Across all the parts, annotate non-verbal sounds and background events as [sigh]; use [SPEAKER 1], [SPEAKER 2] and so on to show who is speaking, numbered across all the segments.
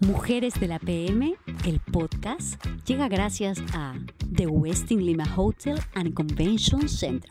[SPEAKER 1] Mujeres de la PM, el podcast, llega gracias a The Westin Lima Hotel and Convention Center.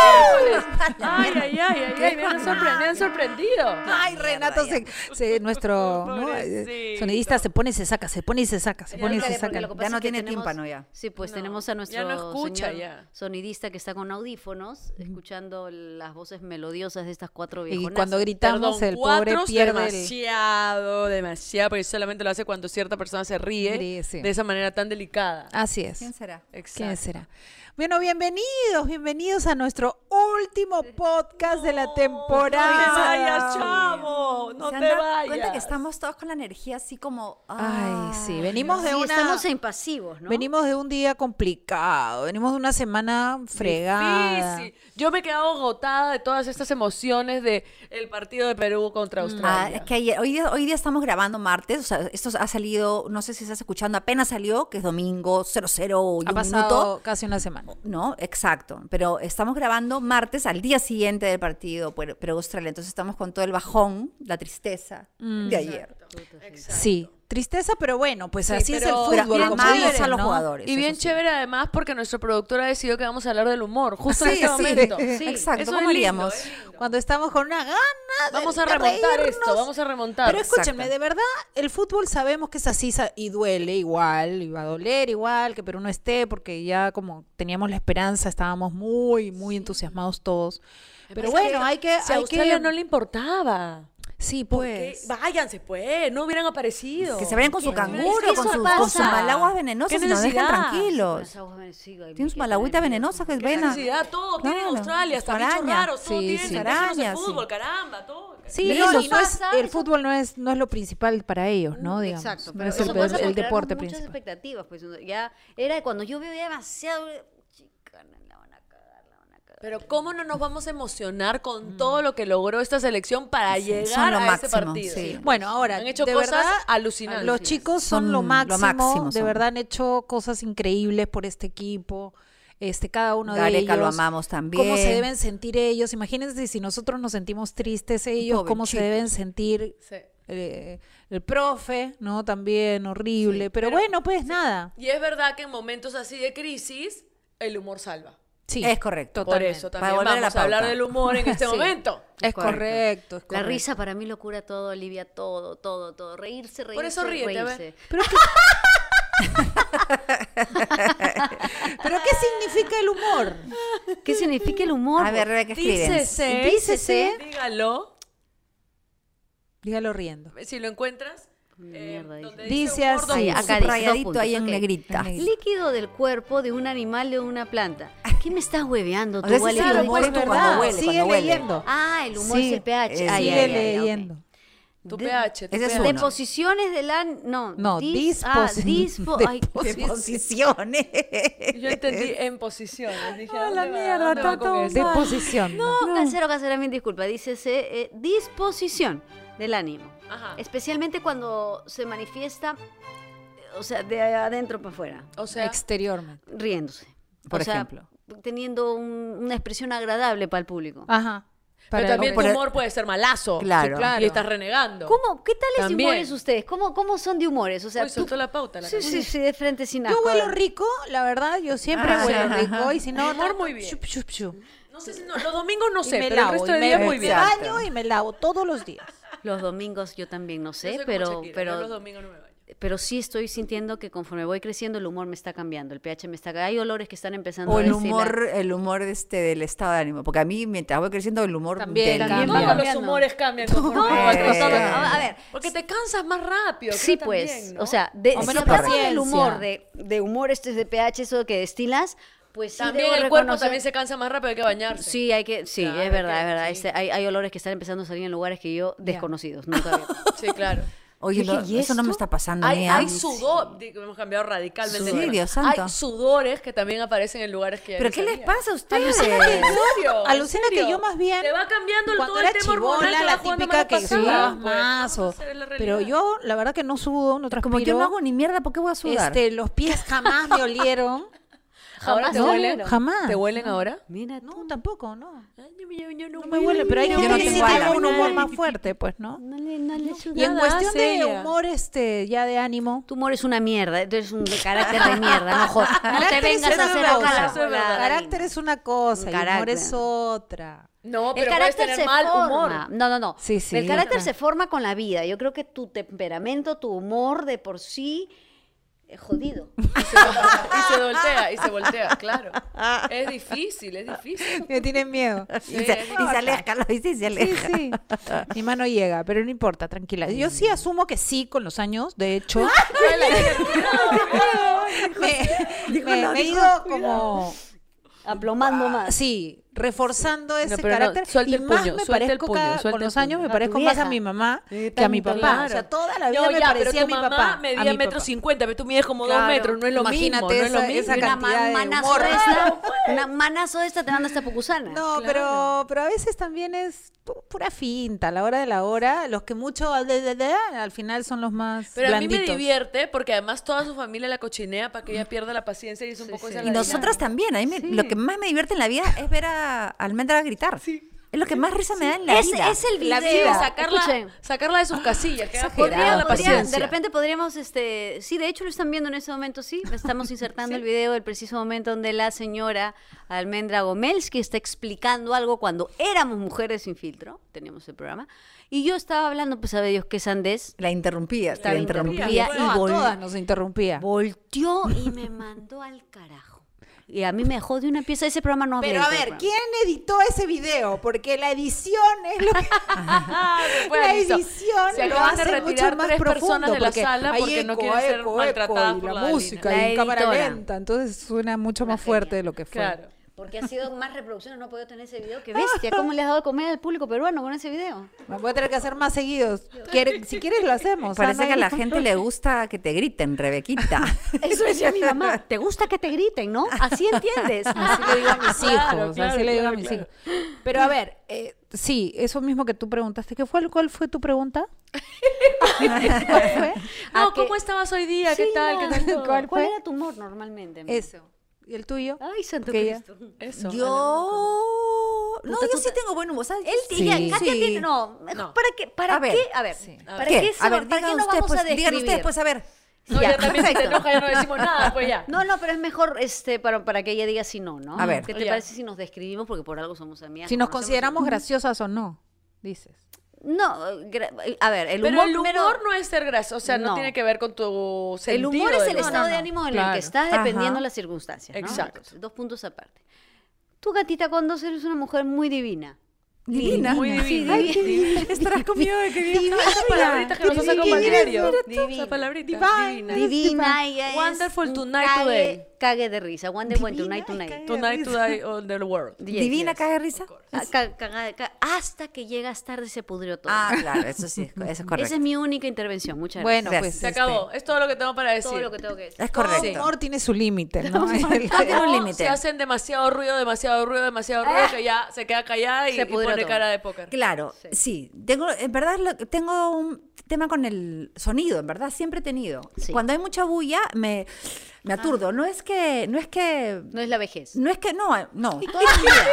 [SPEAKER 2] Ay, ay, ay, ay, ay, me,
[SPEAKER 3] [laughs]
[SPEAKER 2] han sorpre- me han sorprendido.
[SPEAKER 4] [laughs] Ay, Renato, se, se- nuestro ¿no?
[SPEAKER 2] Pobrecito.
[SPEAKER 4] sonidista se pone y se saca, se pone y se saca, se
[SPEAKER 2] Ya
[SPEAKER 4] pone y
[SPEAKER 2] no
[SPEAKER 4] se
[SPEAKER 2] puede, porque
[SPEAKER 4] saca.
[SPEAKER 2] lo que
[SPEAKER 3] Ya no tiene tímpano ya.
[SPEAKER 1] Sí, pues
[SPEAKER 2] No,
[SPEAKER 1] tenemos a nuestro
[SPEAKER 2] ya no escucha,
[SPEAKER 1] señor
[SPEAKER 2] ya.
[SPEAKER 1] sonidista que está con audífonos, escuchando las voces melodiosas de estas cuatro
[SPEAKER 4] Y
[SPEAKER 1] viejonas.
[SPEAKER 4] cuando gritamos,
[SPEAKER 2] Perdón,
[SPEAKER 4] el pobre
[SPEAKER 2] cuatros
[SPEAKER 4] pierde el...
[SPEAKER 2] demasiado, demasiado, porque solamente lo hace cuando cierta persona se ríe
[SPEAKER 4] Ríe, sí.
[SPEAKER 2] de esa manera tan delicada.
[SPEAKER 4] Así es.
[SPEAKER 3] ¿Quién será?
[SPEAKER 2] Eh,
[SPEAKER 4] ¿Quién será? Bueno, bienvenidos, bienvenidos a nuestro último podcast de la temporada.
[SPEAKER 2] No te vayas, chavo, no
[SPEAKER 3] ¿Se
[SPEAKER 2] te
[SPEAKER 3] han dado
[SPEAKER 2] vayas.
[SPEAKER 3] cuenta que estamos todos con la energía así como... ah,
[SPEAKER 4] Ay, sí, venimos
[SPEAKER 1] Sí,
[SPEAKER 4] de una...
[SPEAKER 1] estamos impasivos, ¿no?
[SPEAKER 4] Venimos de un día complicado, venimos de una semana fregada.
[SPEAKER 2] Difícil. Yo me he quedado agotada de todas estas emociones de el partido de Perú contra
[SPEAKER 3] Ah,
[SPEAKER 2] Australia.
[SPEAKER 3] es que ayer- hoy, día, hoy día estamos grabando martes, o sea, esto ha salido, no sé si estás escuchando, apenas salió, que es domingo 00 y
[SPEAKER 4] Ha
[SPEAKER 3] un
[SPEAKER 4] pasado
[SPEAKER 3] minuto.
[SPEAKER 4] casi una semana.
[SPEAKER 3] No, exacto, pero estamos grabando martes al día siguiente del partido Perú- Perú-Australia, entonces estamos con todo el bajón, la tristeza de ayer.
[SPEAKER 4] Sí, tristeza, pero bueno, pues así es el
[SPEAKER 2] pero-
[SPEAKER 4] fútbol.
[SPEAKER 2] Bien
[SPEAKER 4] como
[SPEAKER 2] chévere,
[SPEAKER 4] dicen,
[SPEAKER 3] a los
[SPEAKER 4] ¿no?
[SPEAKER 3] jugadores.
[SPEAKER 2] Y bien
[SPEAKER 3] eso sí.
[SPEAKER 2] chévere además porque nuestro productor ha decidido que vamos a hablar del humor justo en
[SPEAKER 3] Sí,
[SPEAKER 2] este
[SPEAKER 3] sí,
[SPEAKER 2] momento.
[SPEAKER 3] sí, exacto,
[SPEAKER 2] Eso
[SPEAKER 3] ¿cómo
[SPEAKER 2] es lindo, ¿eh?
[SPEAKER 3] haríamos?
[SPEAKER 2] es
[SPEAKER 4] Cuando estamos con una gana de-
[SPEAKER 2] Vamos a
[SPEAKER 4] de
[SPEAKER 2] remontar
[SPEAKER 4] reírnos.
[SPEAKER 2] esto, vamos a remontar.
[SPEAKER 4] Pero escúchenme,
[SPEAKER 3] Exacto.
[SPEAKER 4] de verdad, el fútbol sabemos que es así sa- y duele igual, y va a doler igual, que Perú no esté, porque ya como teníamos la esperanza, estábamos muy, muy entusiasmados todos. Pero
[SPEAKER 2] Es
[SPEAKER 4] bueno, hay que...
[SPEAKER 2] si a
[SPEAKER 4] hay que-
[SPEAKER 2] Australia no le importaba.
[SPEAKER 4] Sí,
[SPEAKER 2] Que
[SPEAKER 4] pues...
[SPEAKER 2] váyanse, pues, no hubieran aparecido.
[SPEAKER 3] Que se vayan con su
[SPEAKER 1] es que
[SPEAKER 3] canguro, con
[SPEAKER 1] eso
[SPEAKER 3] sus
[SPEAKER 1] pasa?
[SPEAKER 3] con sus malaguas
[SPEAKER 2] ¿Qué
[SPEAKER 3] venenosas y nos dejan
[SPEAKER 2] necesidad?
[SPEAKER 3] tranquilos. Tienen
[SPEAKER 1] Tienes
[SPEAKER 3] sus malagüitas venenosas que es
[SPEAKER 2] ¿Qué
[SPEAKER 3] vena.
[SPEAKER 2] necesidad? Todo tiene
[SPEAKER 3] Claro.
[SPEAKER 2] Australia, hasta
[SPEAKER 3] Araña.
[SPEAKER 2] bichos raros, todo
[SPEAKER 4] Sí,
[SPEAKER 2] tiene
[SPEAKER 4] sí.
[SPEAKER 2] arañas,
[SPEAKER 3] Araña, sí.
[SPEAKER 2] fútbol, caramba, todo.
[SPEAKER 4] Sí,
[SPEAKER 1] Pero
[SPEAKER 4] no,
[SPEAKER 1] eso
[SPEAKER 4] y no es-
[SPEAKER 1] pasa,
[SPEAKER 4] el
[SPEAKER 1] eso-
[SPEAKER 4] fútbol no es, no es lo principal para ellos,
[SPEAKER 2] Mm,
[SPEAKER 4] ¿no? Digamos,
[SPEAKER 1] Exacto,
[SPEAKER 4] no
[SPEAKER 1] pero
[SPEAKER 4] es
[SPEAKER 1] eso
[SPEAKER 4] el,
[SPEAKER 1] pasa
[SPEAKER 4] el
[SPEAKER 1] por crearnos
[SPEAKER 4] deporte
[SPEAKER 1] muchas
[SPEAKER 4] principal.
[SPEAKER 1] expectativas, pues ya era cuando yo veía demasiado chica, la van a cagar, la van a cagar.
[SPEAKER 2] Pero ¿cómo no nos vamos a emocionar con todo lo que logró esta selección para llegar
[SPEAKER 3] son lo
[SPEAKER 2] a ese
[SPEAKER 3] máximo,
[SPEAKER 2] partido?
[SPEAKER 3] sí.
[SPEAKER 4] Bueno, ahora,
[SPEAKER 2] Han hecho
[SPEAKER 4] de
[SPEAKER 2] cosas
[SPEAKER 4] verdad,
[SPEAKER 2] alucinantes.
[SPEAKER 4] Ah, Los chicos son,
[SPEAKER 3] Son
[SPEAKER 4] lo
[SPEAKER 3] lo
[SPEAKER 4] máximo,
[SPEAKER 3] máximo
[SPEAKER 4] de
[SPEAKER 3] son.
[SPEAKER 4] verdad han hecho cosas increíbles por este equipo. Este, cada uno de ellos.
[SPEAKER 3] Gareca lo amamos también.
[SPEAKER 4] Cómo se deben sentir ellos. Imagínense si nosotros nos sentimos tristes ellos,
[SPEAKER 3] Pobre
[SPEAKER 4] cómo
[SPEAKER 3] chico.
[SPEAKER 4] se deben sentir
[SPEAKER 2] Sí.
[SPEAKER 4] eh, el profe, ¿no? También horrible. pero,
[SPEAKER 2] pero-
[SPEAKER 4] bueno, pues nada.
[SPEAKER 2] Y es verdad que en momentos así de crisis, el humor salva.
[SPEAKER 4] Sí.
[SPEAKER 3] Es correcto.
[SPEAKER 2] Por eso también
[SPEAKER 3] Para volver a la
[SPEAKER 2] vamos a hablar
[SPEAKER 3] pauta.
[SPEAKER 2] del humor en este
[SPEAKER 4] Sí.
[SPEAKER 2] momento.
[SPEAKER 4] Es correcto. es
[SPEAKER 1] La
[SPEAKER 4] correcto.
[SPEAKER 1] risa para mí lo cura todo, alivia todo, todo, todo. Reírse, reírse,
[SPEAKER 2] Por eso ríete, a ver.
[SPEAKER 1] reírse.
[SPEAKER 4] Pero, ¿qué... ¿Pero qué significa el humor?
[SPEAKER 1] ¿Qué significa el humor?
[SPEAKER 3] A ver, Rebeca, escriben.
[SPEAKER 2] Dícese,
[SPEAKER 4] Dícese.
[SPEAKER 2] dígalo,
[SPEAKER 4] Dígalo riendo.
[SPEAKER 2] si lo encuentras. eh,
[SPEAKER 1] Mierda,
[SPEAKER 2] donde
[SPEAKER 4] dice.
[SPEAKER 2] dice humor,
[SPEAKER 4] Dice
[SPEAKER 2] dos
[SPEAKER 4] así,
[SPEAKER 3] Ahí,
[SPEAKER 2] puntos.
[SPEAKER 3] acá
[SPEAKER 1] dice,
[SPEAKER 3] rayadito
[SPEAKER 1] dos puntos,
[SPEAKER 3] ahí en
[SPEAKER 1] ok.
[SPEAKER 3] negrita.
[SPEAKER 1] Líquido del cuerpo de un animal o de una planta. ¿Qué me estás hueveando?
[SPEAKER 3] O
[SPEAKER 1] tú,
[SPEAKER 3] sea, ese
[SPEAKER 1] vale,
[SPEAKER 3] es el
[SPEAKER 1] tú,
[SPEAKER 3] humor,
[SPEAKER 1] pues,
[SPEAKER 3] es
[SPEAKER 1] tú,
[SPEAKER 3] verdad.
[SPEAKER 1] cuando huele.
[SPEAKER 3] cuando
[SPEAKER 4] Sigue
[SPEAKER 3] huele.
[SPEAKER 4] leyendo.
[SPEAKER 1] Ah, el humor es
[SPEAKER 3] Sí,
[SPEAKER 1] el pH.
[SPEAKER 3] eh,
[SPEAKER 1] Ay,
[SPEAKER 4] Sigue
[SPEAKER 1] ay, ay, ay, ok.
[SPEAKER 4] leyendo.
[SPEAKER 2] Tu
[SPEAKER 1] De-
[SPEAKER 2] pH, tu
[SPEAKER 3] ese es
[SPEAKER 2] pH.
[SPEAKER 3] uno.
[SPEAKER 1] Deposiciones del an... No,
[SPEAKER 4] No,
[SPEAKER 1] dis- ah,
[SPEAKER 4] dispos-
[SPEAKER 1] dispo... ay,
[SPEAKER 3] Posiciones.
[SPEAKER 2] Yo entendí en posiciones. Dije, ¿a
[SPEAKER 4] Ah, la
[SPEAKER 2] dónde va?
[SPEAKER 4] mierda,
[SPEAKER 2] ¿A dónde va
[SPEAKER 4] está
[SPEAKER 2] con
[SPEAKER 4] todo
[SPEAKER 2] eso?
[SPEAKER 4] De posición.
[SPEAKER 1] No, Cancero, Cancero, mil disculpas. Dice eh, disposición del ánimo.
[SPEAKER 2] Ajá.
[SPEAKER 1] Especialmente cuando se manifiesta, eh, o sea, de adentro para afuera,
[SPEAKER 2] O sea,
[SPEAKER 4] Exteriormente.
[SPEAKER 1] riéndose.
[SPEAKER 3] Por
[SPEAKER 1] O sea,
[SPEAKER 3] ejemplo.
[SPEAKER 1] teniendo un- una expresión agradable para el público.
[SPEAKER 4] Ajá.
[SPEAKER 2] pero también tu
[SPEAKER 3] para-
[SPEAKER 2] humor puede ser malazo.
[SPEAKER 3] Claro.
[SPEAKER 4] Sí, claro.
[SPEAKER 2] Y estás renegando.
[SPEAKER 1] ¿Cómo? ¿Qué tales
[SPEAKER 2] También.
[SPEAKER 1] humores ustedes? ¿Cómo, ¿Cómo son de humores? O sea,
[SPEAKER 2] Uy,
[SPEAKER 1] tú-
[SPEAKER 2] soltó la pauta. La
[SPEAKER 1] sí, sí, sí, de frente sin
[SPEAKER 4] yo
[SPEAKER 1] asco.
[SPEAKER 4] huelo rico, la verdad, yo siempre
[SPEAKER 3] Ah,
[SPEAKER 4] huelo
[SPEAKER 3] ajá.
[SPEAKER 4] rico y si no,
[SPEAKER 2] Mi amor,
[SPEAKER 4] tra-
[SPEAKER 2] muy bien.
[SPEAKER 4] chup, chup, chup.
[SPEAKER 2] No sé si no, los domingos no
[SPEAKER 4] Y
[SPEAKER 2] sé,
[SPEAKER 4] me
[SPEAKER 2] pero
[SPEAKER 4] lavo,
[SPEAKER 2] el resto
[SPEAKER 4] y
[SPEAKER 2] del
[SPEAKER 4] me,
[SPEAKER 2] día muy
[SPEAKER 4] me
[SPEAKER 2] bien.
[SPEAKER 3] Exacto.
[SPEAKER 4] baño y me lavo todos los días.
[SPEAKER 1] Los domingos yo también, no
[SPEAKER 2] Yo
[SPEAKER 1] sé,
[SPEAKER 2] soy como
[SPEAKER 1] pero,
[SPEAKER 2] Shakira, yo los
[SPEAKER 1] pero,
[SPEAKER 2] domingos no me baño.
[SPEAKER 1] pero sí estoy sintiendo que conforme voy creciendo el humor me está cambiando, el pH me está... Hay olores que están empezando
[SPEAKER 3] O
[SPEAKER 1] a
[SPEAKER 3] el
[SPEAKER 1] deshilar.
[SPEAKER 3] humor, el humor este del estado de ánimo. Porque a mí, mientras voy creciendo, el humor
[SPEAKER 4] También
[SPEAKER 3] del-
[SPEAKER 4] cambia.
[SPEAKER 2] Todos los
[SPEAKER 1] cambiando.
[SPEAKER 2] humores cambian conforme
[SPEAKER 1] No,
[SPEAKER 2] vas
[SPEAKER 3] eh,
[SPEAKER 2] pasando.
[SPEAKER 1] a ver.
[SPEAKER 2] Porque te cansas más rápido. creo
[SPEAKER 1] Sí, pues,
[SPEAKER 2] también, ¿no?
[SPEAKER 1] o sea, de,
[SPEAKER 4] O
[SPEAKER 1] si
[SPEAKER 4] menos
[SPEAKER 1] hablamos del
[SPEAKER 4] paciencia.
[SPEAKER 1] humor, de, de humor este es de pH, eso que destilas, pues sí
[SPEAKER 2] también
[SPEAKER 1] debo
[SPEAKER 2] el cuerpo
[SPEAKER 1] reconocer-
[SPEAKER 2] también se cansa más rápido, hay que bañarse.
[SPEAKER 1] Sí, hay que, sí,
[SPEAKER 2] Claro,
[SPEAKER 1] es verdad,
[SPEAKER 2] que-
[SPEAKER 1] es verdad.
[SPEAKER 2] sí. [laughs]
[SPEAKER 1] Este, hay, hay olores que están empezando a salir en lugares que yo desconocidos, nunca había.
[SPEAKER 2] Sí, claro.
[SPEAKER 3] Oye,
[SPEAKER 2] Yo dije,
[SPEAKER 3] no,
[SPEAKER 2] ¿y
[SPEAKER 3] eso no me
[SPEAKER 2] esto?
[SPEAKER 3] está pasando. ¿eh?
[SPEAKER 2] Hay,
[SPEAKER 3] mira.
[SPEAKER 2] hay sudor. digo, Hemos cambiado radicalmente.
[SPEAKER 3] Sí,
[SPEAKER 2] el tema.
[SPEAKER 3] Dios santo.
[SPEAKER 2] Hay sudores que también aparecen en lugares que. ya
[SPEAKER 3] ¿Pero
[SPEAKER 2] ni
[SPEAKER 3] qué les
[SPEAKER 2] sabía.
[SPEAKER 3] pasa a ustedes?
[SPEAKER 2] Alucina que- ¿En
[SPEAKER 4] [laughs]
[SPEAKER 2] serio?
[SPEAKER 4] Alucina
[SPEAKER 2] ¿En
[SPEAKER 4] que
[SPEAKER 2] serio?
[SPEAKER 4] yo más bien
[SPEAKER 2] Te va cambiando el-
[SPEAKER 4] cuando
[SPEAKER 2] todo el
[SPEAKER 4] era
[SPEAKER 2] tema hormonal,
[SPEAKER 4] chibola,
[SPEAKER 2] te va
[SPEAKER 4] la
[SPEAKER 2] jugando
[SPEAKER 4] típica
[SPEAKER 2] malas
[SPEAKER 4] que
[SPEAKER 2] pasadas,
[SPEAKER 4] sudabas
[SPEAKER 2] pues.
[SPEAKER 4] más o-
[SPEAKER 2] Esa es la realidad.
[SPEAKER 4] pero yo la verdad que no sudo no transpiro
[SPEAKER 3] Como yo no hago ni mierda, ¿por qué voy a sudar?
[SPEAKER 4] este los pies jamás me olieron
[SPEAKER 2] Ahora
[SPEAKER 4] jamás,
[SPEAKER 2] te
[SPEAKER 4] no,
[SPEAKER 2] huelen.
[SPEAKER 4] jamás.
[SPEAKER 2] ¿Te huelen ahora?
[SPEAKER 1] Mira
[SPEAKER 4] no
[SPEAKER 1] tú.
[SPEAKER 4] tampoco no
[SPEAKER 2] Ay, yo- yo- yo
[SPEAKER 4] no me huele pero hay
[SPEAKER 3] Yo
[SPEAKER 4] gente
[SPEAKER 3] no
[SPEAKER 4] que sí
[SPEAKER 3] tengo
[SPEAKER 4] tiene
[SPEAKER 3] alas.
[SPEAKER 4] un humor más fuerte pues no
[SPEAKER 1] No le, no le
[SPEAKER 4] y en
[SPEAKER 1] sudas.
[SPEAKER 2] Nada
[SPEAKER 4] cuestión
[SPEAKER 2] hace
[SPEAKER 4] de
[SPEAKER 2] ella.
[SPEAKER 4] humor este ya de ánimo
[SPEAKER 1] Tu humor es una mierda, tú eres un carácter de mierda, no jodas.
[SPEAKER 2] Ah,
[SPEAKER 1] No te
[SPEAKER 4] Carácter es
[SPEAKER 1] vengas a
[SPEAKER 4] una
[SPEAKER 1] hacer acá la
[SPEAKER 4] cosa.
[SPEAKER 1] colada,
[SPEAKER 4] carácter es una cosa y humor
[SPEAKER 1] Carácter.
[SPEAKER 4] es otra [laughs]
[SPEAKER 2] No, pero
[SPEAKER 1] El
[SPEAKER 2] puedes
[SPEAKER 1] carácter
[SPEAKER 2] tener
[SPEAKER 1] se
[SPEAKER 2] mal humor.
[SPEAKER 1] forma. No, no, no.
[SPEAKER 4] Sí, sí.
[SPEAKER 1] El carácter se forma con la vida. Yo creo que tu temperamento, tu humor de por sí es jodido.
[SPEAKER 2] y se voltea, y se voltea, [laughs] claro. Es difícil, es difícil.
[SPEAKER 4] me
[SPEAKER 2] [laughs]
[SPEAKER 4] tienen miedo
[SPEAKER 3] Y se, y se aleja, lo dice y se
[SPEAKER 4] Sí,
[SPEAKER 3] aleja.
[SPEAKER 4] sí. Mi mano llega, pero no importa, tranquila. Yo
[SPEAKER 2] Mm.
[SPEAKER 4] sí asumo que sí con los años,
[SPEAKER 2] [laughs]
[SPEAKER 4] de hecho. [laughs] me
[SPEAKER 2] [laughs]
[SPEAKER 3] Dijo,
[SPEAKER 4] me-
[SPEAKER 3] no,
[SPEAKER 4] me he
[SPEAKER 3] dijo,
[SPEAKER 4] ido como,
[SPEAKER 1] Aplomando
[SPEAKER 4] Ah,
[SPEAKER 1] más.
[SPEAKER 4] sí, reforzando ese
[SPEAKER 2] pero no,
[SPEAKER 4] carácter.
[SPEAKER 2] suelta
[SPEAKER 4] y
[SPEAKER 2] el
[SPEAKER 4] más
[SPEAKER 2] puño,
[SPEAKER 4] me
[SPEAKER 2] suelta el
[SPEAKER 4] parezco
[SPEAKER 2] puño,
[SPEAKER 4] cada-
[SPEAKER 2] suelta
[SPEAKER 4] con
[SPEAKER 2] el
[SPEAKER 4] los años
[SPEAKER 2] puño.
[SPEAKER 4] me
[SPEAKER 1] A tu
[SPEAKER 4] parezco más a
[SPEAKER 1] vieja.
[SPEAKER 4] mi mamá
[SPEAKER 2] Sí,
[SPEAKER 4] que a mi
[SPEAKER 2] tanto,
[SPEAKER 4] papá. O sea,
[SPEAKER 2] claro.
[SPEAKER 4] toda la vida
[SPEAKER 2] No,
[SPEAKER 4] me
[SPEAKER 2] ya, pero
[SPEAKER 4] parecía a
[SPEAKER 2] tu
[SPEAKER 4] mi
[SPEAKER 2] mamá
[SPEAKER 4] papá. a
[SPEAKER 2] medía
[SPEAKER 4] mi
[SPEAKER 2] metro
[SPEAKER 4] papá.
[SPEAKER 2] cincuenta, pero tú mides como dos
[SPEAKER 4] Claro,
[SPEAKER 2] metros, no es lo
[SPEAKER 4] imagínate
[SPEAKER 2] mismo, no es lo
[SPEAKER 4] esa-
[SPEAKER 2] mismo.
[SPEAKER 4] esa
[SPEAKER 1] una
[SPEAKER 4] cantidad
[SPEAKER 1] ma-
[SPEAKER 4] de
[SPEAKER 1] manazo
[SPEAKER 4] humor. [laughs]
[SPEAKER 1] esta, una manazo esta te manda esta pucusana.
[SPEAKER 4] No,
[SPEAKER 2] Ah,
[SPEAKER 4] pero, pero a veces también es pu- pura finta, a la hora de la hora. Los que mucho al- de- de- de- al final son los más
[SPEAKER 2] Pero a mí me
[SPEAKER 4] blanditos.
[SPEAKER 2] divierte porque además toda su familia la cochinea para que ella pierda la paciencia y es un poco esa
[SPEAKER 3] Y
[SPEAKER 2] la
[SPEAKER 3] nosotras
[SPEAKER 2] dinámica.
[SPEAKER 3] también. A mí me- lo que más me divierte en la vida es ver a Almendra gritar. Es lo que más risa me da en la
[SPEAKER 1] es,
[SPEAKER 3] vida.
[SPEAKER 1] es el video.
[SPEAKER 2] La vida,
[SPEAKER 1] Escuchen.
[SPEAKER 2] sacarla, sacarla de
[SPEAKER 4] Ah,
[SPEAKER 2] sus casillas, que haga
[SPEAKER 1] Podría-
[SPEAKER 2] perder la
[SPEAKER 1] podría-
[SPEAKER 2] paciencia.
[SPEAKER 1] de repente podríamos, este, sí, de hecho lo están viendo en ese momento, [laughs] sí, estamos insertando el video del preciso momento donde la señora Almendra Gomelsky está explicando algo cuando éramos mujeres sin filtro, tenemos el programa, y yo estaba hablando, pues sabe Dios qué sandés,
[SPEAKER 3] La interrumpía, te
[SPEAKER 1] La
[SPEAKER 3] la
[SPEAKER 1] interrumpía.
[SPEAKER 3] interrumpía.
[SPEAKER 1] Bueno,
[SPEAKER 4] No,
[SPEAKER 3] y
[SPEAKER 4] a
[SPEAKER 3] vol-
[SPEAKER 4] todas nos interrumpía.
[SPEAKER 1] volteó y me mandó al carajo. Y a mí me dejó de una pieza, ese programa no ha
[SPEAKER 4] Pero
[SPEAKER 1] abierto
[SPEAKER 4] a
[SPEAKER 1] el
[SPEAKER 4] ver,
[SPEAKER 1] programa.
[SPEAKER 4] ¿quién editó ese video? Porque la edición
[SPEAKER 2] [laughs]
[SPEAKER 4] es lo que...
[SPEAKER 2] Fue
[SPEAKER 4] la
[SPEAKER 2] listo.
[SPEAKER 4] edición
[SPEAKER 2] Se
[SPEAKER 4] lo
[SPEAKER 2] acaban de
[SPEAKER 4] hace
[SPEAKER 2] retirar
[SPEAKER 4] mucho más
[SPEAKER 2] tres
[SPEAKER 4] profundo
[SPEAKER 2] personas de la
[SPEAKER 4] porque
[SPEAKER 2] sala
[SPEAKER 4] hay
[SPEAKER 2] porque no
[SPEAKER 4] eco,
[SPEAKER 2] quieren ser
[SPEAKER 4] eco, eco,
[SPEAKER 2] maltratadas
[SPEAKER 4] y
[SPEAKER 2] por
[SPEAKER 4] la,
[SPEAKER 2] la
[SPEAKER 4] música
[SPEAKER 1] Dalina.
[SPEAKER 4] y en
[SPEAKER 1] La
[SPEAKER 4] cámara
[SPEAKER 1] editora.
[SPEAKER 4] lenta, entonces suena mucho más fuerte de lo que fue.
[SPEAKER 2] Claro.
[SPEAKER 1] Porque ha sido más reproducciones, no ha podido tener ese [laughs] video. Qué bestia, ¿cómo le has dado de comer al público peruano con ese video?
[SPEAKER 4] Me voy a tener que hacer más seguidos. Quiere- si quieres lo hacemos.
[SPEAKER 3] Parece
[SPEAKER 4] Ana,
[SPEAKER 3] que a
[SPEAKER 4] y-
[SPEAKER 3] la gente le gusta que te griten,
[SPEAKER 1] [laughs]
[SPEAKER 3] Rebequita.
[SPEAKER 1] Eso decía mi mamá. Te gusta que te griten, ¿no? Así entiendes.
[SPEAKER 3] Ah,
[SPEAKER 4] Así le digo a [laughs] mis hijos,
[SPEAKER 2] Claro, claro,
[SPEAKER 4] así le digo
[SPEAKER 2] claro,
[SPEAKER 4] a mis
[SPEAKER 2] claro.
[SPEAKER 4] hijos. Pero a ver, eh, sí, eso mismo que tú preguntaste, ¿qué fue? ¿Cuál fue tu pregunta? ¿Cuál fue?
[SPEAKER 2] No,
[SPEAKER 1] ¿A qué-
[SPEAKER 2] ¿cómo estabas hoy día? ¿Qué
[SPEAKER 4] Ah, Sí,
[SPEAKER 2] tal? ¿Qué tal? todo?
[SPEAKER 4] ¿Cuál
[SPEAKER 1] ¿Cuál,
[SPEAKER 4] fue?
[SPEAKER 1] era tu humor normalmente? amiga?
[SPEAKER 4] Eso. ¿Y el tuyo?
[SPEAKER 1] Ay, Santo
[SPEAKER 4] Que ya-
[SPEAKER 1] Cristo.
[SPEAKER 2] Eso.
[SPEAKER 3] Yo. No,
[SPEAKER 1] Puta,
[SPEAKER 3] yo
[SPEAKER 1] tú
[SPEAKER 3] sí
[SPEAKER 1] te-
[SPEAKER 3] tengo buen humor. ¿sabes?
[SPEAKER 1] Él
[SPEAKER 3] Sí.
[SPEAKER 1] diga, Katia
[SPEAKER 3] Sí.
[SPEAKER 1] tiene. No,
[SPEAKER 2] No.
[SPEAKER 1] ¿para qué? ¿Para
[SPEAKER 3] A ver,
[SPEAKER 1] qué? A ver, ¿para
[SPEAKER 3] ¿Qué?
[SPEAKER 1] qué, se-
[SPEAKER 3] a ver,
[SPEAKER 1] ¿para qué
[SPEAKER 3] digan
[SPEAKER 1] nos
[SPEAKER 3] ustedes,
[SPEAKER 1] vamos
[SPEAKER 3] pues,
[SPEAKER 1] a describir?
[SPEAKER 3] digan ustedes, pues, a ver.
[SPEAKER 2] No, ya, también si te
[SPEAKER 3] perfecto.
[SPEAKER 2] enoja ya no decimos nada, pues ya.
[SPEAKER 1] No, no, pero es mejor este para, para que ella diga si no, ¿no?
[SPEAKER 3] A ver.
[SPEAKER 1] ¿Qué te
[SPEAKER 2] Ya.
[SPEAKER 1] parece si nos describimos? Porque por algo somos amigas.
[SPEAKER 4] Si
[SPEAKER 1] nos
[SPEAKER 4] nos
[SPEAKER 1] conocemos.
[SPEAKER 4] consideramos graciosas o no, dices.
[SPEAKER 1] No, gra- a ver, el
[SPEAKER 2] pero
[SPEAKER 1] humor.
[SPEAKER 2] el humor
[SPEAKER 1] primero-
[SPEAKER 2] no es ser graso, o sea, no,
[SPEAKER 1] No.
[SPEAKER 2] tiene que ver con tu
[SPEAKER 1] El
[SPEAKER 2] sentido.
[SPEAKER 1] humor es el
[SPEAKER 2] del
[SPEAKER 1] estado de
[SPEAKER 4] no,
[SPEAKER 1] ánimo en el
[SPEAKER 4] claro.
[SPEAKER 1] que estás dependiendo
[SPEAKER 3] Ajá.
[SPEAKER 1] de las circunstancias. ¿no?
[SPEAKER 2] Exacto.
[SPEAKER 1] Entonces, dos puntos aparte. Tú, gatita Condos, eres una mujer muy divina.
[SPEAKER 3] Divina.
[SPEAKER 2] Muy divina.
[SPEAKER 3] Ay, qué divina. [laughs] Estarás conmigo de que divina.
[SPEAKER 2] Esas palabritas que nos
[SPEAKER 4] Divina.
[SPEAKER 2] hacen como el diario.
[SPEAKER 4] Mira
[SPEAKER 2] Divina. Esas palabritas.
[SPEAKER 4] Divine.
[SPEAKER 2] Divina.
[SPEAKER 4] Divine.
[SPEAKER 1] Divina, ella es
[SPEAKER 2] Wonderful
[SPEAKER 1] un
[SPEAKER 2] tonight,
[SPEAKER 1] cague-
[SPEAKER 2] today.
[SPEAKER 1] Cague de risa. Wonderful tonight,
[SPEAKER 4] Divina,
[SPEAKER 1] tonight.
[SPEAKER 2] Tonight, today, all the world.
[SPEAKER 1] Yes,
[SPEAKER 3] Divina,
[SPEAKER 1] yes.
[SPEAKER 3] cae de risa.
[SPEAKER 1] Ah, ca- caga- ca- hasta que llegas tarde se pudrió todo.
[SPEAKER 3] Ah, claro, eso sí, es co- eso es
[SPEAKER 1] Esa
[SPEAKER 3] correcto.
[SPEAKER 1] es mi única intervención. Muchas gracias.
[SPEAKER 4] Bueno,
[SPEAKER 3] Gracias. este,
[SPEAKER 4] pues.
[SPEAKER 2] Se acabó. Es todo lo que tengo para decir.
[SPEAKER 1] todo lo que tengo que decir.
[SPEAKER 3] Es
[SPEAKER 4] Todo
[SPEAKER 3] correcto. [laughs]
[SPEAKER 4] humor tiene su límite, ¿no? El-
[SPEAKER 3] Ah, tiene un
[SPEAKER 2] O
[SPEAKER 3] límite.
[SPEAKER 2] Se hacen demasiado ruido, demasiado ruido, demasiado ruido que ya Ah. se queda callada y,
[SPEAKER 1] Se
[SPEAKER 2] y
[SPEAKER 1] pudrió
[SPEAKER 2] pone
[SPEAKER 1] todo.
[SPEAKER 2] cara de póker.
[SPEAKER 3] Claro, sí. Tengo, en verdad, lo- tengo un tema con el sonido, en verdad, siempre he tenido.
[SPEAKER 1] Sí.
[SPEAKER 3] Cuando hay mucha bulla, me,
[SPEAKER 2] Ah.
[SPEAKER 3] me aturdo. No es que, no es que,
[SPEAKER 1] No es la vejez.
[SPEAKER 3] no es que, no, no, toda [laughs] mi vida.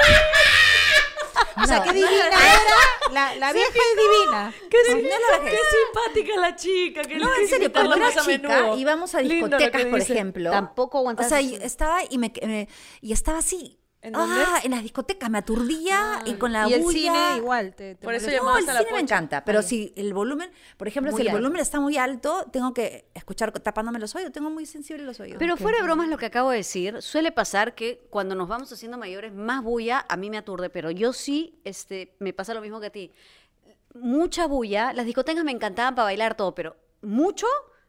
[SPEAKER 4] O sea, [laughs] qué divina era. La, la vieja es divina.
[SPEAKER 2] Qué,
[SPEAKER 3] Sí,
[SPEAKER 2] divina,
[SPEAKER 3] no la dejé.
[SPEAKER 2] qué simpática la chica. Que
[SPEAKER 3] No,
[SPEAKER 2] hay
[SPEAKER 3] en
[SPEAKER 2] que
[SPEAKER 3] serio, cuando
[SPEAKER 2] invitarla
[SPEAKER 3] era
[SPEAKER 2] más a
[SPEAKER 3] chica
[SPEAKER 2] menudo.
[SPEAKER 3] íbamos a
[SPEAKER 2] Lindo lo que
[SPEAKER 3] discotecas, por
[SPEAKER 2] dice.
[SPEAKER 3] ejemplo.
[SPEAKER 1] Tampoco
[SPEAKER 3] O
[SPEAKER 1] aguantabas
[SPEAKER 3] sea,
[SPEAKER 1] el
[SPEAKER 3] y estaba y me, me- y estaba así.
[SPEAKER 2] ¿En dónde? Ah.
[SPEAKER 3] ah, en las discotecas me aturdía y con la
[SPEAKER 4] y el
[SPEAKER 3] bulla.
[SPEAKER 4] cine igual. Te, te
[SPEAKER 2] Por eso
[SPEAKER 4] molesta.
[SPEAKER 2] llamaba-
[SPEAKER 3] No, el
[SPEAKER 2] Llamabas a la
[SPEAKER 3] cine me
[SPEAKER 2] pocha.
[SPEAKER 3] encanta, pero si el volumen, por ejemplo,
[SPEAKER 1] Muy
[SPEAKER 3] si el
[SPEAKER 1] alto.
[SPEAKER 3] volumen está muy alto, tengo que escuchar co- tapándome los oídos, tengo muy sensible los oídos.
[SPEAKER 1] Pero fuera de bromas lo que acabo de decir, suele pasar que cuando nos vamos haciendo mayores, más bulla a mí me aturde, pero yo sí, este, me pasa lo mismo que a ti. Mucha bulla, las discotecas me encantaban para bailar todo, pero mucho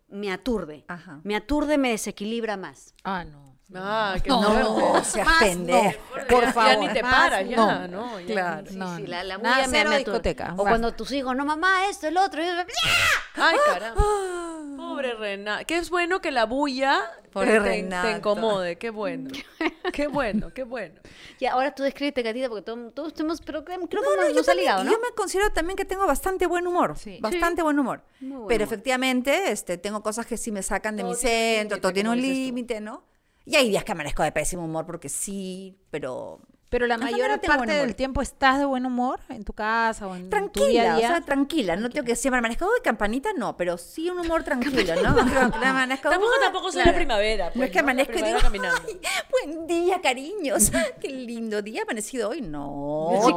[SPEAKER 1] me aturde.
[SPEAKER 3] Ajá.
[SPEAKER 1] Me aturde, me desequilibra más.
[SPEAKER 4] Ah, no.
[SPEAKER 2] Ah, qué
[SPEAKER 4] No,
[SPEAKER 3] No, [laughs]
[SPEAKER 2] fuerte.
[SPEAKER 3] seas
[SPEAKER 1] Más no.
[SPEAKER 3] pendeja.
[SPEAKER 4] por
[SPEAKER 2] Ya- Ya
[SPEAKER 4] favor.
[SPEAKER 2] ni te
[SPEAKER 4] Más
[SPEAKER 2] paras,
[SPEAKER 4] no.
[SPEAKER 2] ya, no. ya.
[SPEAKER 3] Claro.
[SPEAKER 1] Sí,
[SPEAKER 4] No,
[SPEAKER 1] sí,
[SPEAKER 4] no.
[SPEAKER 1] la, la
[SPEAKER 4] Nada,
[SPEAKER 1] bulla me-
[SPEAKER 4] cero
[SPEAKER 1] me atur-
[SPEAKER 4] discoteca.
[SPEAKER 1] O
[SPEAKER 4] Basta.
[SPEAKER 1] cuando tus hijos, no mamá, esto, el otro. y-
[SPEAKER 2] Ay, caramba. Pobre Renato. Qué es bueno que la bulla te,
[SPEAKER 3] Pobre
[SPEAKER 2] te-
[SPEAKER 3] Renato.
[SPEAKER 2] te incomode. Qué bueno. Qué bueno, qué bueno.
[SPEAKER 1] Y ahora tú descríbete, Catita, porque todo- todos tenemos, pero creo, creo
[SPEAKER 3] No,
[SPEAKER 1] que
[SPEAKER 3] no,
[SPEAKER 1] no,
[SPEAKER 3] yo,
[SPEAKER 1] nos ha
[SPEAKER 3] también-
[SPEAKER 1] ligado, ¿no?
[SPEAKER 3] yo me considero también que tengo bastante buen humor.
[SPEAKER 4] Sí.
[SPEAKER 3] Bastante buen humor.
[SPEAKER 1] Muy buen
[SPEAKER 3] Pero
[SPEAKER 1] humor.
[SPEAKER 3] efectivamente, este, tengo cosas que sí me sacan de
[SPEAKER 2] Todo
[SPEAKER 3] mi
[SPEAKER 2] tiene un
[SPEAKER 3] centro,
[SPEAKER 2] límite,
[SPEAKER 3] todo tiene
[SPEAKER 2] como
[SPEAKER 3] un
[SPEAKER 2] dices tú.
[SPEAKER 3] límite, ¿no? Y hay días que amanezco de pésimo humor porque sí, pero
[SPEAKER 4] Pero la
[SPEAKER 3] En
[SPEAKER 4] mayor
[SPEAKER 3] general tengo buen
[SPEAKER 4] parte del
[SPEAKER 3] humor.
[SPEAKER 4] tiempo estás de buen humor en tu casa o en tu día
[SPEAKER 3] tranquila,
[SPEAKER 4] a
[SPEAKER 3] o
[SPEAKER 4] día.
[SPEAKER 3] sea, tranquila. No tengo que siempre amanezco de campanita, no, pero sí un
[SPEAKER 2] [laughs]
[SPEAKER 3] humor tranquilo, ¿no? [laughs] Tranquila, amanezco,
[SPEAKER 2] Tampoco,
[SPEAKER 3] "Ah",
[SPEAKER 2] tampoco soy
[SPEAKER 3] claro.
[SPEAKER 2] la primavera.
[SPEAKER 3] no
[SPEAKER 2] pues,
[SPEAKER 3] es que
[SPEAKER 2] La
[SPEAKER 3] amanezco y
[SPEAKER 2] primavera
[SPEAKER 3] digo,
[SPEAKER 2] caminando.
[SPEAKER 3] "Ay, buen día, cariños. [laughs] Qué lindo día ha amanecido hoy. No,
[SPEAKER 1] Así como,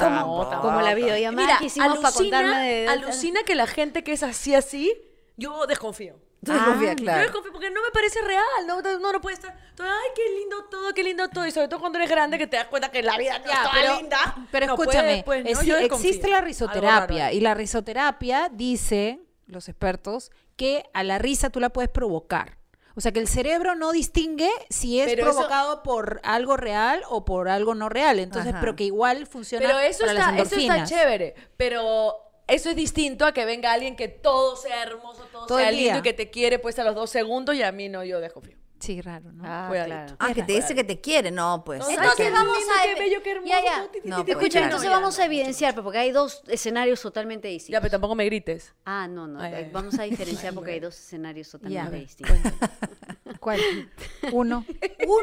[SPEAKER 3] tampoco.
[SPEAKER 1] como la videollamada
[SPEAKER 2] Mira,
[SPEAKER 1] que hicimos para contarme de...
[SPEAKER 2] alucina que la gente que es así, así, yo desconfío.
[SPEAKER 3] Tú desconfías,
[SPEAKER 4] Ah,
[SPEAKER 3] claro.
[SPEAKER 2] Yo desconfío porque no me parece real. No, no, no, no puede estar. todo, Ay, qué lindo todo, qué lindo todo. Y sobre todo cuando eres grande que te das cuenta que la vida no
[SPEAKER 4] Ya,
[SPEAKER 2] es toda
[SPEAKER 4] pero,
[SPEAKER 2] linda.
[SPEAKER 4] pero
[SPEAKER 2] No,
[SPEAKER 4] escúchame,
[SPEAKER 2] puede, pues, ¿no?
[SPEAKER 4] exi-
[SPEAKER 2] Yo desconfío.
[SPEAKER 4] existe la
[SPEAKER 2] Algo
[SPEAKER 4] risoterapia
[SPEAKER 2] raro.
[SPEAKER 4] y la risoterapia dice, los expertos, que a la risa tú la puedes provocar. O sea que el cerebro no distingue si es
[SPEAKER 2] Pero eso-
[SPEAKER 4] provocado por algo real o por algo no real. Entonces,
[SPEAKER 3] Ajá.
[SPEAKER 4] pero que igual funciona
[SPEAKER 2] Pero eso
[SPEAKER 4] para
[SPEAKER 2] está,
[SPEAKER 4] las
[SPEAKER 2] eso está
[SPEAKER 4] endorfinas.
[SPEAKER 2] chévere. Pero eso es distinto a que venga alguien que todo sea hermoso, todo,
[SPEAKER 4] Todo
[SPEAKER 2] sea
[SPEAKER 4] el día.
[SPEAKER 2] lindo y que te quiere pues a los dos segundos y a mí no, yo desconfío.
[SPEAKER 4] Sí, raro, ¿no?
[SPEAKER 1] Ah,
[SPEAKER 2] Cuidadito.
[SPEAKER 1] claro.
[SPEAKER 3] Ah, que te dice que te quiere, no, pues.
[SPEAKER 2] Entonces,
[SPEAKER 3] hay que-
[SPEAKER 1] Entonces vamos
[SPEAKER 2] lindo,
[SPEAKER 1] a...
[SPEAKER 2] qué bello, qué hermoso,
[SPEAKER 1] ya, ya.
[SPEAKER 2] ti, ti,
[SPEAKER 3] No,
[SPEAKER 2] ti,
[SPEAKER 3] pues,
[SPEAKER 2] ti,
[SPEAKER 1] Escucha,
[SPEAKER 2] ti,
[SPEAKER 1] entonces
[SPEAKER 2] no, ya,
[SPEAKER 1] vamos
[SPEAKER 2] no.
[SPEAKER 1] a evidenciar, pues, porque hay dos escenarios totalmente
[SPEAKER 2] Ya,
[SPEAKER 1] distintos.
[SPEAKER 2] pero tampoco me grites.
[SPEAKER 1] Ah, no, no,
[SPEAKER 2] Ay, ay, ay.
[SPEAKER 1] vamos a diferenciar porque
[SPEAKER 2] [laughs]
[SPEAKER 1] hay dos escenarios
[SPEAKER 4] Ya.
[SPEAKER 1] totalmente distintos.
[SPEAKER 3] [laughs]
[SPEAKER 4] ¿Cuál? Uno.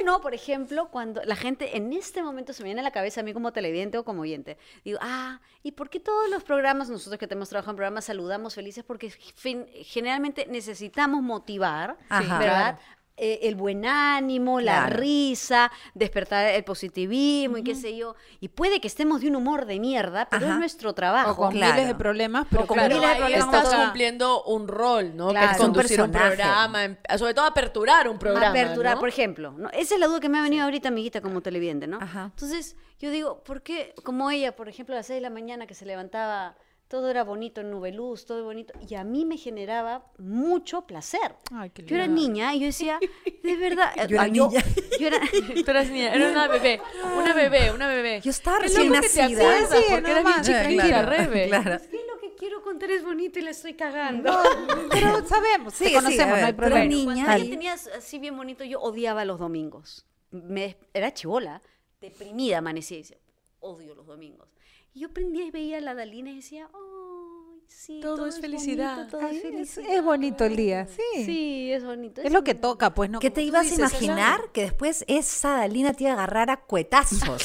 [SPEAKER 1] Uno, por ejemplo, cuando la gente en este momento se me viene a la cabeza a mí como televidente o como oyente, digo, ah, ¿y por qué todos los programas, nosotros que tenemos trabajo en programas, saludamos felices? Porque fin- generalmente necesitamos motivar,
[SPEAKER 3] Ajá.
[SPEAKER 1] ¿verdad? Eh, el buen ánimo, la
[SPEAKER 3] Claro.
[SPEAKER 1] risa, despertar el positivismo y qué sé yo. Y puede que estemos de un humor de mierda, pero es
[SPEAKER 3] Ajá.
[SPEAKER 1] nuestro
[SPEAKER 4] O
[SPEAKER 1] trabajo.
[SPEAKER 4] con
[SPEAKER 3] Claro.
[SPEAKER 4] miles de problemas, pero
[SPEAKER 1] con
[SPEAKER 4] claro,
[SPEAKER 1] miles de
[SPEAKER 2] ahí
[SPEAKER 1] problemas
[SPEAKER 2] estás
[SPEAKER 1] todos.
[SPEAKER 2] cumpliendo un rol, ¿no?
[SPEAKER 1] Claro.
[SPEAKER 2] Que es conducir un,
[SPEAKER 3] personaje.
[SPEAKER 2] programa, em- sobre todo aperturar un programa.
[SPEAKER 1] aperturar,
[SPEAKER 2] ¿no?
[SPEAKER 1] por ejemplo. ¿no? Esa es la duda que me ha venido ahorita, amiguita, como televidente, ¿no?
[SPEAKER 3] Ajá.
[SPEAKER 1] Entonces, yo digo, ¿por qué? Como ella, por ejemplo, a las 6 de la mañana que se levantaba, todo era bonito, nube luz, todo bonito, y a mí me generaba mucho placer.
[SPEAKER 4] Ay, qué
[SPEAKER 1] yo era
[SPEAKER 4] lindo.
[SPEAKER 1] niña y yo decía, de verdad,
[SPEAKER 3] Yo era
[SPEAKER 1] ah,
[SPEAKER 3] niña.
[SPEAKER 1] yo era-
[SPEAKER 2] Tú
[SPEAKER 1] [laughs]
[SPEAKER 2] eras niña, era una bebé, una bebé, una bebé.
[SPEAKER 3] Yo estaba
[SPEAKER 2] Qué
[SPEAKER 3] recién
[SPEAKER 2] loco que te
[SPEAKER 3] nacida.
[SPEAKER 2] acuerdas,
[SPEAKER 4] Sí, sí,
[SPEAKER 2] porque eras bien
[SPEAKER 4] nomás.
[SPEAKER 2] chiquitita,
[SPEAKER 4] Claro,
[SPEAKER 2] Rebe.
[SPEAKER 3] claro.
[SPEAKER 1] Es que lo que quiero contar es bonito y la estoy cagando.
[SPEAKER 4] Pero
[SPEAKER 3] [laughs]
[SPEAKER 4] sabemos, sí,
[SPEAKER 3] Sigue, sigue, a
[SPEAKER 4] conocemos,
[SPEAKER 3] ver,
[SPEAKER 4] no hay
[SPEAKER 3] tú eres
[SPEAKER 4] problema.
[SPEAKER 3] niña.
[SPEAKER 1] Cuando
[SPEAKER 3] Ahí.
[SPEAKER 1] ella tenía así bien bonito, yo odiaba los domingos. Me, des- era chivola, deprimida amanecía y decía, odio los domingos. Y yo prendía y veía a la Dalina y decía, ¡ay, sí!
[SPEAKER 2] Todo es felicidad.
[SPEAKER 1] bonito, todo
[SPEAKER 4] Ay,
[SPEAKER 1] es
[SPEAKER 4] Ah, es,
[SPEAKER 1] felicidad.
[SPEAKER 4] es bonito el día, sí.
[SPEAKER 1] Sí, es bonito.
[SPEAKER 4] Es lo que toca, pues, ¿no?
[SPEAKER 3] Que
[SPEAKER 4] Como
[SPEAKER 3] te
[SPEAKER 4] tú
[SPEAKER 3] ibas a
[SPEAKER 4] dices, es la-
[SPEAKER 3] imaginar que después esa Dalina te iba a agarrar a
[SPEAKER 2] [laughs]
[SPEAKER 3] cuetazos.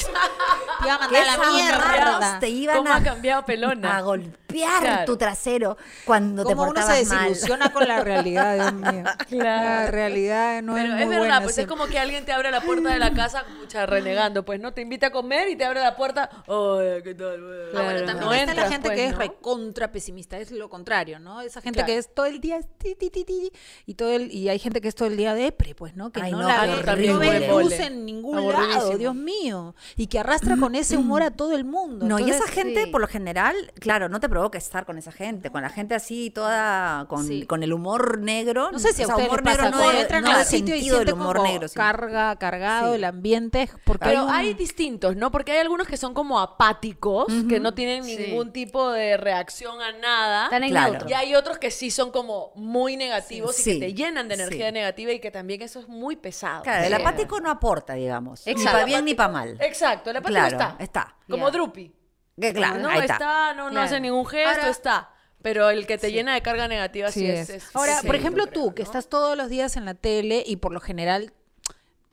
[SPEAKER 2] Ah,
[SPEAKER 4] Te iba a
[SPEAKER 3] que
[SPEAKER 4] mandar a
[SPEAKER 3] esa
[SPEAKER 4] la mierda.
[SPEAKER 3] mierda te iban
[SPEAKER 2] ¿Cómo ha
[SPEAKER 3] a,
[SPEAKER 2] cambiado pelona?
[SPEAKER 3] a golpear
[SPEAKER 2] Claro.
[SPEAKER 3] tu trasero cuando te
[SPEAKER 4] Como uno se
[SPEAKER 3] portabas mal.
[SPEAKER 4] desilusiona con la realidad, Dios
[SPEAKER 3] [laughs]
[SPEAKER 4] mío. La realidad no
[SPEAKER 2] Pero
[SPEAKER 4] es muy
[SPEAKER 2] es verdad,
[SPEAKER 4] buena
[SPEAKER 2] pues es
[SPEAKER 4] siempre.
[SPEAKER 2] como que alguien te abre la puerta
[SPEAKER 4] [laughs]
[SPEAKER 2] de la casa, pucha, renegando, pues, ¿no? Te invita a comer y te abre la puerta, ¡ay, qué tal! güey?".
[SPEAKER 4] Ah, bueno, también
[SPEAKER 2] No
[SPEAKER 4] está
[SPEAKER 2] entras,
[SPEAKER 4] la gente
[SPEAKER 2] pues,
[SPEAKER 4] que es
[SPEAKER 2] ¿no?
[SPEAKER 4] recontra pesimista, es lo contrario, ¿no? Esa gente
[SPEAKER 2] Claro.
[SPEAKER 4] que es todo el día ti, ti, ti, ti, y todo el, y hay gente que es todo el día depre, pues, ¿no? Que
[SPEAKER 3] Ay,
[SPEAKER 4] no,
[SPEAKER 3] no,
[SPEAKER 4] la
[SPEAKER 3] qué
[SPEAKER 4] ve-
[SPEAKER 3] horrible.
[SPEAKER 4] no ve luz
[SPEAKER 2] Embole.
[SPEAKER 4] en ningún lado,
[SPEAKER 2] Aburridísimo.
[SPEAKER 4] Dios mío, y que arrastra con ese humor a todo el mundo.
[SPEAKER 3] No, y
[SPEAKER 4] Entonces,
[SPEAKER 3] esa gente,
[SPEAKER 1] sí.
[SPEAKER 3] por lo general, claro, no te provoca estar con esa gente. Con la gente así, toda con,
[SPEAKER 4] Sí.
[SPEAKER 3] con el humor negro.
[SPEAKER 4] no sé si
[SPEAKER 3] o
[SPEAKER 4] a
[SPEAKER 3] sea,
[SPEAKER 4] ustedes
[SPEAKER 3] humor
[SPEAKER 4] les pasa,
[SPEAKER 3] negro no,
[SPEAKER 4] cuando
[SPEAKER 3] de-
[SPEAKER 4] entran
[SPEAKER 3] no
[SPEAKER 4] al
[SPEAKER 3] de
[SPEAKER 4] sitio y
[SPEAKER 3] sentido del
[SPEAKER 4] sienten
[SPEAKER 3] humor
[SPEAKER 4] como
[SPEAKER 3] negro. sí.
[SPEAKER 4] carga, cargado,
[SPEAKER 3] Sí.
[SPEAKER 4] el ambiente, es porque
[SPEAKER 2] Pero
[SPEAKER 4] hay un-
[SPEAKER 2] hay distintos, ¿no? Porque hay algunos que son como apáticos, que no tienen
[SPEAKER 1] Sí.
[SPEAKER 2] ningún tipo de reacción a nada.
[SPEAKER 1] Tan en
[SPEAKER 3] Claro.
[SPEAKER 1] neutro.
[SPEAKER 2] Y hay otros que sí son como muy negativos
[SPEAKER 3] Sí.
[SPEAKER 2] y que te llenan de energía
[SPEAKER 3] Sí.
[SPEAKER 2] negativa y que también eso es muy pesado.
[SPEAKER 3] Claro, el
[SPEAKER 2] Sí.
[SPEAKER 3] apático no aporta, digamos. Ni
[SPEAKER 1] Exacto.
[SPEAKER 3] para bien ni para mal.
[SPEAKER 2] Exacto, el apático
[SPEAKER 3] Claro,
[SPEAKER 2] está.
[SPEAKER 3] está.
[SPEAKER 2] Como
[SPEAKER 1] Ya.
[SPEAKER 2] Drupi.
[SPEAKER 3] Que claro,
[SPEAKER 2] no
[SPEAKER 3] ahí
[SPEAKER 2] está,
[SPEAKER 3] está.
[SPEAKER 2] no, no
[SPEAKER 1] Claro.
[SPEAKER 2] hace ningún gesto,
[SPEAKER 1] Ahora-
[SPEAKER 2] está. Pero el que te llena de carga negativa sí,
[SPEAKER 4] Así
[SPEAKER 2] es.
[SPEAKER 4] es.
[SPEAKER 2] es-
[SPEAKER 4] Ahora,
[SPEAKER 2] sí,
[SPEAKER 4] por
[SPEAKER 2] yo
[SPEAKER 4] ejemplo,
[SPEAKER 2] creo,
[SPEAKER 4] tú, que
[SPEAKER 2] ¿no?
[SPEAKER 4] estás todos los días en la tele y por lo general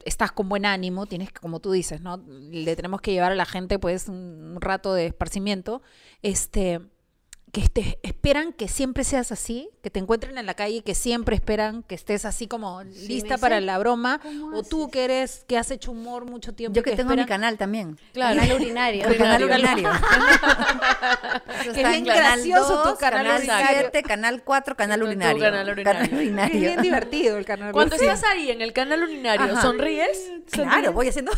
[SPEAKER 4] estás con buen ánimo, tienes que, como tú dices, ¿no? Le tenemos que llevar a la gente, pues, un rato de esparcimiento. Este, que te esperan que siempre seas así, que te encuentren en la calle, que siempre esperan que estés así como lista
[SPEAKER 1] dice,
[SPEAKER 4] para la broma.
[SPEAKER 1] ¿cómo
[SPEAKER 4] O tú
[SPEAKER 1] haces?
[SPEAKER 4] que eres, que has hecho humor mucho tiempo.
[SPEAKER 3] Yo que tengo mi
[SPEAKER 4] esperan-
[SPEAKER 3] canal también.
[SPEAKER 2] Claro.
[SPEAKER 4] [laughs]
[SPEAKER 1] Canal urinario.
[SPEAKER 3] El canal
[SPEAKER 2] Urinario.
[SPEAKER 3] urinario. Eso está
[SPEAKER 4] bien
[SPEAKER 3] en canal
[SPEAKER 4] gracioso tu
[SPEAKER 3] 2,
[SPEAKER 4] canal
[SPEAKER 3] canal
[SPEAKER 2] urinario.
[SPEAKER 3] 7, canal 4, canal
[SPEAKER 2] Tu- tu
[SPEAKER 3] urinario.
[SPEAKER 2] canal urinario.
[SPEAKER 3] Canal
[SPEAKER 4] Es
[SPEAKER 3] urinario.
[SPEAKER 4] bien divertido el canal.
[SPEAKER 2] Cuando
[SPEAKER 4] Sí.
[SPEAKER 2] estás ahí en el canal urinario,
[SPEAKER 3] Ajá.
[SPEAKER 2] ¿sonríes?
[SPEAKER 3] [laughs] Claro, voy haciendo.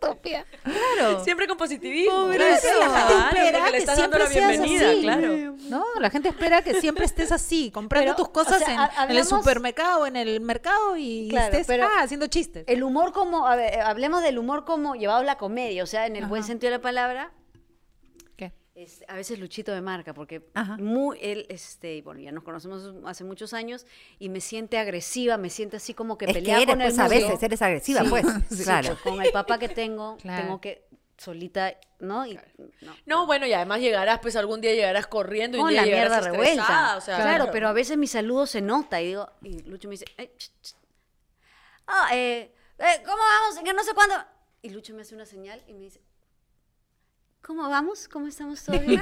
[SPEAKER 4] estúpida.
[SPEAKER 3] Claro.
[SPEAKER 2] Siempre con positivismo.
[SPEAKER 3] Pobrecita.
[SPEAKER 2] Claro,
[SPEAKER 4] Espera
[SPEAKER 2] porque
[SPEAKER 4] que
[SPEAKER 2] le estás dando la
[SPEAKER 4] siempre seas
[SPEAKER 2] bienvenida,
[SPEAKER 4] así.
[SPEAKER 2] claro.
[SPEAKER 4] No, la gente espera que siempre estés así, comprando
[SPEAKER 1] Pero,
[SPEAKER 4] tus cosas
[SPEAKER 1] o sea,
[SPEAKER 4] en,
[SPEAKER 1] ha-
[SPEAKER 4] en el
[SPEAKER 1] hablamos-
[SPEAKER 4] supermercado, en el mercado y
[SPEAKER 1] Claro,
[SPEAKER 4] estés
[SPEAKER 1] pero- eh,
[SPEAKER 4] ah, haciendo chistes.
[SPEAKER 1] El humor como, a ver, eh, hablemos del humor como llevado a la comedia, o sea, en el buen sentido de la palabra,
[SPEAKER 4] ¿Qué?
[SPEAKER 1] Este, a veces Luchito me marca porque
[SPEAKER 3] Ajá.
[SPEAKER 1] muy él este y bueno ya nos conocemos hace muchos años y me siente agresiva me siente así como que
[SPEAKER 3] Es que
[SPEAKER 1] pelea
[SPEAKER 3] eres,
[SPEAKER 1] con el
[SPEAKER 3] pues, a
[SPEAKER 1] mundo.
[SPEAKER 3] veces, eres agresiva, [laughs] pues.
[SPEAKER 1] Sí,
[SPEAKER 3] Claro.
[SPEAKER 1] pues, con el papá que tengo
[SPEAKER 4] Claro.
[SPEAKER 1] tengo que solita no y no.
[SPEAKER 2] No, bueno, y además llegarás, pues algún día llegarás corriendo y un
[SPEAKER 1] con
[SPEAKER 2] día
[SPEAKER 1] la
[SPEAKER 2] llegarás
[SPEAKER 1] mierda
[SPEAKER 2] estresada,
[SPEAKER 1] revuelta
[SPEAKER 2] O sea,
[SPEAKER 1] claro, pero a veces mi saludo se nota y digo y Lucho me dice "Ay, ch, ch". Ah, eh, eh, cómo vamos en que no sé cuándo y Lucho me hace una señal y me dice ¿Cómo vamos? ¿Cómo estamos todos? bien?".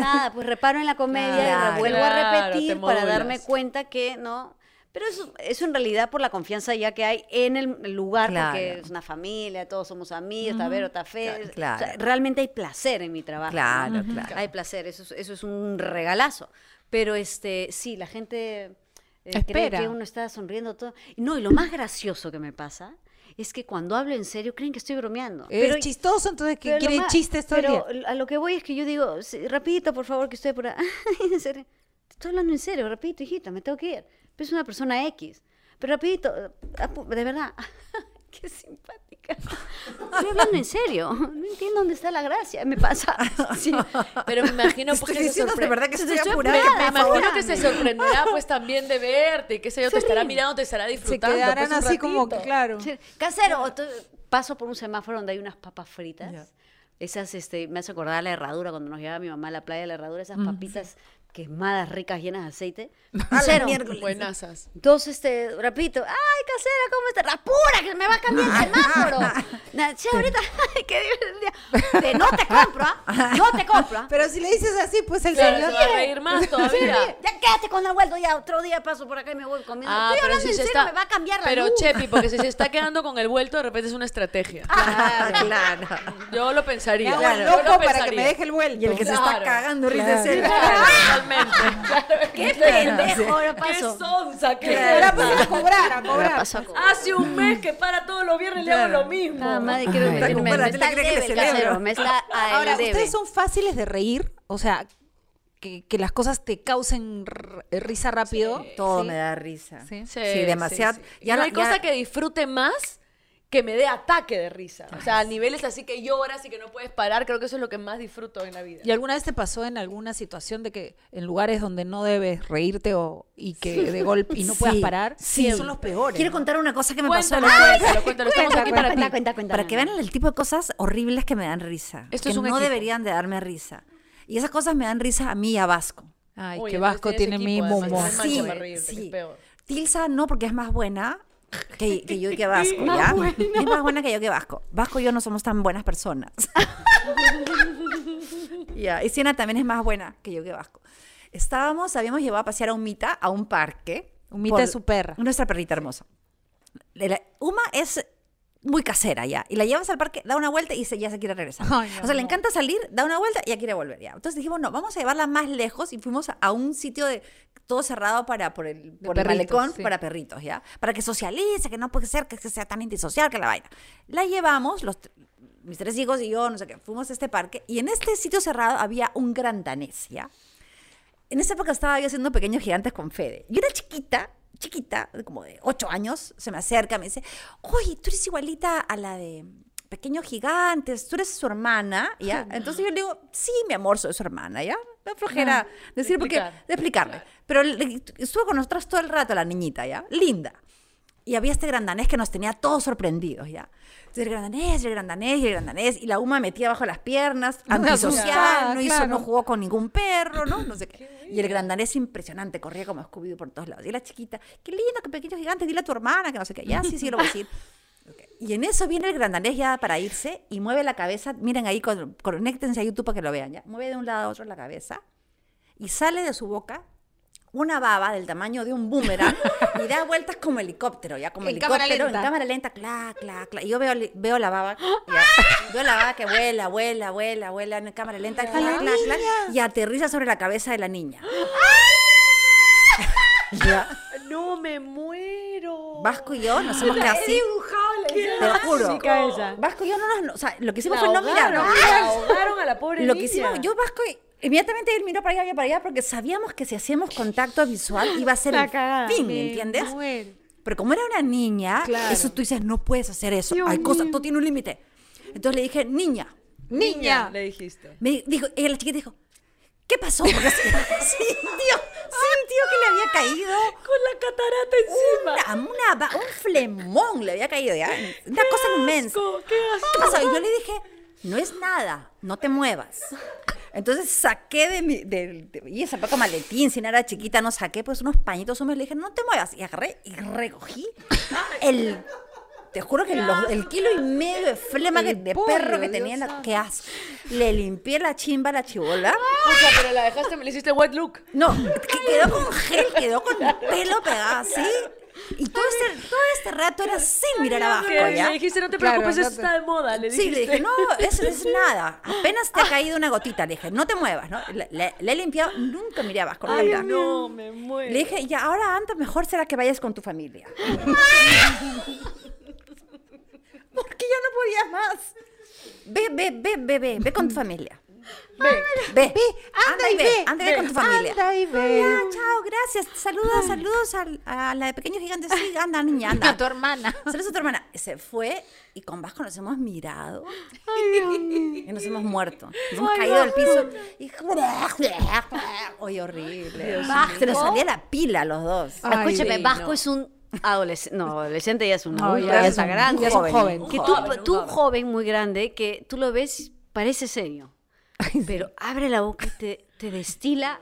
[SPEAKER 1] Nada, pues reparo en la comedia y
[SPEAKER 3] Claro.
[SPEAKER 1] la vuelvo
[SPEAKER 2] Claro,
[SPEAKER 1] a
[SPEAKER 2] te
[SPEAKER 1] repetir para darme
[SPEAKER 2] modulas.
[SPEAKER 1] cuenta que no. Pero eso, eso en realidad por la confianza ya que hay en el lugar, porque
[SPEAKER 3] Claro.
[SPEAKER 1] es una familia, todos somos amigos, está Vero, está Fe.
[SPEAKER 3] Claro, claro.
[SPEAKER 1] O sea, realmente hay placer en mi trabajo.
[SPEAKER 3] Claro, Ujú. claro.
[SPEAKER 1] Hay placer, eso es, eso es un regalazo. Pero este, sí, la gente eh, cree
[SPEAKER 4] Espera.
[SPEAKER 1] que uno está sonriendo todo. No, y lo más gracioso que me pasa es que cuando hablo en serio creen que estoy bromeando.
[SPEAKER 4] Eres chistoso, entonces que
[SPEAKER 1] Pero lo
[SPEAKER 4] quiere
[SPEAKER 1] más-
[SPEAKER 4] chistes todo el día.
[SPEAKER 1] pero a lo que voy es que yo digo, "Sí, repito, por favor, que estoy por ahí. [laughs] En serio. Te estoy hablando en serio, repito, hijita, me tengo que ir. Pero es una persona X. Pero repito, apu- de verdad, [laughs] qué simpática. Estoy hablando en serio. No entiendo dónde está la gracia. Me pasa. [laughs] Sí.
[SPEAKER 2] Pero me imagino pues,
[SPEAKER 3] Estoy
[SPEAKER 2] que se
[SPEAKER 3] diciendo de
[SPEAKER 2] sorpre-
[SPEAKER 3] verdad que
[SPEAKER 1] Te
[SPEAKER 3] estoy
[SPEAKER 1] estoy
[SPEAKER 2] Me,
[SPEAKER 3] apurada.
[SPEAKER 1] apurada,
[SPEAKER 2] me
[SPEAKER 3] por favor.
[SPEAKER 2] imagino que se sorprenderá pues también de verte, y qué sé yo, te estará mirando, te estará
[SPEAKER 4] Se
[SPEAKER 2] disfrutando.
[SPEAKER 4] quedarán
[SPEAKER 2] pues, un
[SPEAKER 4] así como, que,
[SPEAKER 2] ratito.
[SPEAKER 4] claro.
[SPEAKER 1] Sí, Casero, o tú- paso por un semáforo donde hay unas papas fritas.
[SPEAKER 3] Ya.
[SPEAKER 1] Esas, este, me hace acordar la herradura, cuando nos llevaba mi mamá a la playa de la herradura, esas papitas quemadas, ricas, llenas de aceite. Casero,
[SPEAKER 2] Buenasas.
[SPEAKER 1] dos, este, repito, ay, casera, ¿cómo estás? La pura, que me va a cambiar el semáforo. Na- Che, ahorita, [laughs] ay, qué divertida. Te- No te compro, ¿ah? No te
[SPEAKER 4] [laughs]
[SPEAKER 1] compro, ¿ah?
[SPEAKER 4] Pero si le dices así, pues el
[SPEAKER 2] Claro,
[SPEAKER 4] señor...
[SPEAKER 2] se va a reír más todavía.
[SPEAKER 1] Ya quédate con la vuelta, ya otro día paso por acá y me voy comiendo.
[SPEAKER 2] Ah,
[SPEAKER 1] Estoy hablando en serio, me va a cambiar la
[SPEAKER 2] Pero
[SPEAKER 1] luz.
[SPEAKER 2] Chepi, porque si se está quedando con el vuelto, de repente es una estrategia.
[SPEAKER 3] [laughs] Claro.
[SPEAKER 2] Yo lo pensaría.
[SPEAKER 4] Me hago el
[SPEAKER 2] yo
[SPEAKER 4] loco
[SPEAKER 2] lo
[SPEAKER 4] para que
[SPEAKER 2] pensaría.
[SPEAKER 4] me deje el vuelto.
[SPEAKER 3] Y el que se está
[SPEAKER 2] Claro.
[SPEAKER 3] cagando, ríe
[SPEAKER 4] Claro.
[SPEAKER 3] de ser.
[SPEAKER 2] Claro,
[SPEAKER 3] [laughs]
[SPEAKER 2] totalmente. Claro,
[SPEAKER 1] Qué pendejo, ahora
[SPEAKER 2] ¡Qué
[SPEAKER 1] paso.
[SPEAKER 2] sonsa que
[SPEAKER 4] Ahora
[SPEAKER 2] eres!
[SPEAKER 4] pues a cobrar, a
[SPEAKER 1] Ahora
[SPEAKER 4] cobrar.
[SPEAKER 1] paso a cobrar.
[SPEAKER 2] Hace un mes que para todos los viernes le hago lo mismo.
[SPEAKER 1] Nada más de quiero
[SPEAKER 3] Ay,
[SPEAKER 1] meterme-
[SPEAKER 3] como
[SPEAKER 1] me,
[SPEAKER 3] para ti
[SPEAKER 1] está
[SPEAKER 3] la
[SPEAKER 1] al
[SPEAKER 3] crees que
[SPEAKER 1] debe,
[SPEAKER 3] le
[SPEAKER 1] el casero,
[SPEAKER 3] celebro.
[SPEAKER 1] me está al
[SPEAKER 4] Ahora,
[SPEAKER 1] debe.
[SPEAKER 4] ¿ustedes son fáciles de reír? O sea, que, que las cosas te causen r- risa rápido.
[SPEAKER 3] Todo
[SPEAKER 4] ¿Sí?
[SPEAKER 3] me da risa.
[SPEAKER 4] Sí.
[SPEAKER 3] Sí,
[SPEAKER 2] Sí,
[SPEAKER 3] demasiado.
[SPEAKER 2] sí, sí.
[SPEAKER 3] Ya
[SPEAKER 2] no
[SPEAKER 3] la-
[SPEAKER 2] hay
[SPEAKER 3] ya-
[SPEAKER 2] cosa que disfrute más que me dé ataque de risa. O sea, a niveles así que lloras y que no puedes parar, creo que eso es lo que más disfruto en la vida.
[SPEAKER 4] ¿Y alguna vez te pasó en alguna situación de que en lugares donde no debes reírte o, y que de golpe y no puedas
[SPEAKER 3] Sí,
[SPEAKER 4] parar?
[SPEAKER 3] sí.
[SPEAKER 4] Son los peores.
[SPEAKER 3] Quiero contar una cosa que me pasó
[SPEAKER 2] Cuéntalo,
[SPEAKER 3] la otra vez.
[SPEAKER 2] cuéntalo, cuéntalo. Estamos aquí para ti.
[SPEAKER 1] cuenta, cuenta, cuenta,
[SPEAKER 3] Para que
[SPEAKER 1] Nana.
[SPEAKER 3] vean el tipo de cosas horribles que me dan risa.
[SPEAKER 2] Esto
[SPEAKER 3] que
[SPEAKER 2] es un
[SPEAKER 3] no
[SPEAKER 2] equipo.
[SPEAKER 3] deberían de darme risa. Y esas cosas me dan risa a mí y a Vasco.
[SPEAKER 4] Ay,
[SPEAKER 2] Uy,
[SPEAKER 4] que
[SPEAKER 2] entonces
[SPEAKER 4] Vasco
[SPEAKER 2] tienes
[SPEAKER 4] tiene mi
[SPEAKER 2] equipo, además,
[SPEAKER 4] momo.
[SPEAKER 2] tienes
[SPEAKER 3] Sí,
[SPEAKER 2] mancha para reírte, que es
[SPEAKER 3] sí.
[SPEAKER 2] peor.
[SPEAKER 3] Tilsa no, porque es más buena que, que yo y que
[SPEAKER 4] [laughs]
[SPEAKER 3] Vasco, ¿ya? Es más buena que yo que Vasco. Vasco y yo no somos tan buenas personas.
[SPEAKER 4] [laughs]
[SPEAKER 3] ya, y Siena también es más buena que yo que Vasco. Estábamos, habíamos llevado a pasear a Umita a un parque.
[SPEAKER 4] Humita es su perra.
[SPEAKER 3] Nuestra perrita hermosa. De la- Uma es muy casera ya. Y la llevas al parque, da una vuelta y se, ya se quiere regresar.
[SPEAKER 4] Ay,
[SPEAKER 3] o
[SPEAKER 4] mi
[SPEAKER 3] sea, le
[SPEAKER 4] amor.
[SPEAKER 3] encanta salir, da una vuelta y ya quiere volver ya. Entonces dijimos, no, vamos a llevarla más lejos y fuimos a, a un sitio de todo cerrado para por el, por el
[SPEAKER 4] perritos,
[SPEAKER 3] malecón
[SPEAKER 4] sí.
[SPEAKER 3] para perritos, ¿ya? Para que socialice, que no puede ser que, que sea tan antisocial que la vaina. La llevamos, los, t- mis tres hijos y yo, no sé qué, fuimos a este parque y en este sitio cerrado había un gran danés, ¿ya? En esa época estaba yo haciendo pequeños gigantes con Fede. Y una chiquita, chiquita, como de 8 años, se me acerca, me dice, oye, tú eres igualita a la de pequeños gigantes, tú eres su hermana, ¿ya? Entonces yo le digo, sí, mi amor, soy su hermana, ¿ya? Me da flojera decir porque,
[SPEAKER 2] explicar.
[SPEAKER 3] de explicarle. Pero le- estuvo con nosotras todo el rato la niñita, ¿ya? Linda. Y había este grandanés que nos tenía todos sorprendidos, ¿ya? Entonces, el grandanés, el grandanés, y el grandanés. Y la UMA metía bajo las piernas,
[SPEAKER 4] asustada,
[SPEAKER 3] antisocial, no hizo,
[SPEAKER 4] claro.
[SPEAKER 3] no jugó con ningún perro, [clears throat] ¿no? No sé qué. Y el grandanés impresionante, corría como Scooby-Doo por todos lados. Y la chiquita, qué lindo, qué pequeño gigante, dile a tu hermana, que no sé qué. Ya, sí, sí, lo voy a [laughs] decir. Ok. Y en eso viene el grandanés ya para irse y mueve la cabeza. Miren ahí, con- conéctense a YouTube para que lo vean, ¿ya? Mueve de un lado a otro la cabeza y sale de su boca una baba del tamaño de un
[SPEAKER 4] [laughs]
[SPEAKER 3] boomerang y da vueltas como helicóptero, ya como
[SPEAKER 4] En cámara
[SPEAKER 3] helicóptero
[SPEAKER 4] lenta. ¡Ah!
[SPEAKER 3] en cámara lenta, cla, cla, cla. Y yo veo, veo la baba, ya, veo la baba que vuela, vuela, vuela, vuela en cámara lenta, cla, cla, cla, y aterriza sobre la cabeza de la niña. ya.
[SPEAKER 2] No me muero.
[SPEAKER 4] ¡Ah!
[SPEAKER 3] Vasco y yo nos hemos quedado así.
[SPEAKER 2] dibujado la
[SPEAKER 3] Te lo juro.
[SPEAKER 2] chica esa.
[SPEAKER 3] Vasco y yo no nos. no- o sea, lo que hicimos
[SPEAKER 2] La
[SPEAKER 3] fue no
[SPEAKER 2] ahogaron,
[SPEAKER 3] mirarnos.
[SPEAKER 4] Ah,
[SPEAKER 2] la ahogaron a la pobre
[SPEAKER 3] Lo
[SPEAKER 2] niña.
[SPEAKER 3] que hicimos, yo Vasco, y- inmediatamente él miró para allá, yo para allá, porque sabíamos que si hacíamos contacto visual iba a ser el fin, ¿entiendes? Pero como era una niña, eso tú dices, no puedes hacer eso. Hay cosas, todo tiene un límite. Entonces le dije, niña, niña.
[SPEAKER 2] Le dijiste.
[SPEAKER 3] Me dijo, ella la chiquita dijo, ¿qué pasó?
[SPEAKER 2] [laughs]
[SPEAKER 3] Porque se- sintió, sintió que le había caído
[SPEAKER 2] Con la catarata encima.
[SPEAKER 3] una, una ba- un flemón, le había caído ya. Una cosa inmensa.
[SPEAKER 2] asco, qué asco.
[SPEAKER 3] ¿Qué pasó? Y yo le dije, no es nada, no te muevas. Entonces saqué de mi. del- de- y esa poco maletín, sin era chiquita, no saqué pues unos pañitos húmedos. Le dije, no te muevas. Y agarré y recogí el. Te juro que los- el kilo y medio de flema que- de perro que tenía. en La, ¡Qué asco! Le limpié la chimba a la chibola.
[SPEAKER 2] Pucha, pero la dejaste, me le hiciste wet look.
[SPEAKER 3] No, que quedó con gel, quedó con el pelo pegado así. Y todo este, todo este rato era sin mirar abajo,
[SPEAKER 2] Que
[SPEAKER 3] ¿ya?
[SPEAKER 2] Le dijiste, no te
[SPEAKER 4] Claro,
[SPEAKER 2] preocupes,
[SPEAKER 4] no
[SPEAKER 2] eso
[SPEAKER 4] te-
[SPEAKER 2] está de moda. Le dijiste. Ah.
[SPEAKER 3] Sí, le dije, no, eso es nada. Apenas te ha caído una gotita. Le dije, no te muevas, ¿no? Le, le- le he limpiado, nunca miré abajo.
[SPEAKER 2] Ay,
[SPEAKER 3] nunca.
[SPEAKER 2] no, me muero.
[SPEAKER 3] Le dije, ya, ahora anda, mejor será que vayas con tu familia. Porque ya no podía más. Ve, ve, ve, ve, ve, ve con tu familia.
[SPEAKER 2] Ve.
[SPEAKER 3] Ve, anda, y ve, anda y ve con tu familia.
[SPEAKER 4] anda y ve.
[SPEAKER 3] Ya, chao, gracias. Saludos, saludos al- a, la de Pequeños Gigantes. Sí, anda, niña, anda.
[SPEAKER 4] A tu hermana.
[SPEAKER 3] Saludos a tu hermana. Se fue y con Vasco nos hemos mirado. y nos hemos muerto. Nos hemos caído al piso. Y... [laughs] Oye, horrible. Vasco, se nos salía la pila a los dos.
[SPEAKER 2] Ah,
[SPEAKER 4] Ay,
[SPEAKER 1] Escúcheme,
[SPEAKER 4] sí,
[SPEAKER 1] Vasco es un adolescente, no, adolescente ya es un adulto,
[SPEAKER 4] ya
[SPEAKER 1] ya
[SPEAKER 4] es
[SPEAKER 1] está
[SPEAKER 4] un-
[SPEAKER 1] grande.
[SPEAKER 4] ya es un joven.
[SPEAKER 1] Que
[SPEAKER 2] Un
[SPEAKER 1] tú,
[SPEAKER 2] joven, un
[SPEAKER 1] tú
[SPEAKER 2] joven.
[SPEAKER 1] joven muy grande, que tú lo ves, parece serio, pero abre la boca y te, te destila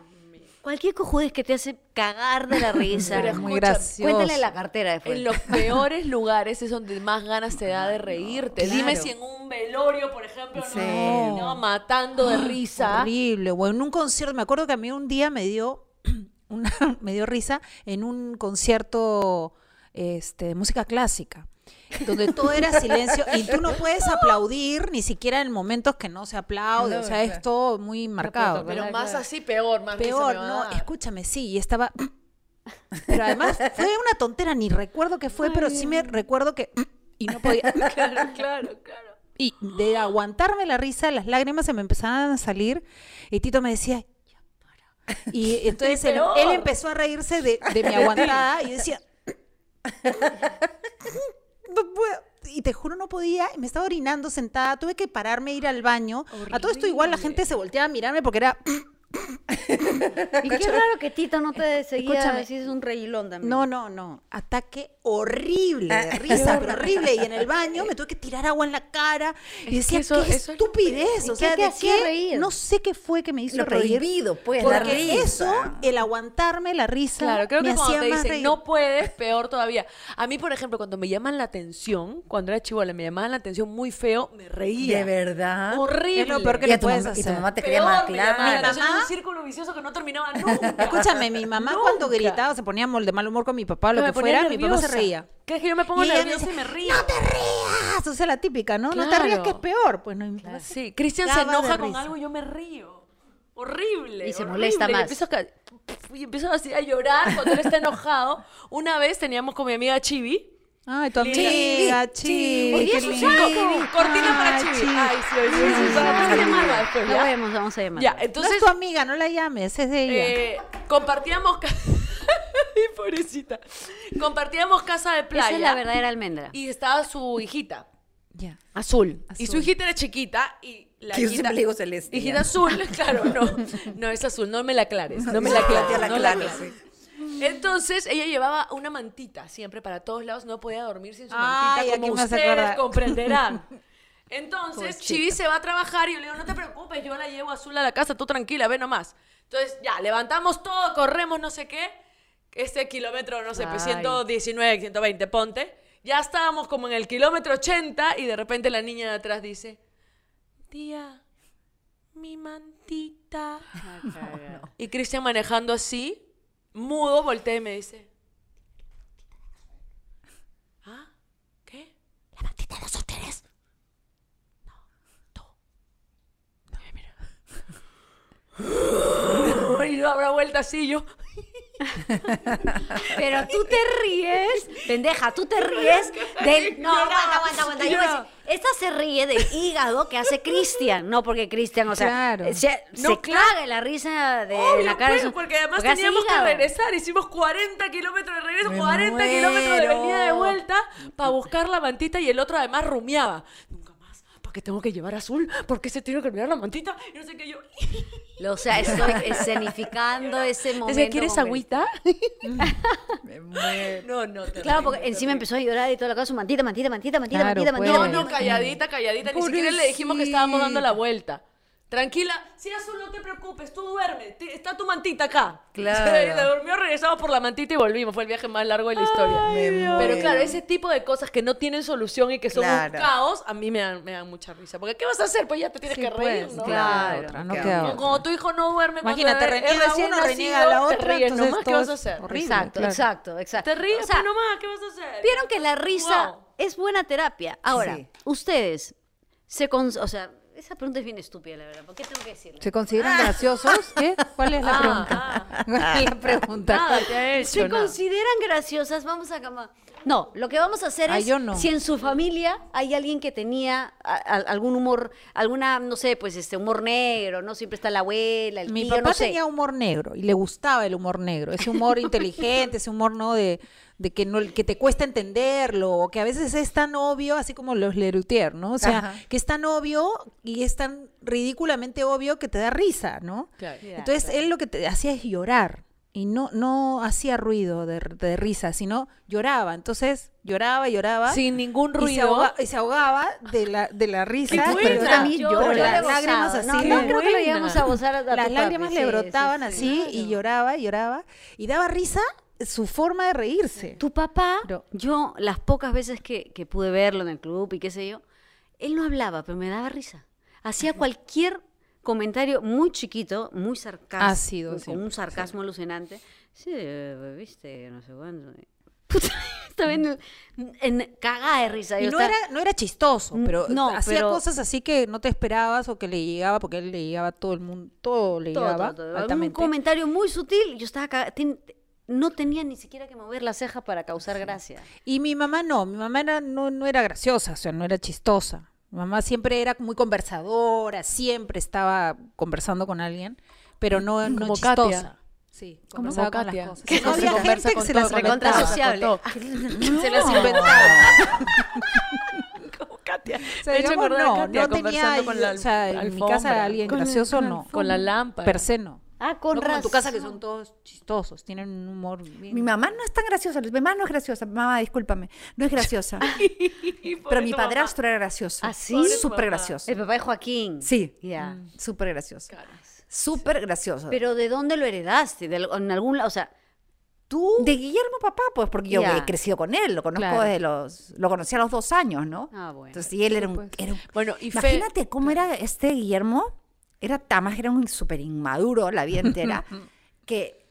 [SPEAKER 1] cualquier cojudez que te hace cagar de la risa.
[SPEAKER 4] Pero es muy gracioso.
[SPEAKER 1] Cuéntale la cartera después.
[SPEAKER 2] En los peores lugares es donde más ganas te da de reírte. Dime si en un velorio, por ejemplo, no, no, matando [gasps] de risa.
[SPEAKER 4] Horrible. O en un concierto, me acuerdo que a mí un día me dio [clears throat] una, [laughs] me dio risa en un concierto este, de música clásica, donde todo era silencio y tú no puedes aplaudir ni siquiera en momentos que no se aplaude. o sea, es todo muy marcado.
[SPEAKER 2] Pero más así, peor, más risa
[SPEAKER 4] Peor,
[SPEAKER 2] me va a
[SPEAKER 4] no,
[SPEAKER 2] dar.
[SPEAKER 4] escúchame, sí, y estaba... [laughs] Pero además fue una tontera, ni recuerdo qué fue, pero sí me recuerdo que... [laughs] Y no podía...
[SPEAKER 2] [laughs] Claro, claro, claro.
[SPEAKER 4] Y de aguantarme la risa, las lágrimas se me empezaban a salir. Y Tito me decía, "Ya para".
[SPEAKER 2] [laughs]
[SPEAKER 4] Y entonces él,
[SPEAKER 2] peor.
[SPEAKER 4] él empezó a reírse de,
[SPEAKER 2] [laughs]
[SPEAKER 4] de mi aguantada y yo decía, no puedo. Y te juro, no podía. y Me estaba orinando sentada. Tuve que pararme, ir al baño. A todo esto, igual la gente se volteaba a mirarme porque era.
[SPEAKER 1] y qué raro que Tito no te seguía,
[SPEAKER 4] escúchame.
[SPEAKER 1] si es un reilón también.
[SPEAKER 4] No, no, no. Ataque horrible
[SPEAKER 2] Ah.
[SPEAKER 4] de risa,
[SPEAKER 2] [laughs]
[SPEAKER 4] pero horrible. Y en el baño me tuve que tirar agua en la cara. Y decía,
[SPEAKER 2] eso- eso
[SPEAKER 4] qué
[SPEAKER 2] es lo
[SPEAKER 4] estupidez. o
[SPEAKER 1] ¿Y
[SPEAKER 4] sea,
[SPEAKER 1] qué te
[SPEAKER 4] ¿de
[SPEAKER 1] hacía reír?
[SPEAKER 4] No sé qué fue que me hizo
[SPEAKER 3] Lo
[SPEAKER 4] reír.
[SPEAKER 3] prohibido, pues, la
[SPEAKER 4] Porque
[SPEAKER 3] risa.
[SPEAKER 4] eso, el aguantarme la risa,
[SPEAKER 2] Claro, creo
[SPEAKER 4] me
[SPEAKER 2] que
[SPEAKER 4] hacía
[SPEAKER 2] cuando te
[SPEAKER 4] más
[SPEAKER 2] dicen
[SPEAKER 4] reír.
[SPEAKER 2] no puedes, peor todavía. A mí, por ejemplo, cuando me llaman la atención, cuando era chivola, me llamaban la atención muy feo, me reía.
[SPEAKER 3] De verdad.
[SPEAKER 2] Horrible.
[SPEAKER 4] Es lo peor que
[SPEAKER 3] y,
[SPEAKER 4] le
[SPEAKER 3] a tu
[SPEAKER 4] puedes
[SPEAKER 3] mamá, y tu
[SPEAKER 4] hacer.
[SPEAKER 3] mamá te quería
[SPEAKER 2] Peor,
[SPEAKER 3] más,
[SPEAKER 2] me llamaban la
[SPEAKER 3] claro.
[SPEAKER 2] atención en un círculo vicioso que no terminaba nunca.
[SPEAKER 4] Escúchame, mi
[SPEAKER 2] [laughs]
[SPEAKER 4] mamá cuando
[SPEAKER 2] Nunca.
[SPEAKER 4] gritaba, se ponía mol- de mal humor con mi papá, lo
[SPEAKER 2] Me
[SPEAKER 4] que
[SPEAKER 2] ponía
[SPEAKER 4] fuera, mi papá se
[SPEAKER 2] nerviosa.
[SPEAKER 4] reía.
[SPEAKER 2] ¿Crees que yo me pongo
[SPEAKER 4] Y ella me
[SPEAKER 2] nerviosa y
[SPEAKER 4] dice,
[SPEAKER 2] me río?
[SPEAKER 4] ¡No te rías! O sea, la típica, ¿no? No te
[SPEAKER 2] Claro.
[SPEAKER 4] rías que es peor. Pues no, y mi papá se-
[SPEAKER 2] Sí, Cristian se
[SPEAKER 4] cagaba de
[SPEAKER 2] enoja con
[SPEAKER 4] risa.
[SPEAKER 2] algo y yo me río. Horrible.
[SPEAKER 1] Y se
[SPEAKER 2] horrible.
[SPEAKER 1] molesta
[SPEAKER 2] Y
[SPEAKER 1] más.
[SPEAKER 2] empiezo, a, ca- y empiezo así a llorar cuando él está enojado. Una vez teníamos con mi amiga Chibi.
[SPEAKER 4] Ay, tu amiga, chica.
[SPEAKER 1] Hoy día
[SPEAKER 4] qué
[SPEAKER 1] es un
[SPEAKER 4] linda.
[SPEAKER 1] saco.
[SPEAKER 2] Cortina para
[SPEAKER 4] Ay,
[SPEAKER 2] Chibi.
[SPEAKER 4] Chibi.
[SPEAKER 2] Ay, sí, hoy sí, sí, sí. Para que se llama después,
[SPEAKER 1] La
[SPEAKER 2] ¿ya?
[SPEAKER 1] vemos, vamos a llamar.
[SPEAKER 2] Ya,
[SPEAKER 4] Ah, No es
[SPEAKER 2] entonces
[SPEAKER 4] tu amiga, no la llames, es de ella.
[SPEAKER 2] eh, compartíamos... ca- [laughs] Ay, Pobrecita. Compartíamos casa de playa.
[SPEAKER 1] Esa es la verdadera almendra.
[SPEAKER 2] Y estaba su hijita.
[SPEAKER 4] Ya.
[SPEAKER 2] Azul. Y su
[SPEAKER 4] Azul.
[SPEAKER 2] hijita era chiquita y la
[SPEAKER 3] Que ¿eh? yo
[SPEAKER 2] hijita,
[SPEAKER 3] siempre le digo celeste,
[SPEAKER 2] Hijita
[SPEAKER 3] ya.
[SPEAKER 2] azul,
[SPEAKER 3] [laughs]
[SPEAKER 2] claro, no. No es azul, no me la aclares. No me la
[SPEAKER 3] Ya
[SPEAKER 2] aclares.
[SPEAKER 3] la
[SPEAKER 2] no la
[SPEAKER 3] aclaro,
[SPEAKER 2] aclares.
[SPEAKER 3] sí.
[SPEAKER 2] Entonces ella llevaba una mantita siempre para todos lados, no podía dormir sin su
[SPEAKER 4] Ay,
[SPEAKER 2] mantita,
[SPEAKER 4] aquí
[SPEAKER 2] como
[SPEAKER 4] me hace
[SPEAKER 2] ustedes
[SPEAKER 4] acordar. [laughs]
[SPEAKER 2] comprenderán. Entonces Chibi se va a trabajar y yo le digo, no te preocupes, yo la llevo azul a la casa, tú tranquila, ve nomás. Entonces ya, levantamos todo, corremos no sé qué, este kilómetro, no sé, pues
[SPEAKER 1] Ay.
[SPEAKER 2] 119, 120, ponte. Ya estábamos como en el kilómetro 80 y de repente la niña de atrás dice, tía, mi mantita. Y Cristian manejando así, mudo, voltea y me dice. ¿Ah? ¿Qué? La mantita de los hoteles. [laughs] No, tú. No me mira. y yo habrá vuelta así yo.
[SPEAKER 1] Pero tú te ríes, pendeja, tú te ríes del... No, aguanta, aguanta, aguanta. Yo voy a decir, esta se ríe del hígado que hace Cristian. No, porque Cristian, o sea,
[SPEAKER 4] Claro.
[SPEAKER 1] se,
[SPEAKER 2] No,
[SPEAKER 1] se
[SPEAKER 2] claro.
[SPEAKER 1] caga la risa de
[SPEAKER 2] Obvio,
[SPEAKER 1] Eh, la cara. de
[SPEAKER 2] pues,
[SPEAKER 1] su-
[SPEAKER 2] porque además
[SPEAKER 1] hace
[SPEAKER 2] teníamos que
[SPEAKER 1] hígado.
[SPEAKER 2] regresar. Hicimos 40 kilómetros de regreso,
[SPEAKER 3] Me
[SPEAKER 2] 40 kilómetros de venida de
[SPEAKER 3] muero.
[SPEAKER 2] vuelta para buscar la mantita y el otro además rumiaba. Nunca más. ¿Para qué tengo que llevar azul? ¿Por qué se tiene que olvidar la mantita? Y no sé qué yo.
[SPEAKER 1] O sea, estoy escenificando ese momento.
[SPEAKER 2] Dice, ¿quieres
[SPEAKER 1] concreto.
[SPEAKER 2] agüita?
[SPEAKER 3] Me muero.
[SPEAKER 2] No, no, te
[SPEAKER 1] Claro, porque encima empezó a llorar y toda la cosa, su mantita, mantita, mantita, mantita,
[SPEAKER 4] Claro,
[SPEAKER 1] mantita,
[SPEAKER 4] pues.
[SPEAKER 1] mantita.
[SPEAKER 2] No,
[SPEAKER 1] mantita.
[SPEAKER 2] no, calladita, calladita. Ni siquiera le dijimos que estábamos dando la vuelta. Tranquila, si azul no te preocupes, tú duerme, te- está tu mantita acá. [laughs]
[SPEAKER 3] Claro.
[SPEAKER 2] Le durmió, regresamos por la mantita y volvimos. Fue el viaje más largo de la historia.
[SPEAKER 3] Dios.
[SPEAKER 2] Pero claro, ese tipo de cosas que no tienen solución y que son
[SPEAKER 3] Claro.
[SPEAKER 2] un caos, a mí me dan, me dan mucha risa. Porque ¿qué vas a hacer? Pues ya te tienes que reír, ¿no?
[SPEAKER 3] Claro,
[SPEAKER 4] Claro, otra, no
[SPEAKER 3] queda
[SPEAKER 4] queda
[SPEAKER 2] Como
[SPEAKER 4] otra.
[SPEAKER 2] Cuando tu hijo no duerme, cuando
[SPEAKER 4] Imagínate,
[SPEAKER 2] es- es
[SPEAKER 4] reniega
[SPEAKER 2] recién
[SPEAKER 4] uno, reniega
[SPEAKER 2] nacido,
[SPEAKER 4] la
[SPEAKER 2] te
[SPEAKER 4] otra,
[SPEAKER 2] ríes
[SPEAKER 4] entonces
[SPEAKER 2] nomás, ¿qué
[SPEAKER 4] todo
[SPEAKER 2] vas a
[SPEAKER 4] es
[SPEAKER 2] hacer?
[SPEAKER 4] horrible.
[SPEAKER 1] Exacto,
[SPEAKER 4] claro.
[SPEAKER 1] exacto, exacto.
[SPEAKER 2] Te ríes
[SPEAKER 1] O sea,
[SPEAKER 2] pues, nomás, ¿qué vas a hacer?
[SPEAKER 1] Vieron que la risa
[SPEAKER 2] Wow.
[SPEAKER 1] es buena terapia. Ahora,
[SPEAKER 3] Sí.
[SPEAKER 1] ustedes se cons- o sea, esa pregunta es bien estúpida, la verdad. ¿Por qué tengo que decirlo?
[SPEAKER 4] ¿Se consideran graciosos? ¿Qué? ¿Cuál es la
[SPEAKER 2] Ah,
[SPEAKER 4] pregunta? [laughs] ¿Cuál es la pregunta?
[SPEAKER 2] Nada te ha hecho,
[SPEAKER 1] ¿Se
[SPEAKER 2] nada.
[SPEAKER 1] consideran graciosas? Vamos a cama- No, lo que vamos a hacer
[SPEAKER 4] Ay,
[SPEAKER 1] es
[SPEAKER 4] yo no.
[SPEAKER 1] si en su familia hay alguien que tenía a- a- algún humor, alguna, no sé, pues este humor negro, no siempre está la abuela, el
[SPEAKER 4] Mi
[SPEAKER 1] tío,
[SPEAKER 4] papá
[SPEAKER 1] no sé.
[SPEAKER 4] tenía humor negro y le gustaba el humor negro,
[SPEAKER 2] [laughs]
[SPEAKER 4] ese humor inteligente, ese humor no de, de que no que te cuesta entenderlo, o que a veces es tan obvio, así como los Lerutier, ¿no? O sea,
[SPEAKER 3] Ajá.
[SPEAKER 4] que es tan obvio y es tan ridículamente obvio que te da risa, ¿no?
[SPEAKER 2] Claro.
[SPEAKER 4] Entonces él lo que te hacía es llorar y no no hacía ruido de, de risa, sino lloraba. Entonces lloraba, lloraba.
[SPEAKER 2] Sin ningún
[SPEAKER 4] Y se,
[SPEAKER 2] ruido.
[SPEAKER 4] ahoga- y se ahogaba de la, de la risa,
[SPEAKER 2] buena!
[SPEAKER 4] pero, era-
[SPEAKER 1] Yo-
[SPEAKER 4] pero
[SPEAKER 1] yo lo he
[SPEAKER 4] las
[SPEAKER 1] gozado.
[SPEAKER 4] lágrimas así.
[SPEAKER 1] No,
[SPEAKER 4] le-
[SPEAKER 1] no creo que lo
[SPEAKER 2] buena.
[SPEAKER 1] llegamos a gozar a, a tu
[SPEAKER 4] las
[SPEAKER 1] papi,
[SPEAKER 4] lágrimas
[SPEAKER 1] sí,
[SPEAKER 4] le
[SPEAKER 1] sí,
[SPEAKER 4] brotaban
[SPEAKER 1] sí.
[SPEAKER 4] así y lloraba y lloraba y daba risa su forma de reírse.
[SPEAKER 1] Tu papá,
[SPEAKER 4] Pero-
[SPEAKER 1] yo las pocas veces que, que pude verlo en el club y qué sé yo, él no hablaba, pero me daba risa. Hacía cualquier comentario muy chiquito, muy sarcástico,
[SPEAKER 4] Ácido
[SPEAKER 1] con
[SPEAKER 4] siempre,
[SPEAKER 1] un sarcasmo alucinante. Sí, eh, viste, no sé [laughs] cuándo. Puta, estaba en, en cagada de risa.
[SPEAKER 4] Y
[SPEAKER 1] yo
[SPEAKER 4] no
[SPEAKER 1] estaba-
[SPEAKER 4] era, no era chistoso,
[SPEAKER 1] Mm,
[SPEAKER 4] pero
[SPEAKER 1] no,
[SPEAKER 4] hacía
[SPEAKER 1] pero-
[SPEAKER 4] cosas así que no te esperabas o que le llegaba, porque a él le llegaba a todo el mundo, todo le
[SPEAKER 1] todo,
[SPEAKER 4] llegaba
[SPEAKER 1] todo, todo. Un
[SPEAKER 4] altamente.
[SPEAKER 1] comentario muy sutil. Yo estaba caga- ten- no tenía ni siquiera que mover las cejas para causar gracia.
[SPEAKER 4] Y mi mamá no, mi mamá era, no, no era graciosa, o sea, no era chistosa. Mi mamá siempre era muy conversadora, siempre estaba conversando con alguien, pero no, no
[SPEAKER 2] Como
[SPEAKER 4] chistosa.
[SPEAKER 2] Katia.
[SPEAKER 4] Sí,
[SPEAKER 2] Como
[SPEAKER 4] conversaba con
[SPEAKER 2] Katia,
[SPEAKER 4] las cosas.
[SPEAKER 2] que
[SPEAKER 4] no
[SPEAKER 2] se
[SPEAKER 4] había
[SPEAKER 2] conversa
[SPEAKER 4] gente
[SPEAKER 2] con
[SPEAKER 4] que se
[SPEAKER 2] todo,
[SPEAKER 4] las
[SPEAKER 2] con
[SPEAKER 1] Recontra
[SPEAKER 2] Estaba,
[SPEAKER 4] [laughs] inventaba.
[SPEAKER 1] sociable.
[SPEAKER 2] todo.
[SPEAKER 4] Se las [laughs] inventaba.
[SPEAKER 2] Como Katia.
[SPEAKER 4] O
[SPEAKER 2] Me
[SPEAKER 4] sea,
[SPEAKER 2] ha hecho
[SPEAKER 4] digamos,
[SPEAKER 2] acordar a
[SPEAKER 4] no,
[SPEAKER 2] Katia
[SPEAKER 4] no tenía,
[SPEAKER 2] conversando con la
[SPEAKER 4] o sea, en mi
[SPEAKER 2] alfombra.
[SPEAKER 4] casa alguien
[SPEAKER 2] Con la-
[SPEAKER 4] gracioso no.
[SPEAKER 2] Con la lámpara.
[SPEAKER 4] Per se no.
[SPEAKER 1] Ah, con
[SPEAKER 4] No como en tu casa que
[SPEAKER 1] razón.
[SPEAKER 4] son todos chistosos, tienen un humor bien...
[SPEAKER 3] Mi mamá no es tan graciosa. Mi mamá no es graciosa. Mamá, discúlpame. No es
[SPEAKER 2] [laughs]
[SPEAKER 3] graciosa. pero mi padrastro era gracioso.
[SPEAKER 1] ¿Ah, sí?
[SPEAKER 2] Pobre tu
[SPEAKER 3] Súper
[SPEAKER 2] mamá. Mm.
[SPEAKER 3] gracioso.
[SPEAKER 1] El papá de Joaquín.
[SPEAKER 3] Sí.
[SPEAKER 1] Ya.
[SPEAKER 3] Súper gracioso. Súper gracioso.
[SPEAKER 1] Pero ¿de dónde lo heredaste? ¿De al- en algún lado? O sea, tú.
[SPEAKER 3] de Guillermo papá, pues porque yo
[SPEAKER 1] Ya.
[SPEAKER 3] he crecido con él, lo conozco
[SPEAKER 4] Claro.
[SPEAKER 3] desde los lo conocí a los dos años, ¿no?
[SPEAKER 1] Ah, bueno.
[SPEAKER 3] Entonces, y él era un, era un-
[SPEAKER 2] Bueno, y Fe-
[SPEAKER 3] Imagínate cómo era este Guillermo, era tan más, era un súper inmaduro la vida
[SPEAKER 2] [laughs]
[SPEAKER 3] entera, que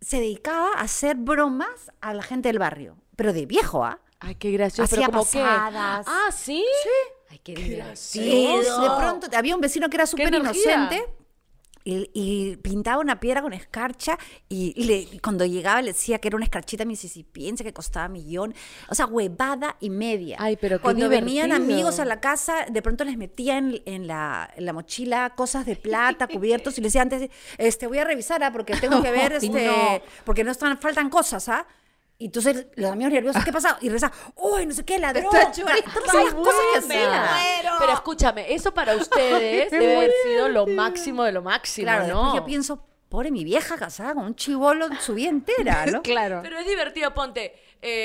[SPEAKER 3] se dedicaba a hacer bromas a la gente del barrio, pero de viejo, ¿ah?
[SPEAKER 2] Ay, qué gracioso.
[SPEAKER 3] Hacía
[SPEAKER 2] pero como qué?
[SPEAKER 3] pasadas.
[SPEAKER 2] Ah, ¿sí?
[SPEAKER 1] Ay, qué divertido.
[SPEAKER 3] Sí, de pronto había un vecino que era súper
[SPEAKER 2] energía!
[SPEAKER 3] inocente y, y pintaba una piedra con escarcha y, y le- y cuando llegaba le decía que era una escarchita mississippiense que costaba millón. O sea, huevada y media.
[SPEAKER 2] Ay, pero qué
[SPEAKER 3] Cuando venían
[SPEAKER 2] divertido.
[SPEAKER 3] amigos a la casa, de pronto les metían en, en la, en la mochila cosas de
[SPEAKER 2] [laughs]
[SPEAKER 3] plata, cubiertos y les decía antes, este, voy a revisar, ah, porque tengo que
[SPEAKER 2] [laughs]
[SPEAKER 3] ver,
[SPEAKER 4] Y
[SPEAKER 3] este,
[SPEAKER 4] no.
[SPEAKER 3] porque no están, faltan cosas, ¿ah? Y entonces los amigos nerviosos, ¿qué pasa? Y reza, uy, no sé qué, ladrón.
[SPEAKER 4] Está
[SPEAKER 3] O sea, Todas
[SPEAKER 2] ¡Qué
[SPEAKER 3] las cosas que
[SPEAKER 2] buena!
[SPEAKER 3] hacían.
[SPEAKER 2] Pero escúchame, eso para
[SPEAKER 3] [laughs]
[SPEAKER 2] ustedes debe haber sido lo máximo de lo máximo,
[SPEAKER 3] Claro, después
[SPEAKER 2] ¿no?
[SPEAKER 3] yo pienso, pobre mi vieja casada con un chivolo en su vida entera, ¿no?
[SPEAKER 4] Claro.
[SPEAKER 2] Pero es divertido, ponte.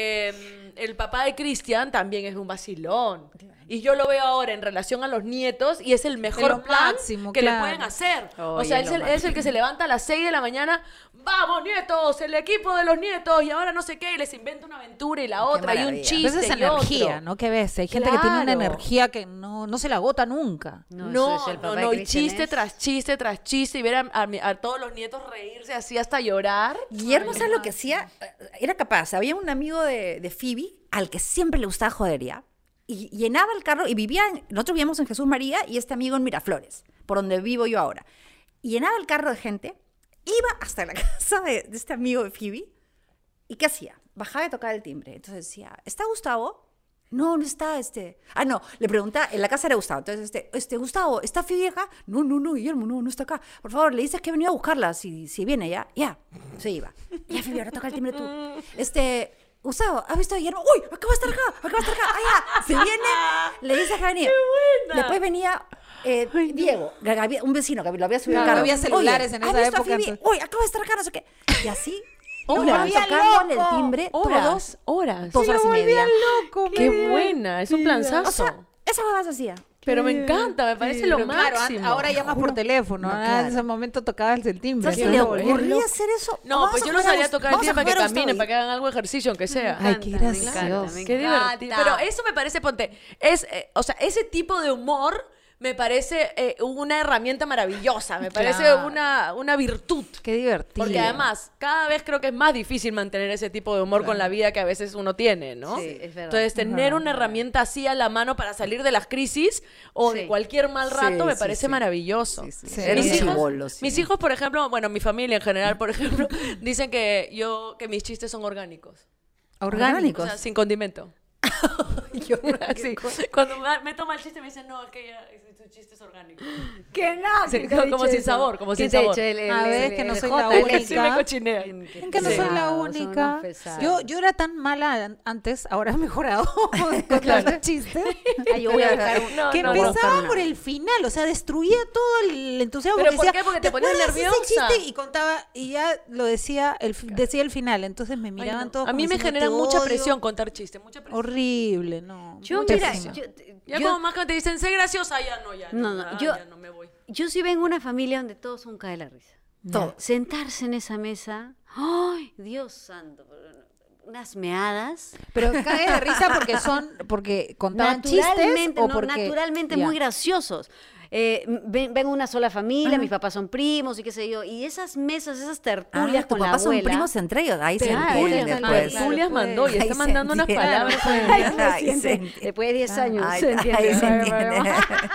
[SPEAKER 2] eh, el papá de Cristian también es un vacilón. Y yo lo veo ahora en relación a los nietos y es el mejor
[SPEAKER 4] lo
[SPEAKER 2] plan
[SPEAKER 4] máximo,
[SPEAKER 2] que le
[SPEAKER 4] claro.
[SPEAKER 2] pueden hacer. o
[SPEAKER 1] Oye,
[SPEAKER 2] sea, él es
[SPEAKER 1] lo
[SPEAKER 2] el, es el que se levanta a las 6 de la mañana. ¡Vamos, nietos! El equipo de los nietos. Y ahora no sé qué. Y les inventa una aventura y la otra. Y un
[SPEAKER 3] maravilla.
[SPEAKER 2] chiste.
[SPEAKER 4] Pero esa es
[SPEAKER 2] y otro.
[SPEAKER 4] energía, ¿no? Que ves, hay gente que tiene una
[SPEAKER 2] Claro.
[SPEAKER 4] energía que no, no se la agota nunca.
[SPEAKER 1] No,
[SPEAKER 2] No,
[SPEAKER 1] eso es el
[SPEAKER 2] no,
[SPEAKER 1] papá de ¿eh?
[SPEAKER 2] no, y
[SPEAKER 1] Cristian
[SPEAKER 2] chiste
[SPEAKER 1] es-
[SPEAKER 2] tras chiste tras chiste y ver a, a mi- a todos los nietos reírse así hasta llorar.
[SPEAKER 3] Guillermo, ¿sabes lo que hacía? Eh, Era capaz. Había un amigo de, de Phoebe al que siempre le gustaba jodería. Y llenaba el carro y vivía, en- nosotros vivíamos en Jesús María y este amigo en Miraflores, por donde vivo yo ahora. Y llenaba el carro de gente iba hasta la [laughs] casa de, de este amigo de Phoebe. ¿Y qué hacía? Bajaba a tocar el timbre. Entonces decía, ¿está Gustavo? No, no está este. Ah, no, le preguntaba, en la casa era Gustavo. Entonces, este, este Gustavo, ¿está Phoebe acá? No, no, no, Guillermo, no, no está acá. Por favor, le dices que he venido a buscarla, si, si viene ya. Ya, se iba. Ya, Phoebe, ahora toca el timbre tú. Este, Gustavo, ¿has visto a Guillermo? ¡Uy! Acaba de estar acá, acaba de estar acá. Ah, ya, se viene, le dices que ha
[SPEAKER 4] [laughs]
[SPEAKER 3] venido.
[SPEAKER 2] buena!
[SPEAKER 3] Después venía eh, Diego, que había- un vecino que lo había subido al
[SPEAKER 4] Claro,
[SPEAKER 3] carro.
[SPEAKER 4] no había celulares
[SPEAKER 3] Oye,
[SPEAKER 4] en
[SPEAKER 3] ¿has
[SPEAKER 4] esa
[SPEAKER 3] visto a
[SPEAKER 4] época,
[SPEAKER 3] Phoebe?
[SPEAKER 4] entonces.
[SPEAKER 3] Uy, acaba de estar acá, no sé qué. Y así,
[SPEAKER 2] Horas.
[SPEAKER 3] horas, tocando el timbre, todos,
[SPEAKER 4] Horas, horas.
[SPEAKER 3] dos horas y media.
[SPEAKER 4] loco.
[SPEAKER 2] Qué buena, es un
[SPEAKER 3] O
[SPEAKER 2] planzazo.
[SPEAKER 3] sea, esa huevada se hacía.
[SPEAKER 2] pero me encanta, me parece lo
[SPEAKER 4] Claro,
[SPEAKER 1] ah,
[SPEAKER 4] an-
[SPEAKER 2] máximo.
[SPEAKER 4] ahora llamas por teléfono.
[SPEAKER 3] No,
[SPEAKER 4] ah,
[SPEAKER 3] claro.
[SPEAKER 4] En ese momento tocabas el timbre.
[SPEAKER 3] No se
[SPEAKER 4] ¿no?
[SPEAKER 3] le
[SPEAKER 4] Volvías
[SPEAKER 3] ocurría
[SPEAKER 4] loco.
[SPEAKER 3] hacer eso.
[SPEAKER 2] No,
[SPEAKER 3] Vamos
[SPEAKER 2] pues
[SPEAKER 3] a
[SPEAKER 2] yo no
[SPEAKER 3] jugar a
[SPEAKER 2] salía a
[SPEAKER 3] Gust-
[SPEAKER 2] tocar el
[SPEAKER 3] vamos
[SPEAKER 2] timbre para
[SPEAKER 3] jugar
[SPEAKER 2] que
[SPEAKER 3] a Gustavo
[SPEAKER 2] caminen,
[SPEAKER 3] y-
[SPEAKER 2] para que hagan algo de ejercicio, aunque sea.
[SPEAKER 4] Ay, qué
[SPEAKER 1] encanta, me encanta,
[SPEAKER 4] gracioso.
[SPEAKER 1] me
[SPEAKER 2] Qué
[SPEAKER 1] encanta.
[SPEAKER 2] divertido. Pero eso me parece, ponte, es, eh, o sea, ese tipo de humor me parece eh, una herramienta maravillosa, me parece
[SPEAKER 4] Claro.
[SPEAKER 2] una, una virtud.
[SPEAKER 4] Qué divertido.
[SPEAKER 2] Porque además, cada vez creo que es más difícil mantener ese tipo de humor con la vida que a veces uno tiene, ¿no?
[SPEAKER 1] Sí, es verdad.
[SPEAKER 2] Entonces, tener una herramienta así a la mano para salir de las crisis o de
[SPEAKER 1] Sí.
[SPEAKER 2] cualquier mal rato
[SPEAKER 3] Sí,
[SPEAKER 2] me
[SPEAKER 3] sí,
[SPEAKER 2] parece
[SPEAKER 3] sí.
[SPEAKER 2] maravilloso.
[SPEAKER 4] sí.
[SPEAKER 2] Mis,
[SPEAKER 4] Era un
[SPEAKER 2] hijos,
[SPEAKER 3] chibolo, sí.
[SPEAKER 2] mis hijos, por ejemplo, bueno, mi familia en general, por ejemplo, [laughs] dicen que yo que mis chistes son orgánicos.
[SPEAKER 4] Orgánicos.
[SPEAKER 2] O sea, sin condimento.
[SPEAKER 3] Yo
[SPEAKER 2] [laughs]
[SPEAKER 3] creo que-
[SPEAKER 2] Así. Cuando me, me toma el chiste me dicen, no, es que ya, es- tu chiste es orgánico.
[SPEAKER 1] ¿Qué no?
[SPEAKER 2] Sí, como sin sabor, como sin
[SPEAKER 1] ¿Quién te ha
[SPEAKER 2] sabor.
[SPEAKER 1] dicho el- el-
[SPEAKER 4] A ver,
[SPEAKER 1] el-
[SPEAKER 4] que no
[SPEAKER 1] el
[SPEAKER 4] soy
[SPEAKER 1] J,
[SPEAKER 4] la
[SPEAKER 1] el-
[SPEAKER 4] única.
[SPEAKER 2] [laughs] Sí me cochinea.
[SPEAKER 4] En que no soy la
[SPEAKER 1] Pesados, son
[SPEAKER 4] única.
[SPEAKER 1] unos pesados.
[SPEAKER 4] Yo, yo era tan mala an- antes, ahora he mejorado [laughs]
[SPEAKER 2] [laughs]
[SPEAKER 4] con los chistes.
[SPEAKER 1] Ah, yo voy a buscar un-
[SPEAKER 2] No,
[SPEAKER 4] que
[SPEAKER 2] no, no.
[SPEAKER 4] empezaba por el final, o sea, destruía todo el entusiasmo.
[SPEAKER 2] ¿Pero por
[SPEAKER 4] decía,
[SPEAKER 2] qué? Porque te ponías
[SPEAKER 4] acuerdas de ese
[SPEAKER 2] nerviosa.
[SPEAKER 4] chiste? y contaba, y ya lo decía, el, fi- decía el final, entonces me
[SPEAKER 2] Ay,
[SPEAKER 4] miraban
[SPEAKER 2] no.
[SPEAKER 4] todos.
[SPEAKER 2] A
[SPEAKER 4] como
[SPEAKER 2] mí me
[SPEAKER 4] diciendo,
[SPEAKER 2] genera
[SPEAKER 4] "Te
[SPEAKER 2] mucha
[SPEAKER 4] odio".
[SPEAKER 2] presión contar chistes, mucha presión.
[SPEAKER 4] Horrible, no.
[SPEAKER 1] [laughs] Yo,
[SPEAKER 4] mucha
[SPEAKER 1] mira,
[SPEAKER 4] presión.
[SPEAKER 1] yo,
[SPEAKER 2] Ya
[SPEAKER 1] yo-
[SPEAKER 2] como más cuando te dicen, sé graciosa, ya no, ya
[SPEAKER 1] No,
[SPEAKER 2] no,
[SPEAKER 1] no,
[SPEAKER 2] ah,
[SPEAKER 1] yo-
[SPEAKER 2] ya no me voy.
[SPEAKER 1] yo sí vengo de una familia donde todos son cae la risa.
[SPEAKER 3] Todo.
[SPEAKER 1] Sentarse en esa mesa, ¡ay, Dios santo! Unas meadas.
[SPEAKER 4] Pero cae de risa porque son, porque contaban chistes o
[SPEAKER 1] no,
[SPEAKER 4] porque...
[SPEAKER 1] naturalmente
[SPEAKER 4] Ya.
[SPEAKER 1] muy graciosos. Eh, m- ven- vengo de una sola familia, mis papás son primos y qué sé yo. Y esas mesas, esas tertulias
[SPEAKER 3] Ah, tu
[SPEAKER 1] con la
[SPEAKER 3] papá son
[SPEAKER 1] abuela.
[SPEAKER 3] primos entre ellos. Ahí se
[SPEAKER 1] Claro,
[SPEAKER 3] entiende
[SPEAKER 1] claro,
[SPEAKER 3] después.
[SPEAKER 1] claro.
[SPEAKER 2] Julias mandó y
[SPEAKER 3] pues, Ahí
[SPEAKER 2] está
[SPEAKER 3] se
[SPEAKER 2] mandando unas
[SPEAKER 3] entiende.
[SPEAKER 2] palabras.
[SPEAKER 1] Ay,
[SPEAKER 3] [laughs]
[SPEAKER 1] no,
[SPEAKER 3] Ahí
[SPEAKER 1] sí,
[SPEAKER 3] se
[SPEAKER 1] entiende.
[SPEAKER 3] entiende.
[SPEAKER 1] Después de 10 años,
[SPEAKER 3] Ahí-
[SPEAKER 1] [laughs] se entiende.
[SPEAKER 3] ahí Ah, se
[SPEAKER 1] Ay, ay, ay.
[SPEAKER 3] entiende.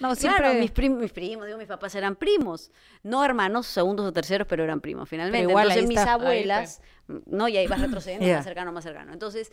[SPEAKER 4] No, siempre...
[SPEAKER 1] Claro, mis, prim- mis primos, digo, mis papás eran primos, no hermanos, segundos o terceros, pero eran primos finalmente.
[SPEAKER 4] Pero igual,
[SPEAKER 1] Entonces
[SPEAKER 4] ahí
[SPEAKER 1] mis
[SPEAKER 4] está, ahí
[SPEAKER 1] abuelas, mm, no, y ahí
[SPEAKER 4] [clears throat]
[SPEAKER 1] vas retrocediendo,
[SPEAKER 3] Ya.
[SPEAKER 1] más cercano, más cercano. Entonces,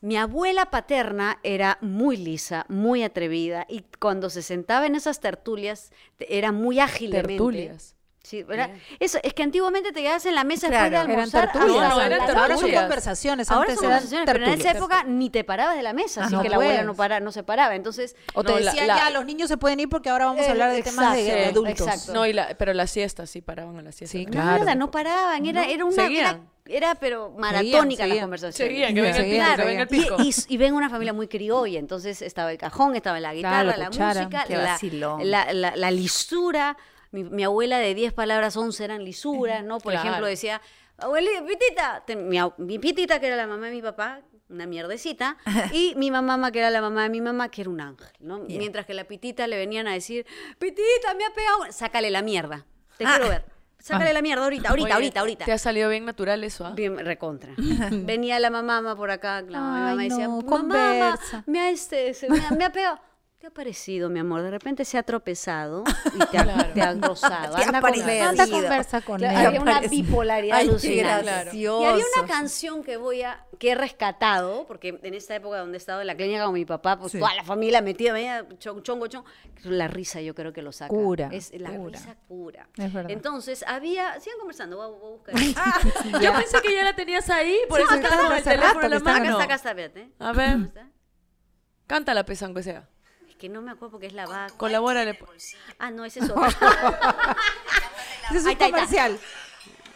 [SPEAKER 1] mi abuela paterna era muy lisa, muy atrevida, y cuando se sentaba en esas tertulias, te- era muy ágilmente.
[SPEAKER 2] Tertulias.
[SPEAKER 1] Sí, ¿verdad? Eso, es que antiguamente te quedabas en la mesa
[SPEAKER 3] Claro.
[SPEAKER 1] después de
[SPEAKER 4] Eran
[SPEAKER 1] almorzar.
[SPEAKER 4] tertulias.
[SPEAKER 1] a-
[SPEAKER 2] No, no,
[SPEAKER 1] a-
[SPEAKER 2] eran
[SPEAKER 1] a-
[SPEAKER 4] Ahora son
[SPEAKER 2] tertulias.
[SPEAKER 4] conversaciones.
[SPEAKER 1] Ahora
[SPEAKER 4] antes
[SPEAKER 1] son
[SPEAKER 4] eran
[SPEAKER 1] conversaciones, pero en esa
[SPEAKER 4] tertulias. Ah,
[SPEAKER 1] época ni te parabas de la mesa, así
[SPEAKER 4] no
[SPEAKER 1] que la abuela
[SPEAKER 4] puedes.
[SPEAKER 1] no, para, no se paraba. Entonces,
[SPEAKER 4] O te
[SPEAKER 2] No, la-
[SPEAKER 4] decía
[SPEAKER 2] la-
[SPEAKER 4] ya, los niños se pueden ir porque ahora vamos a
[SPEAKER 1] Eh,
[SPEAKER 4] hablar de temas de,
[SPEAKER 1] exacto,
[SPEAKER 4] de adultos.
[SPEAKER 1] exacto.
[SPEAKER 2] No, y la, pero las siestas sí paraban a las siestas.
[SPEAKER 4] Sí,
[SPEAKER 2] ¿no?
[SPEAKER 4] claro.
[SPEAKER 1] Nada, no paraban, era, era una, era,
[SPEAKER 2] Seguían.
[SPEAKER 1] era, pero maratónica
[SPEAKER 4] seguían.
[SPEAKER 1] la conversación.
[SPEAKER 2] Seguían, que venga el
[SPEAKER 4] Seguían,
[SPEAKER 2] pico, que venga
[SPEAKER 4] seguían.
[SPEAKER 2] el pico. [laughs]
[SPEAKER 1] Y, y- y ven una familia muy criolla, entonces estaba el cajón, estaba la guitarra,
[SPEAKER 4] Claro,
[SPEAKER 1] la
[SPEAKER 4] cuchara,
[SPEAKER 1] música,
[SPEAKER 3] qué
[SPEAKER 1] la,
[SPEAKER 3] vacilón.
[SPEAKER 1] la, la- la lisura. Mi, mi abuela de 10 palabras, 11 eran lisuras, ¿no? Por
[SPEAKER 2] Claro.
[SPEAKER 1] ejemplo, decía, abuelita, pitita. Te- mi, au- mi pitita, que era la mamá de mi papá, una mierdecita, y mi mamá, que era la mamá de mi mamá, que era un ángel, ¿no?
[SPEAKER 3] Ya.
[SPEAKER 1] Mientras que la pitita le venían a decir, pitita, me ha pegado. una-". Sácale la mierda, te
[SPEAKER 3] Ah.
[SPEAKER 1] quiero ver. Sácale la mierda ahorita, ahorita,
[SPEAKER 2] Oye,
[SPEAKER 1] ahorita, ahorita.
[SPEAKER 2] Te ha salido bien natural eso, ¿ah?
[SPEAKER 1] Bien, recontra. Venía la mamá mamá por acá, claro, mi mamá
[SPEAKER 4] Ay,
[SPEAKER 1] decía,
[SPEAKER 4] no,
[SPEAKER 1] "Mamá,
[SPEAKER 4] conversa".
[SPEAKER 1] mamá, me ha, este, se- me ha, me ha pegado. ¿Qué ha parecido, mi amor? De repente se ha tropezado y te ha,
[SPEAKER 2] Claro.
[SPEAKER 1] te ha rozado.
[SPEAKER 3] Te ha
[SPEAKER 1] Anda con-
[SPEAKER 3] parecido.
[SPEAKER 1] anda
[SPEAKER 4] Anda
[SPEAKER 1] con-
[SPEAKER 4] conversa con
[SPEAKER 1] Claro,
[SPEAKER 4] él.
[SPEAKER 1] había una
[SPEAKER 3] Aparece.
[SPEAKER 1] bipolaridad
[SPEAKER 3] Ay, qué
[SPEAKER 1] alucinante.
[SPEAKER 3] gracioso.
[SPEAKER 1] Y había una canción que voy a que he rescatado, porque en esta época donde he estado en la clínica con mi papá, pues
[SPEAKER 3] Sí.
[SPEAKER 1] toda la familia metida, media chon- chongo, chongo, la risa yo creo que lo saca.
[SPEAKER 4] Cura,
[SPEAKER 1] Es la
[SPEAKER 4] cura.
[SPEAKER 1] risa cura.
[SPEAKER 4] Es verdad.
[SPEAKER 1] Entonces había, sigan conversando, voy a, voy a buscar. Ah,
[SPEAKER 2] Yo pensé que ya la tenías ahí, por eso
[SPEAKER 4] acá
[SPEAKER 2] estaba con el
[SPEAKER 4] está, hace
[SPEAKER 2] teléfono en
[SPEAKER 4] rato
[SPEAKER 2] la
[SPEAKER 4] que está,
[SPEAKER 1] acá
[SPEAKER 2] mano.
[SPEAKER 1] está, acá está, espérate.
[SPEAKER 2] A ver,
[SPEAKER 1] ¿Cómo está?
[SPEAKER 2] cántala, pesa, aunque sea.
[SPEAKER 1] Es que no me acuerdo porque es la vaca.
[SPEAKER 2] Colabórale. pues.
[SPEAKER 1] Ah, no, ese es otro.
[SPEAKER 4] Ese es un
[SPEAKER 1] Ahí está, ahí está.
[SPEAKER 4] comercial.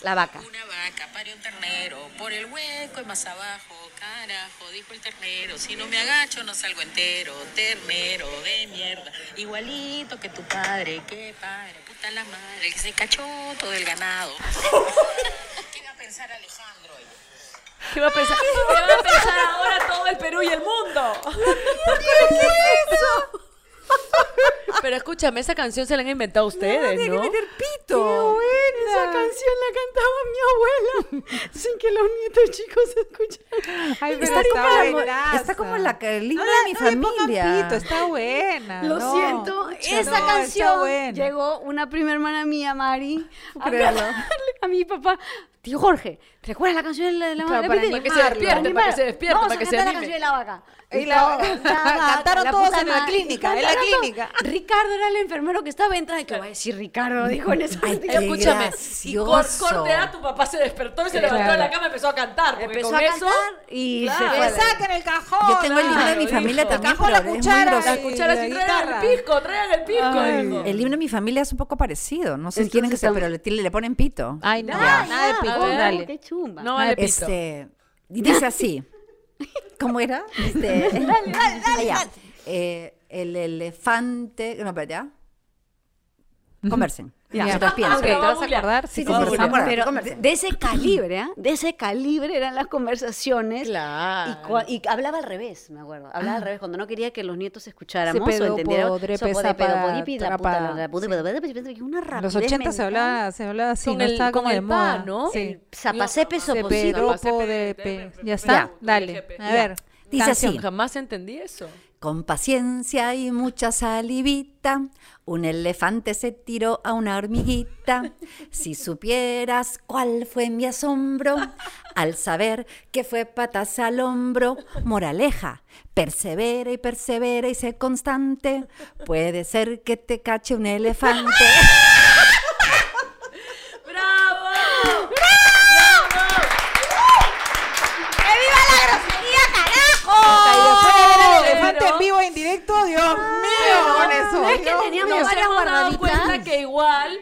[SPEAKER 1] la vaca.
[SPEAKER 5] Una vaca parió un ternero, por el hueco y más abajo, carajo, dijo el ternero, si no me agacho no salgo entero, ternero de mierda, igualito que tu padre, que padre, puta la madre, que se cachó todo el ganado. ¿Qué iba a pensar Alejandro?
[SPEAKER 2] ¿Qué va a pensar? ¿Qué va a pensar ahora todo el Perú y el mundo? Pero escúchame, esa canción se la han inventado ustedes, ¿no?
[SPEAKER 3] Tiene que meter pito.
[SPEAKER 1] Esa canción la cantaba mi abuela [laughs] sin que los nietos chicos escucharan.
[SPEAKER 4] Ay, pero
[SPEAKER 3] Está como, la, mo-
[SPEAKER 4] buenaza.
[SPEAKER 3] está como la que linda
[SPEAKER 4] No,
[SPEAKER 3] de mi
[SPEAKER 4] no le pongan
[SPEAKER 3] familia.
[SPEAKER 4] pito, está buena.
[SPEAKER 1] Lo
[SPEAKER 4] no.
[SPEAKER 1] siento,
[SPEAKER 4] Pucha,
[SPEAKER 1] esa
[SPEAKER 4] no, está
[SPEAKER 1] canción
[SPEAKER 4] buena.
[SPEAKER 1] llegó una prima hermana mía, Mari, a
[SPEAKER 3] Créelo.
[SPEAKER 1] hablarle a mi papá. Tío Jorge, ¿te recuerdas la canción de la, de la
[SPEAKER 4] Claro,
[SPEAKER 1] vaca?
[SPEAKER 4] para
[SPEAKER 1] Repite,
[SPEAKER 4] animarlo.
[SPEAKER 2] Para que se despierte, para que se despierte,
[SPEAKER 1] Vamos
[SPEAKER 2] para que
[SPEAKER 1] a
[SPEAKER 2] se
[SPEAKER 1] cantar la
[SPEAKER 2] anime.
[SPEAKER 1] canción de la vaca.
[SPEAKER 4] Y la-
[SPEAKER 1] todos, la
[SPEAKER 4] cantaron
[SPEAKER 1] la
[SPEAKER 4] todos
[SPEAKER 1] puta
[SPEAKER 4] en la
[SPEAKER 1] madre.
[SPEAKER 4] clínica, en la
[SPEAKER 1] Cantaron todos.
[SPEAKER 4] clínica.
[SPEAKER 1] Ricardo era el enfermero que estaba entrando. ¿Qué va a decir Ricardo? Dijo en ese [laughs]
[SPEAKER 3] Ay,
[SPEAKER 1] momento.
[SPEAKER 3] qué
[SPEAKER 2] Escúchame, y
[SPEAKER 3] gracioso.
[SPEAKER 2] cor- corte A, tu papá se despertó y se levantó de la
[SPEAKER 4] Claro.
[SPEAKER 2] cama y empezó a cantar. Porque
[SPEAKER 1] Empezó
[SPEAKER 2] con
[SPEAKER 1] a
[SPEAKER 2] eso,
[SPEAKER 1] cantar y
[SPEAKER 2] Claro.
[SPEAKER 1] se fue. a la-
[SPEAKER 2] Esa-
[SPEAKER 4] Saquen el cajón.
[SPEAKER 3] Yo tengo el himno de
[SPEAKER 2] Claro,
[SPEAKER 3] mi familia
[SPEAKER 2] hijo.
[SPEAKER 3] también,
[SPEAKER 4] Cajón, la
[SPEAKER 3] Flor, es muy
[SPEAKER 4] cuchara,
[SPEAKER 3] grosero.
[SPEAKER 2] las
[SPEAKER 4] y
[SPEAKER 2] cucharas
[SPEAKER 4] la
[SPEAKER 2] y traigan
[SPEAKER 4] guitarra.
[SPEAKER 2] el pisco, traigan el pisco.
[SPEAKER 4] Ay.
[SPEAKER 2] dijo.
[SPEAKER 3] El himno de mi familia es un poco parecido. No sé quién es que sea, pero le, le ponen pito.
[SPEAKER 4] Ay, no,
[SPEAKER 1] Ah,
[SPEAKER 4] nada de
[SPEAKER 1] ya,
[SPEAKER 4] pito,
[SPEAKER 1] ah,
[SPEAKER 4] dale.
[SPEAKER 1] Qué chumba.
[SPEAKER 2] No vale pito.
[SPEAKER 3] Este, y dice así. ¿Cómo era? Este, ya. Eh, el elefante. No, espérate, ¿ya? Conversen.
[SPEAKER 4] Ya.
[SPEAKER 3] Mientras pienso.
[SPEAKER 4] Ok, ¿Te vas a acordar?
[SPEAKER 3] Sí, sí,
[SPEAKER 4] te vas a
[SPEAKER 3] sí, sí,
[SPEAKER 4] acordar.
[SPEAKER 3] me acuerdo.
[SPEAKER 1] Pero
[SPEAKER 3] Comercio.
[SPEAKER 1] de ese calibre, ¿ah? De ese calibre eran las conversaciones. Y,
[SPEAKER 2] Claro. Ah.
[SPEAKER 1] cua- y hablaba al revés, me acuerdo. Hablaba al revés, cuando no quería que los nietos escucháramos
[SPEAKER 4] Se
[SPEAKER 1] o
[SPEAKER 4] pedo,
[SPEAKER 1] entendieran.
[SPEAKER 4] podre,
[SPEAKER 1] So, podre,
[SPEAKER 4] pesa,
[SPEAKER 1] pedo,
[SPEAKER 4] pa-
[SPEAKER 1] podipi, la puta,
[SPEAKER 4] trapa.
[SPEAKER 1] la- la puta, pedo, pedo, pedo, pedo, una
[SPEAKER 4] En
[SPEAKER 1] rapidez
[SPEAKER 4] los 80 se
[SPEAKER 1] mental.
[SPEAKER 4] hablaba, se hablaba así,
[SPEAKER 2] Con
[SPEAKER 4] no
[SPEAKER 2] el-
[SPEAKER 4] estaba
[SPEAKER 2] con
[SPEAKER 4] como de
[SPEAKER 2] el
[SPEAKER 4] moda.
[SPEAKER 2] pa, ¿no?
[SPEAKER 4] Sí. pues
[SPEAKER 2] El
[SPEAKER 1] Zapacepe
[SPEAKER 2] No,
[SPEAKER 4] Se
[SPEAKER 1] soposito.
[SPEAKER 2] pedó.
[SPEAKER 4] pedopo de pe. Ya está,
[SPEAKER 2] Ya.
[SPEAKER 4] dale.
[SPEAKER 2] Ya.
[SPEAKER 4] A ver.
[SPEAKER 3] Dice así.
[SPEAKER 2] Jamás entendí eso.
[SPEAKER 3] Con paciencia y mucha salivita, un elefante se tiró a una hormiguita. Si supieras cuál fue mi asombro al saber que fue patas al hombro, moraleja, persevera y persevera y sé constante. Puede ser que te cache un
[SPEAKER 2] [laughs]
[SPEAKER 3] elefante.
[SPEAKER 2] ¡Bravo! ¡Oh!
[SPEAKER 4] Y después de ver al
[SPEAKER 2] Pero-
[SPEAKER 4] elefante en vivo, en directo, Dios mío, con
[SPEAKER 1] ¿Sabes
[SPEAKER 4] eso.
[SPEAKER 1] que
[SPEAKER 4] Dios
[SPEAKER 1] teníamos
[SPEAKER 2] Nos
[SPEAKER 1] varias
[SPEAKER 2] hemos dado cuenta
[SPEAKER 1] guardaditas?
[SPEAKER 2] que igual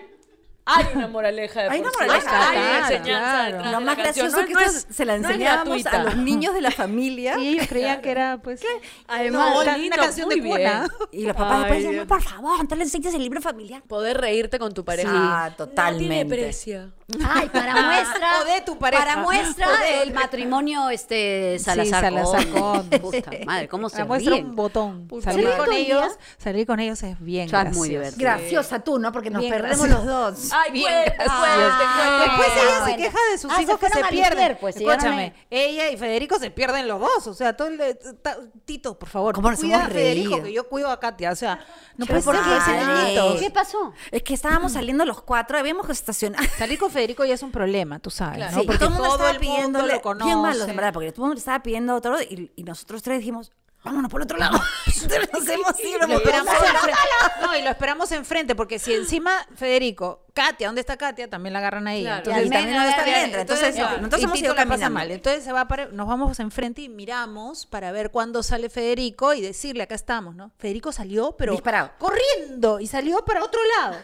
[SPEAKER 2] hay una moraleja de
[SPEAKER 3] Hay una
[SPEAKER 2] por sí.
[SPEAKER 3] moraleja,
[SPEAKER 2] Hay una
[SPEAKER 4] claro,
[SPEAKER 2] enseñanza
[SPEAKER 4] claro.
[SPEAKER 2] detrás de
[SPEAKER 3] Lo
[SPEAKER 2] la
[SPEAKER 3] más
[SPEAKER 2] canción.
[SPEAKER 3] gracioso
[SPEAKER 2] No
[SPEAKER 3] que
[SPEAKER 2] no
[SPEAKER 3] esto se la
[SPEAKER 2] no es
[SPEAKER 3] enseñábamos a
[SPEAKER 2] gratuita.
[SPEAKER 3] los niños de la familia.
[SPEAKER 4] Y ellos creían que era, pues.
[SPEAKER 2] Además,
[SPEAKER 4] no,
[SPEAKER 2] lindo,
[SPEAKER 4] una canción de
[SPEAKER 2] muy bien.
[SPEAKER 4] cuna.
[SPEAKER 3] Y los papás después
[SPEAKER 2] Ay,
[SPEAKER 3] decían,
[SPEAKER 2] Dios.
[SPEAKER 3] no, por favor, no le enseñes el libro familiar.
[SPEAKER 2] Poder reírte con tu pareja.
[SPEAKER 3] Sí. Ah,
[SPEAKER 2] No
[SPEAKER 3] totalmente.
[SPEAKER 2] tiene precio.
[SPEAKER 1] Ay, [laughs] para muestra.
[SPEAKER 4] Ah, O de tu pareja.
[SPEAKER 1] Para muestra
[SPEAKER 4] O de-
[SPEAKER 1] el matrimonio este, Salazar.
[SPEAKER 4] Salazar
[SPEAKER 1] Con.
[SPEAKER 4] Con.
[SPEAKER 1] [laughs] Puta madre, ¿cómo se
[SPEAKER 4] La muestra
[SPEAKER 1] ríen?
[SPEAKER 4] un botón.
[SPEAKER 1] Puta
[SPEAKER 4] Salir
[SPEAKER 1] madre.
[SPEAKER 4] con
[SPEAKER 1] ¿Todo el día?
[SPEAKER 4] ellos, salir con ellos es bien
[SPEAKER 1] Ya es
[SPEAKER 4] gracioso.
[SPEAKER 1] muy divertido.
[SPEAKER 3] Graciosa tú, ¿no? Porque nos
[SPEAKER 4] Bien
[SPEAKER 3] perdemos
[SPEAKER 4] graciosa.
[SPEAKER 3] los dos.
[SPEAKER 2] Ay, cuente, cuente, cuente.
[SPEAKER 4] Después
[SPEAKER 1] Ah,
[SPEAKER 4] ella se
[SPEAKER 1] bueno.
[SPEAKER 4] queja de sus
[SPEAKER 1] Ah, se
[SPEAKER 4] hijos que
[SPEAKER 1] fueron
[SPEAKER 4] se
[SPEAKER 1] a
[SPEAKER 4] pierden.
[SPEAKER 1] limpiar, pues, si ya no
[SPEAKER 4] Escúchame, ella y Federico se pierden los dos. O sea, todo el ta- Tito, por favor.
[SPEAKER 3] ¿Cómo nos
[SPEAKER 4] cuida
[SPEAKER 3] hemos
[SPEAKER 4] a Federico,
[SPEAKER 3] reído?
[SPEAKER 4] que yo cuido a Katia. O sea, no
[SPEAKER 3] Qué
[SPEAKER 4] puede ser que
[SPEAKER 3] padre.
[SPEAKER 4] sean
[SPEAKER 1] ¿Qué
[SPEAKER 4] niños.
[SPEAKER 1] pasó?
[SPEAKER 3] Es que estábamos saliendo los cuatro, habíamos estacionado. [laughs]
[SPEAKER 4] Salir con Federico ya es un problema, tú sabes.
[SPEAKER 3] Sí,
[SPEAKER 4] ¿no? Porque
[SPEAKER 3] todo el mundo estaba
[SPEAKER 4] mundo
[SPEAKER 3] pidiéndole.
[SPEAKER 4] lo conoce.
[SPEAKER 3] Bien malos, en verdad, porque todo el mundo estaba pidiendo otro y, y nosotros tres dijimos, vámonos por el otro lado. [laughs] Entonces nos hemos ido
[SPEAKER 4] Lo
[SPEAKER 3] por otro
[SPEAKER 4] esperamos
[SPEAKER 3] lado.
[SPEAKER 4] enfrente. No, y lo esperamos enfrente, porque si encima Federico, Katia, ¿dónde está Katia? También la agarran a ella.
[SPEAKER 2] Claro.
[SPEAKER 3] Y
[SPEAKER 4] Entonces,
[SPEAKER 3] también
[SPEAKER 1] Almendra,
[SPEAKER 3] nos está
[SPEAKER 1] Almendra,
[SPEAKER 3] viendo. Entonces,
[SPEAKER 4] ya.
[SPEAKER 3] entonces
[SPEAKER 4] Y
[SPEAKER 3] hemos
[SPEAKER 4] Tito
[SPEAKER 3] ido
[SPEAKER 4] la pasa
[SPEAKER 3] caminando.
[SPEAKER 4] mal. Entonces se va para, nos vamos enfrente y miramos para ver cuándo sale Federico y decirle, acá estamos, ¿no? Federico salió, pero
[SPEAKER 3] Disparado.
[SPEAKER 4] corriendo y salió para otro lado.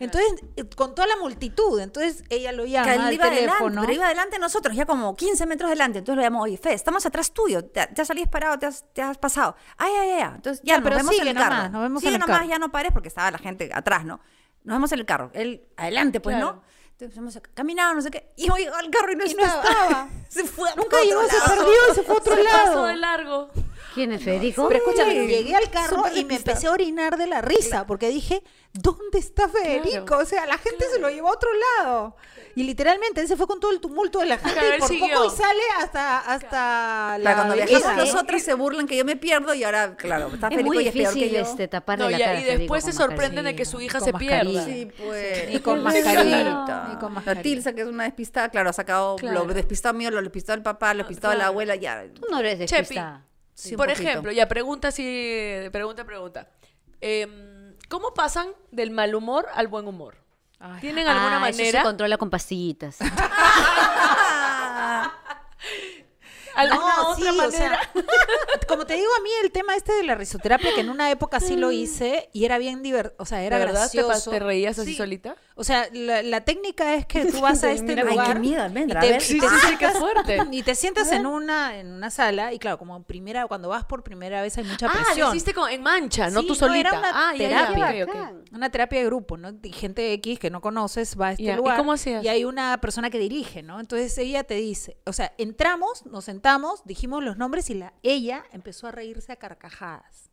[SPEAKER 4] Entonces, eh, con toda la multitud, entonces ella lo
[SPEAKER 3] Que
[SPEAKER 4] llama
[SPEAKER 3] él
[SPEAKER 4] al
[SPEAKER 3] iba adelante,
[SPEAKER 4] teléfono.
[SPEAKER 3] pero iba adelante de nosotros, ya como 15 metros adelante. Entonces le llamamos, oye, Fe, estamos atrás tuyo, te, te has salido disparado, te has, te has pasado. Ay, ay, ay. ay. Entonces ya,
[SPEAKER 4] Ya,
[SPEAKER 3] nos
[SPEAKER 4] pero
[SPEAKER 3] vemos
[SPEAKER 4] sigue
[SPEAKER 3] en el carro.
[SPEAKER 4] nomás, nos vemos
[SPEAKER 3] Sigue
[SPEAKER 4] en el
[SPEAKER 3] nomás,
[SPEAKER 4] carro.
[SPEAKER 3] ya no pares porque estaba la gente atrás, ¿no? Nos vemos en el carro. Él, adelante, pues,
[SPEAKER 2] Claro.
[SPEAKER 3] ¿no? Entonces hemos caminado, no sé qué. Y llegó al carro y no
[SPEAKER 4] Y no
[SPEAKER 3] estaba.
[SPEAKER 4] estaba.
[SPEAKER 3] [laughs] se fue a
[SPEAKER 4] Nunca
[SPEAKER 3] otro
[SPEAKER 4] llegó, se
[SPEAKER 3] lado.
[SPEAKER 4] perdió y se fue a otro
[SPEAKER 2] Se pasó
[SPEAKER 4] lado.
[SPEAKER 2] de largo.
[SPEAKER 1] ¿Quién es Federico?
[SPEAKER 4] Pero escúchame,
[SPEAKER 3] Sí.
[SPEAKER 4] llegué al carro
[SPEAKER 3] Súper
[SPEAKER 4] y
[SPEAKER 3] despistado.
[SPEAKER 4] me empecé a orinar de la risa porque dije, ¿dónde está Federico? o sea, la gente se lo llevó a otro lado. Y literalmente él se fue con todo el tumulto de la gente
[SPEAKER 2] Claro,
[SPEAKER 4] y
[SPEAKER 2] él
[SPEAKER 4] por
[SPEAKER 2] siguió.
[SPEAKER 4] poco y sale hasta, hasta la ¿eh?
[SPEAKER 3] Claro, cuando
[SPEAKER 4] avenida.
[SPEAKER 3] viajamos nosotras se burlan que yo me pierdo y ahora, claro, está
[SPEAKER 1] Es
[SPEAKER 3] Federico
[SPEAKER 1] muy
[SPEAKER 3] y es peor
[SPEAKER 1] difícil
[SPEAKER 3] que yo.
[SPEAKER 1] este, taparle
[SPEAKER 2] No,
[SPEAKER 1] la
[SPEAKER 2] y,
[SPEAKER 1] cara a
[SPEAKER 2] y
[SPEAKER 1] Federico
[SPEAKER 2] después se
[SPEAKER 1] con
[SPEAKER 2] sorprenden de
[SPEAKER 1] mascarilla.
[SPEAKER 2] que su hija
[SPEAKER 4] con
[SPEAKER 2] se pierda.
[SPEAKER 4] mascarilla.
[SPEAKER 3] Sí, pues.
[SPEAKER 4] Ah. Y
[SPEAKER 3] [laughs]
[SPEAKER 4] con mascarilla.
[SPEAKER 3] mascarita.
[SPEAKER 4] Y con
[SPEAKER 3] La Tilsa, que es una despistada, claro, ha sacado lo despistado mío, lo despistado del papá, lo despistado de la abuela, ya.
[SPEAKER 1] Tú no eres despistada.
[SPEAKER 3] Sí, un
[SPEAKER 2] Por
[SPEAKER 3] poquito.
[SPEAKER 2] ejemplo, ya pregunta si pregunta pregunta. Em, ¿Cómo pasan del mal humor al buen humor? ¿Tienen alguna
[SPEAKER 1] Ah, eso
[SPEAKER 2] manera?
[SPEAKER 1] se controla con pastillitas. [laughs]
[SPEAKER 2] ¿Alguna
[SPEAKER 4] No, sí,
[SPEAKER 2] otra
[SPEAKER 4] o
[SPEAKER 2] manera?
[SPEAKER 4] sea, [laughs] como te digo a mí el tema este de la risoterapia que en una época sí lo hice y era bien divertido, o sea, era
[SPEAKER 2] Mm. ¿De verdad te pa-
[SPEAKER 4] gracioso.
[SPEAKER 2] te reías así solita?
[SPEAKER 4] O sea, la, la técnica es que
[SPEAKER 2] [laughs]
[SPEAKER 4] tú vas a este
[SPEAKER 3] Mira, ay, qué
[SPEAKER 4] lugar
[SPEAKER 3] miedo, Almendra, a
[SPEAKER 4] y te,
[SPEAKER 3] ver.
[SPEAKER 4] y
[SPEAKER 3] Sí,
[SPEAKER 4] te
[SPEAKER 2] sí, sí, qué
[SPEAKER 4] sientas-
[SPEAKER 2] fuerte.
[SPEAKER 4] [laughs] y te sientas en una en una sala y claro, como primera cuando vas por primera vez hay mucha
[SPEAKER 2] Ah,
[SPEAKER 4] presión.
[SPEAKER 2] lo hiciste con- en mancha, no
[SPEAKER 4] Sí,
[SPEAKER 2] tú
[SPEAKER 4] no,
[SPEAKER 2] solita.
[SPEAKER 4] era una
[SPEAKER 2] ah, ya,
[SPEAKER 4] terapia.
[SPEAKER 2] ya, ok, ok.
[SPEAKER 1] Bacán.
[SPEAKER 2] [laughs]
[SPEAKER 4] Una terapia de grupo, ¿no? Y gente X que no conoces va a este
[SPEAKER 2] Ya, ¿y
[SPEAKER 4] lugar.
[SPEAKER 2] cómo hacías?
[SPEAKER 4] Y hay una persona que dirige, ¿no? Entonces ella te dice, o sea, entramos, nos sentamos, dijimos los nombres y la, ella empezó a reírse a carcajadas.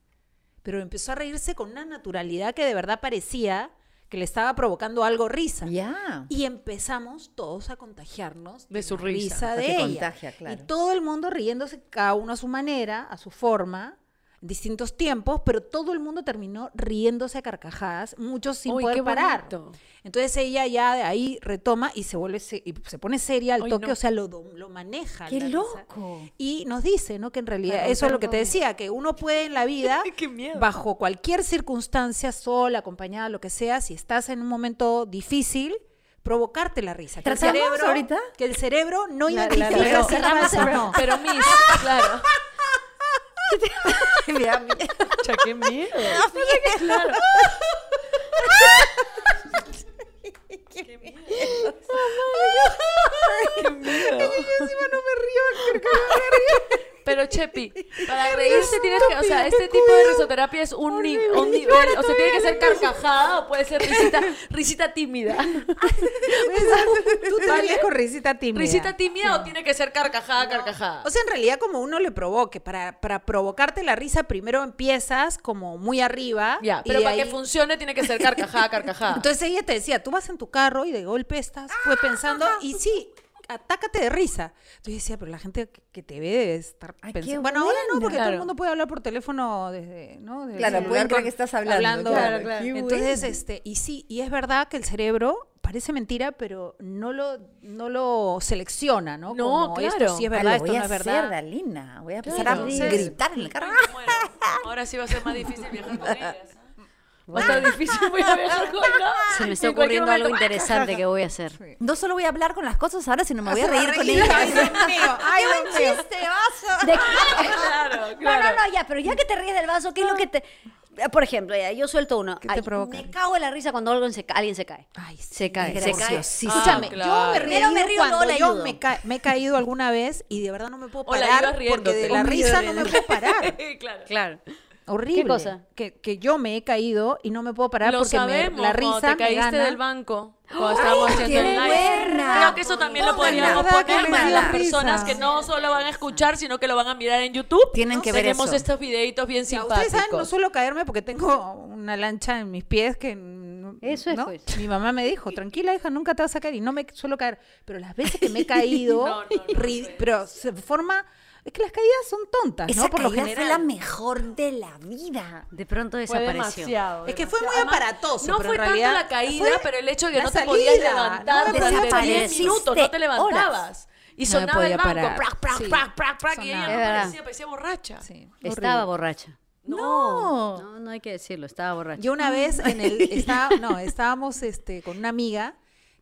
[SPEAKER 4] Pero empezó a reírse con una naturalidad que de verdad parecía que que le estaba provocando algo risa.
[SPEAKER 3] [laughs] [laughs] Ya.
[SPEAKER 4] Y empezamos todos a contagiarnos
[SPEAKER 2] De su
[SPEAKER 4] la
[SPEAKER 2] risa.
[SPEAKER 3] O sea,
[SPEAKER 4] de
[SPEAKER 3] te
[SPEAKER 4] ella.
[SPEAKER 3] contagia, claro.
[SPEAKER 4] Y todo el mundo riéndose, cada uno a su manera, a su forma, en distintos tiempos, pero todo el mundo terminó riéndose a carcajadas, muchos sin
[SPEAKER 2] Uy,
[SPEAKER 4] poder
[SPEAKER 2] qué
[SPEAKER 4] parar.
[SPEAKER 2] bonito.
[SPEAKER 4] Entonces ella ya de ahí retoma y se vuelve se, y se pone seria al
[SPEAKER 2] Ay,
[SPEAKER 4] toque,
[SPEAKER 2] no.
[SPEAKER 4] o sea, lo, dom- lo maneja.
[SPEAKER 3] ¡Qué
[SPEAKER 4] la risa.
[SPEAKER 3] loco!
[SPEAKER 4] Y nos dice, ¿no? Que en realidad,
[SPEAKER 2] Para
[SPEAKER 4] eso es lo que
[SPEAKER 2] romper
[SPEAKER 4] te decía, que uno puede en la
[SPEAKER 3] [laughs]
[SPEAKER 4] vida,
[SPEAKER 2] ¡Qué miedo!
[SPEAKER 4] bajo cualquier circunstancia, sola, acompañada, lo que sea, si estás en un momento difícil, provocarte la risa. Que el
[SPEAKER 3] ¿Tratamos
[SPEAKER 4] cerebro,
[SPEAKER 3] ahorita?
[SPEAKER 4] Que el cerebro no
[SPEAKER 3] La- la
[SPEAKER 4] identifica
[SPEAKER 3] risa.
[SPEAKER 4] si está
[SPEAKER 3] Cerramos
[SPEAKER 4] mal o no.
[SPEAKER 2] Pero mis, claro.
[SPEAKER 3] Mira, mira.
[SPEAKER 2] Cha, qué miedo. claro. Qué miedo. Pero Chepi, para reírse tienes que, o sea, este tipo de risoterapia es un, ni- un nivel, o sea, tiene que ser carcajada o puede ser risita, risita
[SPEAKER 4] [laughs]
[SPEAKER 2] tímida.
[SPEAKER 4] [laughs] Tú te ríes con risita tímida.
[SPEAKER 2] Risita tímida o tiene que ser carcajada, carcajada.
[SPEAKER 4] O sea, en realidad como uno le provoque, para, para provocarte la risa primero empiezas como muy arriba.
[SPEAKER 2] ya,
[SPEAKER 4] y
[SPEAKER 2] pero
[SPEAKER 4] de
[SPEAKER 2] para que
[SPEAKER 4] ahí-
[SPEAKER 2] funcione tiene que ser carcajada, carcajada.
[SPEAKER 4] Entonces ella te decía, tú vas en tu carro y de golpe estás pues pensando, y sí, atácate de risa. Yo decía, pero la gente que- que te ve debe estar
[SPEAKER 3] Ay, qué
[SPEAKER 4] pensando. Bueno, ahora no,
[SPEAKER 3] buena.
[SPEAKER 4] porque todo
[SPEAKER 2] Claro.
[SPEAKER 4] el mundo puede hablar por teléfono desde, ¿no? Desde
[SPEAKER 3] Claro,
[SPEAKER 4] el
[SPEAKER 3] pueden
[SPEAKER 4] celular
[SPEAKER 3] creer
[SPEAKER 4] con-
[SPEAKER 3] que estás hablando, claro, claro. Qué
[SPEAKER 4] Entonces,
[SPEAKER 3] buena.
[SPEAKER 4] este, y sí, y es verdad que el cerebro parece mentira, pero no lo, no lo selecciona, ¿no?
[SPEAKER 2] No,
[SPEAKER 4] Como esto
[SPEAKER 2] claro.
[SPEAKER 4] sí es
[SPEAKER 3] Ah,
[SPEAKER 4] verdad,
[SPEAKER 3] lo
[SPEAKER 4] esto
[SPEAKER 3] voy
[SPEAKER 4] no
[SPEAKER 3] a
[SPEAKER 4] es
[SPEAKER 3] hacer,
[SPEAKER 4] verdad.
[SPEAKER 3] Dalina. Voy a empezar a
[SPEAKER 2] Claro. Entonces-
[SPEAKER 3] gritar en el carro.
[SPEAKER 2] Ay, me muero. Ahora sí va a ser más difícil viajar con ellas. ¿ah? Va a estar difícil voy a viajar
[SPEAKER 4] [laughs]
[SPEAKER 2] con ellas.
[SPEAKER 1] Se me está
[SPEAKER 2] En cualquier
[SPEAKER 1] ocurriendo algo
[SPEAKER 2] momento-
[SPEAKER 1] interesante que voy a hacer.
[SPEAKER 3] [laughs] No solo voy a hablar con las cosas ahora, sino me voy a reír con
[SPEAKER 4] Ay,
[SPEAKER 3] ellas.
[SPEAKER 4] Dios
[SPEAKER 3] [laughs]
[SPEAKER 4] mío,
[SPEAKER 3] ¡Qué
[SPEAKER 4] ay, Dios
[SPEAKER 3] buen
[SPEAKER 4] mío.
[SPEAKER 3] chiste, [laughs] vaso!
[SPEAKER 2] [laughs] Claro,
[SPEAKER 1] No, no,
[SPEAKER 2] claro.
[SPEAKER 1] no, ya, pero ya que te ríes del vaso, ¿qué es lo que te...? Eh, Por ejemplo, ya, yo suelto uno.
[SPEAKER 4] ¿Qué te
[SPEAKER 1] Ay,
[SPEAKER 4] provoca?
[SPEAKER 1] Me cago en la risa cuando alguien se, ca- alguien se cae.
[SPEAKER 4] Ay, sí,
[SPEAKER 1] se cae, se cae.
[SPEAKER 3] graciosísimo.
[SPEAKER 4] Escúchame,
[SPEAKER 2] Ah, claro.
[SPEAKER 4] yo me
[SPEAKER 1] Primero
[SPEAKER 4] río,
[SPEAKER 1] me río,
[SPEAKER 4] cuando
[SPEAKER 1] luego la
[SPEAKER 4] yo
[SPEAKER 1] ayudo.
[SPEAKER 4] me, ca- me he caído alguna vez y de verdad no me puedo
[SPEAKER 2] O la
[SPEAKER 4] parar
[SPEAKER 2] ayudas
[SPEAKER 4] porque de
[SPEAKER 2] riéndote.
[SPEAKER 4] la
[SPEAKER 2] O me
[SPEAKER 4] risa no me puedo parar.
[SPEAKER 2] [laughs] claro.
[SPEAKER 1] Claro.
[SPEAKER 4] Horrible.
[SPEAKER 1] ¿Qué cosa?
[SPEAKER 4] Que, que yo me he caído y no me puedo parar
[SPEAKER 2] Lo
[SPEAKER 4] porque me-
[SPEAKER 2] sabemos.
[SPEAKER 4] la
[SPEAKER 2] cuando
[SPEAKER 4] risa
[SPEAKER 2] te caíste
[SPEAKER 4] me gana.
[SPEAKER 2] del banco. Cuando estábamos haciendo
[SPEAKER 3] qué
[SPEAKER 2] el live.
[SPEAKER 3] buena!
[SPEAKER 2] Creo que eso también lo
[SPEAKER 3] Pónganla.
[SPEAKER 2] podríamos
[SPEAKER 4] ¿Verdad que
[SPEAKER 2] poner
[SPEAKER 4] me
[SPEAKER 2] para
[SPEAKER 4] dio
[SPEAKER 2] las
[SPEAKER 4] risa?
[SPEAKER 2] personas que no solo van a escuchar, sino que lo van a mirar en YouTube.
[SPEAKER 3] Tienen que ver
[SPEAKER 2] Tenemos
[SPEAKER 3] eso.
[SPEAKER 2] estos videitos bien
[SPEAKER 4] Ya,
[SPEAKER 2] simpáticos.
[SPEAKER 4] Ustedes saben, no suelo caerme porque tengo una lancha en mis pies que... n-
[SPEAKER 1] Eso es,
[SPEAKER 4] ¿no?
[SPEAKER 1] pues.
[SPEAKER 4] Mi mamá me dijo, tranquila hija, nunca te vas a caer y no me suelo caer. Pero las veces que
[SPEAKER 2] [laughs]
[SPEAKER 4] me he caído,
[SPEAKER 2] No, no, no,
[SPEAKER 4] ri- pero se forma... Es que las caídas son tontas,
[SPEAKER 3] Esa
[SPEAKER 4] ¿no? Por lo
[SPEAKER 3] caída
[SPEAKER 4] general.
[SPEAKER 3] fue la mejor de la vida.
[SPEAKER 1] De pronto
[SPEAKER 2] Fue
[SPEAKER 1] desapareció.
[SPEAKER 2] demasiado,
[SPEAKER 4] Es que fue
[SPEAKER 2] demasiado.
[SPEAKER 4] muy aparatoso,
[SPEAKER 2] No
[SPEAKER 4] pero
[SPEAKER 2] fue
[SPEAKER 4] en realidad-
[SPEAKER 2] tanto la caída,
[SPEAKER 4] Fue
[SPEAKER 2] pero el hecho de que
[SPEAKER 4] la
[SPEAKER 2] no te podías
[SPEAKER 4] salida,
[SPEAKER 2] levantar
[SPEAKER 4] no me
[SPEAKER 2] durante
[SPEAKER 3] podía
[SPEAKER 2] 10
[SPEAKER 3] parar.
[SPEAKER 2] minutos, no te
[SPEAKER 3] Hiciste
[SPEAKER 2] levantabas. Y
[SPEAKER 4] No me
[SPEAKER 2] sonaba
[SPEAKER 4] podía
[SPEAKER 2] el banco,
[SPEAKER 4] parar.
[SPEAKER 2] prac, prac,
[SPEAKER 4] Sí.
[SPEAKER 2] prac, prac, prac, y ella
[SPEAKER 4] Sonaba.
[SPEAKER 2] no
[SPEAKER 1] Es verdad.
[SPEAKER 2] parecía, parecía borracha.
[SPEAKER 4] Sí,
[SPEAKER 1] Estaba
[SPEAKER 4] horrible.
[SPEAKER 1] borracha.
[SPEAKER 4] No.
[SPEAKER 1] No, no hay que decirlo, estaba borracha.
[SPEAKER 4] Yo una vez en el estaba- no, estábamos este con una amiga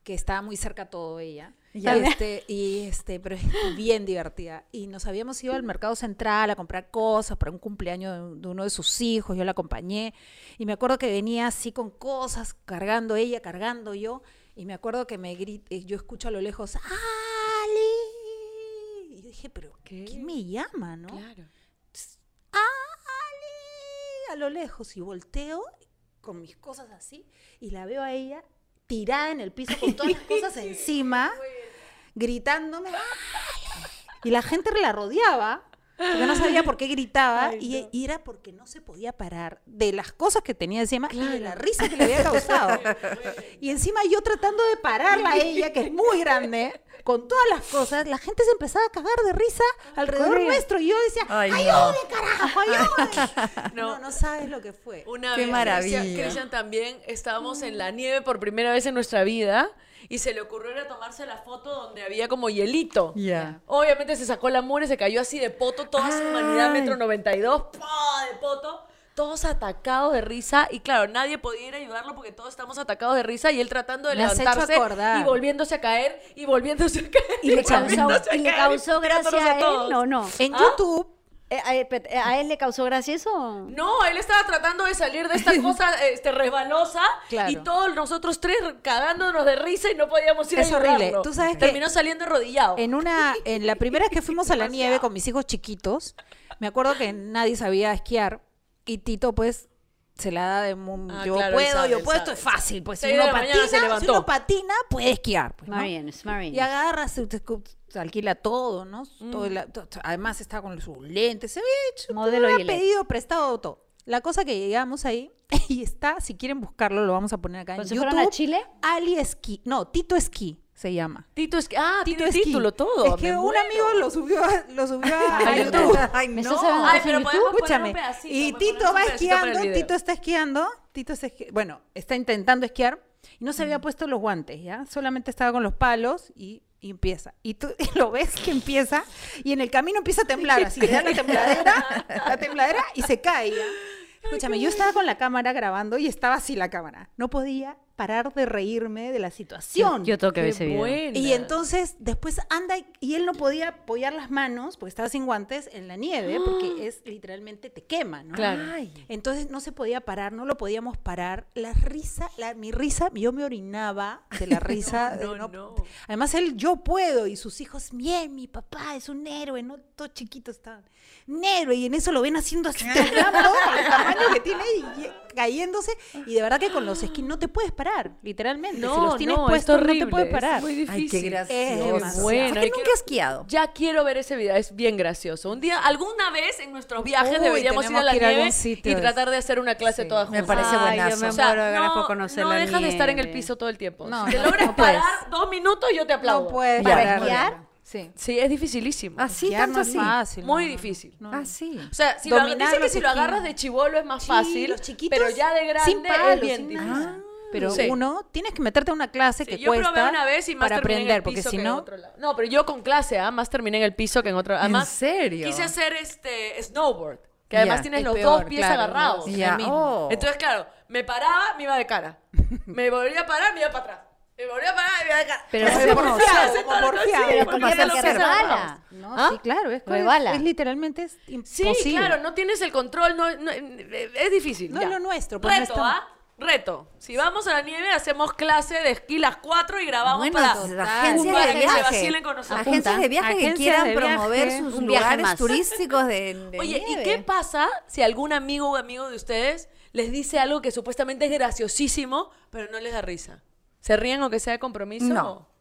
[SPEAKER 4] que estaba muy cerca todo ella.
[SPEAKER 3] Ya.
[SPEAKER 4] Este, y este, pero es bien divertida. Y nos habíamos ido al mercado central a comprar cosas para un cumpleaños de, de uno de sus hijos. Yo la acompañé. Y me acuerdo que venía así con cosas, cargando ella, cargando yo. Y me acuerdo que me grit- eh, yo escucho a lo lejos, ¡Ale! Y yo dije, ¿pero
[SPEAKER 2] ¿Qué?
[SPEAKER 4] ¿quién me llama, no?
[SPEAKER 2] Claro.
[SPEAKER 4] ¡Ali! A lo lejos. Y volteo con mis cosas así y la veo a ella tirada en el piso con todas las cosas encima, gritándome. "¡Ale!". Y la gente la rodeaba. Porque no sabía por qué gritaba y, y era porque no se podía parar de las cosas que tenía encima y de la risa que le había causado. Y encima yo tratando de pararla a ella, que es muy grande, con todas las cosas, la gente se empezaba a cagar de risa alrededor nuestro y yo decía,
[SPEAKER 3] Ay, no.
[SPEAKER 4] ¡ayude, carajo, ayude!
[SPEAKER 2] No.
[SPEAKER 4] No, no sabes lo que fue.
[SPEAKER 2] Una
[SPEAKER 3] Qué
[SPEAKER 2] vez,
[SPEAKER 3] maravilla.
[SPEAKER 2] Cristian- Cristian también estábamos en la nieve por primera vez en nuestra vida y se le ocurrió ir a tomarse la foto donde había como hielito.
[SPEAKER 3] Ya.
[SPEAKER 2] Obviamente se sacó la mugre, se cayó así de poto, toda su humanidad, metro 92, ¡pah! de poto. Todos atacados de risa y claro, nadie podía ir a ayudarlo porque todos estamos atacados de risa y él tratando de
[SPEAKER 4] Me has hecho
[SPEAKER 2] levantarse
[SPEAKER 4] acordar.
[SPEAKER 2] y volviéndose a caer y volviéndose a caer. [laughs]
[SPEAKER 1] y le causó,
[SPEAKER 2] volviéndose a
[SPEAKER 1] y le
[SPEAKER 2] caer,
[SPEAKER 1] causó
[SPEAKER 2] tirándonos
[SPEAKER 1] gracia a
[SPEAKER 2] todos.
[SPEAKER 1] él. No, no.
[SPEAKER 4] En
[SPEAKER 2] ¿Ah?
[SPEAKER 4] YouTube,
[SPEAKER 1] Eh, a, eh, pe- eh, ¿A él le causó gracia eso?
[SPEAKER 2] No, él estaba tratando de salir de
[SPEAKER 4] [laughs]
[SPEAKER 2] esta cosa este, resbalosa
[SPEAKER 4] Claro.
[SPEAKER 2] y todos nosotros tres cagándonos de risa y no podíamos ir
[SPEAKER 4] Es
[SPEAKER 2] a ayudarlo.
[SPEAKER 4] horrible. Tú sabes que-
[SPEAKER 2] Terminó saliendo arrodillado.
[SPEAKER 4] en una, en la primera vez que fuimos a la nieve con mis hijos chiquitos, me acuerdo que nadie sabía esquiar y Tito pues se la da de mu-
[SPEAKER 2] Ah,
[SPEAKER 4] yo
[SPEAKER 2] claro, él
[SPEAKER 4] puedo,
[SPEAKER 2] sabe,
[SPEAKER 4] yo
[SPEAKER 2] él
[SPEAKER 4] puedo,
[SPEAKER 2] sabe.
[SPEAKER 4] esto es fácil, pues si
[SPEAKER 2] Seis de
[SPEAKER 4] uno
[SPEAKER 2] la mañana se
[SPEAKER 4] patina, si
[SPEAKER 2] levantó.
[SPEAKER 4] uno patina, puede esquiar, pues, ¿no?
[SPEAKER 1] Marines, Marines.
[SPEAKER 4] Y agarra, se, se- se alquila todo, ¿no? Todo
[SPEAKER 2] Mm.
[SPEAKER 4] la- to- to- además está con sus lentes, se ve hecho.
[SPEAKER 1] Modelo
[SPEAKER 4] había
[SPEAKER 1] Gillette.
[SPEAKER 4] pedido prestado todo. La cosa que llegamos ahí, [laughs] Y está, si quieren buscarlo, lo vamos a poner acá en
[SPEAKER 1] ¿Pero se
[SPEAKER 4] YouTube.
[SPEAKER 1] fueron a Chile?
[SPEAKER 4] Ali Esquí. No, Tito Esquí se llama.
[SPEAKER 2] Tito es Ah,
[SPEAKER 4] Tito
[SPEAKER 2] tiene
[SPEAKER 4] Esquí.
[SPEAKER 2] título todo.
[SPEAKER 4] Es que
[SPEAKER 2] me
[SPEAKER 4] un
[SPEAKER 2] muero.
[SPEAKER 4] amigo lo subió a, lo subió a,
[SPEAKER 3] [laughs] Ay,
[SPEAKER 4] a
[SPEAKER 3] YouTube.
[SPEAKER 4] YouTube.
[SPEAKER 3] Ay,
[SPEAKER 1] Me
[SPEAKER 3] no.
[SPEAKER 1] estás hablando-
[SPEAKER 2] Ay,
[SPEAKER 1] en
[SPEAKER 2] pero
[SPEAKER 1] YouTube.
[SPEAKER 2] podemos poner
[SPEAKER 4] Escúchame.
[SPEAKER 2] un pedacito.
[SPEAKER 4] y
[SPEAKER 2] pues,
[SPEAKER 4] Tito
[SPEAKER 2] ponemos
[SPEAKER 4] va
[SPEAKER 2] un pedacito para el
[SPEAKER 4] esquiando,
[SPEAKER 2] video.
[SPEAKER 4] Tito está esquiando, Tito se esqui- bueno, está intentando esquiar y no se
[SPEAKER 2] Mm.
[SPEAKER 4] había puesto los guantes, ¿ya? Solamente estaba con los palos y, y empieza. Y tú [laughs] lo ves que empieza y en el camino empieza a temblar, así le da la tembladera, la tembladera y se cae. ¿ya? Escúchame, yo estaba con la cámara grabando y estaba así la cámara. No podía parar de reírme de la situación.
[SPEAKER 1] Yo tengo que ver ese
[SPEAKER 2] Qué
[SPEAKER 1] video.
[SPEAKER 2] buena.
[SPEAKER 4] Y entonces después anda y, y él no podía apoyar las manos porque estaba sin guantes en la nieve porque es literalmente te quema, ¿no?
[SPEAKER 2] Ah. Claro.
[SPEAKER 3] Ay.
[SPEAKER 4] Entonces no se podía parar, no lo podíamos parar. La risa, la, mi risa, yo me orinaba
[SPEAKER 2] [laughs]
[SPEAKER 4] de la risa. de
[SPEAKER 2] no,
[SPEAKER 4] no-
[SPEAKER 2] no.
[SPEAKER 4] Además él, yo puedo y sus hijos, bien, mi papá es un héroe, no todos chiquitos estaban, un héroe y en eso lo ven
[SPEAKER 2] [laughs]
[SPEAKER 4] haciendo así temblando por el tamaño que tiene y, y cayéndose y de verdad que con los esquís no te puedes parar, literalmente. si los tienes
[SPEAKER 2] es
[SPEAKER 4] puestos no te
[SPEAKER 2] horrible,
[SPEAKER 4] puedes parar.
[SPEAKER 2] Es muy
[SPEAKER 3] Ay,
[SPEAKER 2] difícil.
[SPEAKER 3] qué gracioso.
[SPEAKER 4] demasiado.
[SPEAKER 2] Bueno,
[SPEAKER 3] ¿Por
[SPEAKER 2] yo
[SPEAKER 3] qué nunca
[SPEAKER 2] quiero-
[SPEAKER 3] he esquiado?
[SPEAKER 2] Ya quiero ver ese video, es bien gracioso. Un día, alguna vez en nuestros viajes
[SPEAKER 4] Uy,
[SPEAKER 2] deberíamos ir a
[SPEAKER 4] tenemos
[SPEAKER 2] la
[SPEAKER 4] que ir a
[SPEAKER 2] nieve
[SPEAKER 4] algún sitio
[SPEAKER 2] y
[SPEAKER 4] de
[SPEAKER 2] tratar de hacer una clase
[SPEAKER 4] Sí,
[SPEAKER 2] todas
[SPEAKER 3] me
[SPEAKER 2] juntas.
[SPEAKER 3] parece
[SPEAKER 1] Ay, yo
[SPEAKER 3] buenazo.
[SPEAKER 1] me
[SPEAKER 3] O
[SPEAKER 2] sea,
[SPEAKER 1] muero de ganas por conocer
[SPEAKER 2] no
[SPEAKER 1] la
[SPEAKER 2] dejas de estar en el
[SPEAKER 1] nieve.
[SPEAKER 2] piso todo el tiempo.
[SPEAKER 4] No,
[SPEAKER 2] si te
[SPEAKER 4] no,
[SPEAKER 2] logras
[SPEAKER 4] no puedes.
[SPEAKER 2] parar dos minutos, yo te aplaudo.
[SPEAKER 4] No puedes
[SPEAKER 1] ¿Para
[SPEAKER 4] parar.
[SPEAKER 1] esquiar?
[SPEAKER 4] Sí.
[SPEAKER 2] Sí, es dificilísimo.
[SPEAKER 3] Así,
[SPEAKER 4] Esquiar
[SPEAKER 3] tanto
[SPEAKER 4] no es
[SPEAKER 3] así.
[SPEAKER 4] fácil,
[SPEAKER 2] Muy
[SPEAKER 4] no, no, no.
[SPEAKER 2] difícil.
[SPEAKER 4] No, no.
[SPEAKER 3] Así.
[SPEAKER 2] O sea, si lo,
[SPEAKER 4] Dominar
[SPEAKER 2] dice que
[SPEAKER 4] los
[SPEAKER 2] si lo
[SPEAKER 4] esquís.
[SPEAKER 2] agarras de chivolo es más
[SPEAKER 4] Sí,
[SPEAKER 2] fácil,
[SPEAKER 4] los chiquitos,
[SPEAKER 2] pero ya de grande
[SPEAKER 4] sin palos,
[SPEAKER 2] es bien
[SPEAKER 4] sin
[SPEAKER 2] difícil.
[SPEAKER 4] nada. Pero
[SPEAKER 2] Sí.
[SPEAKER 4] uno, tienes que meterte a una clase
[SPEAKER 2] Sí,
[SPEAKER 4] que
[SPEAKER 2] yo probé
[SPEAKER 4] cuesta
[SPEAKER 2] una vez y más
[SPEAKER 4] para
[SPEAKER 2] terminé en el
[SPEAKER 4] aprender, porque
[SPEAKER 2] piso
[SPEAKER 4] si
[SPEAKER 2] que en
[SPEAKER 4] no,
[SPEAKER 2] otro lado. No, pero yo con clase, ¿ah? más terminé en el piso que en otro. Además,
[SPEAKER 3] serio?
[SPEAKER 2] Quise hacer este snowboard, que además
[SPEAKER 3] Ya,
[SPEAKER 2] tienes
[SPEAKER 4] es
[SPEAKER 2] los
[SPEAKER 4] peor,
[SPEAKER 2] dos pies
[SPEAKER 4] claro,
[SPEAKER 2] agarrados.
[SPEAKER 4] no, sí.
[SPEAKER 3] Ya.
[SPEAKER 4] mismo.
[SPEAKER 3] oh.
[SPEAKER 2] Entonces, claro, me paraba, me iba de cara. Me volvía a parar, me iba para atrás. Me volvía a parar, me iba de cara.
[SPEAKER 1] Pero
[SPEAKER 2] Así
[SPEAKER 1] es
[SPEAKER 2] como
[SPEAKER 4] como
[SPEAKER 2] porfiado,
[SPEAKER 4] porfiado,
[SPEAKER 2] como
[SPEAKER 4] como
[SPEAKER 2] porfiado.
[SPEAKER 4] porfiado.
[SPEAKER 2] Sí,
[SPEAKER 3] Como
[SPEAKER 2] porque
[SPEAKER 3] hacer
[SPEAKER 2] los
[SPEAKER 3] que
[SPEAKER 2] pies
[SPEAKER 3] resbala.
[SPEAKER 2] agarrados.
[SPEAKER 4] No,
[SPEAKER 1] ¿Ah?
[SPEAKER 4] sí, claro, es, que
[SPEAKER 1] Huevala.
[SPEAKER 4] es, es literalmente es
[SPEAKER 2] Sí,
[SPEAKER 4] imposible.
[SPEAKER 2] claro, no tienes el control, no, no- es difícil.
[SPEAKER 4] No
[SPEAKER 2] ya.
[SPEAKER 4] es lo nuestro, pues, no
[SPEAKER 2] Reto,
[SPEAKER 4] estamos-
[SPEAKER 2] ¿ah? Reto. Si vamos a la nieve, hacemos clase de esquí las cuatro y grabamos
[SPEAKER 3] Bueno,
[SPEAKER 2] para
[SPEAKER 3] entonces,
[SPEAKER 2] un
[SPEAKER 3] agencias
[SPEAKER 2] lugar
[SPEAKER 3] de
[SPEAKER 2] que se
[SPEAKER 3] viaje.
[SPEAKER 2] vacilen con nosotros.
[SPEAKER 3] Agencias de viaje que
[SPEAKER 4] Agencias
[SPEAKER 3] quieran
[SPEAKER 4] de viaje.
[SPEAKER 3] promover sus
[SPEAKER 1] Un viaje
[SPEAKER 3] lugares
[SPEAKER 1] más.
[SPEAKER 3] turísticos de, de
[SPEAKER 2] Oye, ¿y
[SPEAKER 3] nieve.
[SPEAKER 2] qué pasa si algún amigo o amigo de ustedes les dice algo que supuestamente es graciosísimo, pero no les da risa? ¿Se ríen o que sea de compromiso?
[SPEAKER 3] No.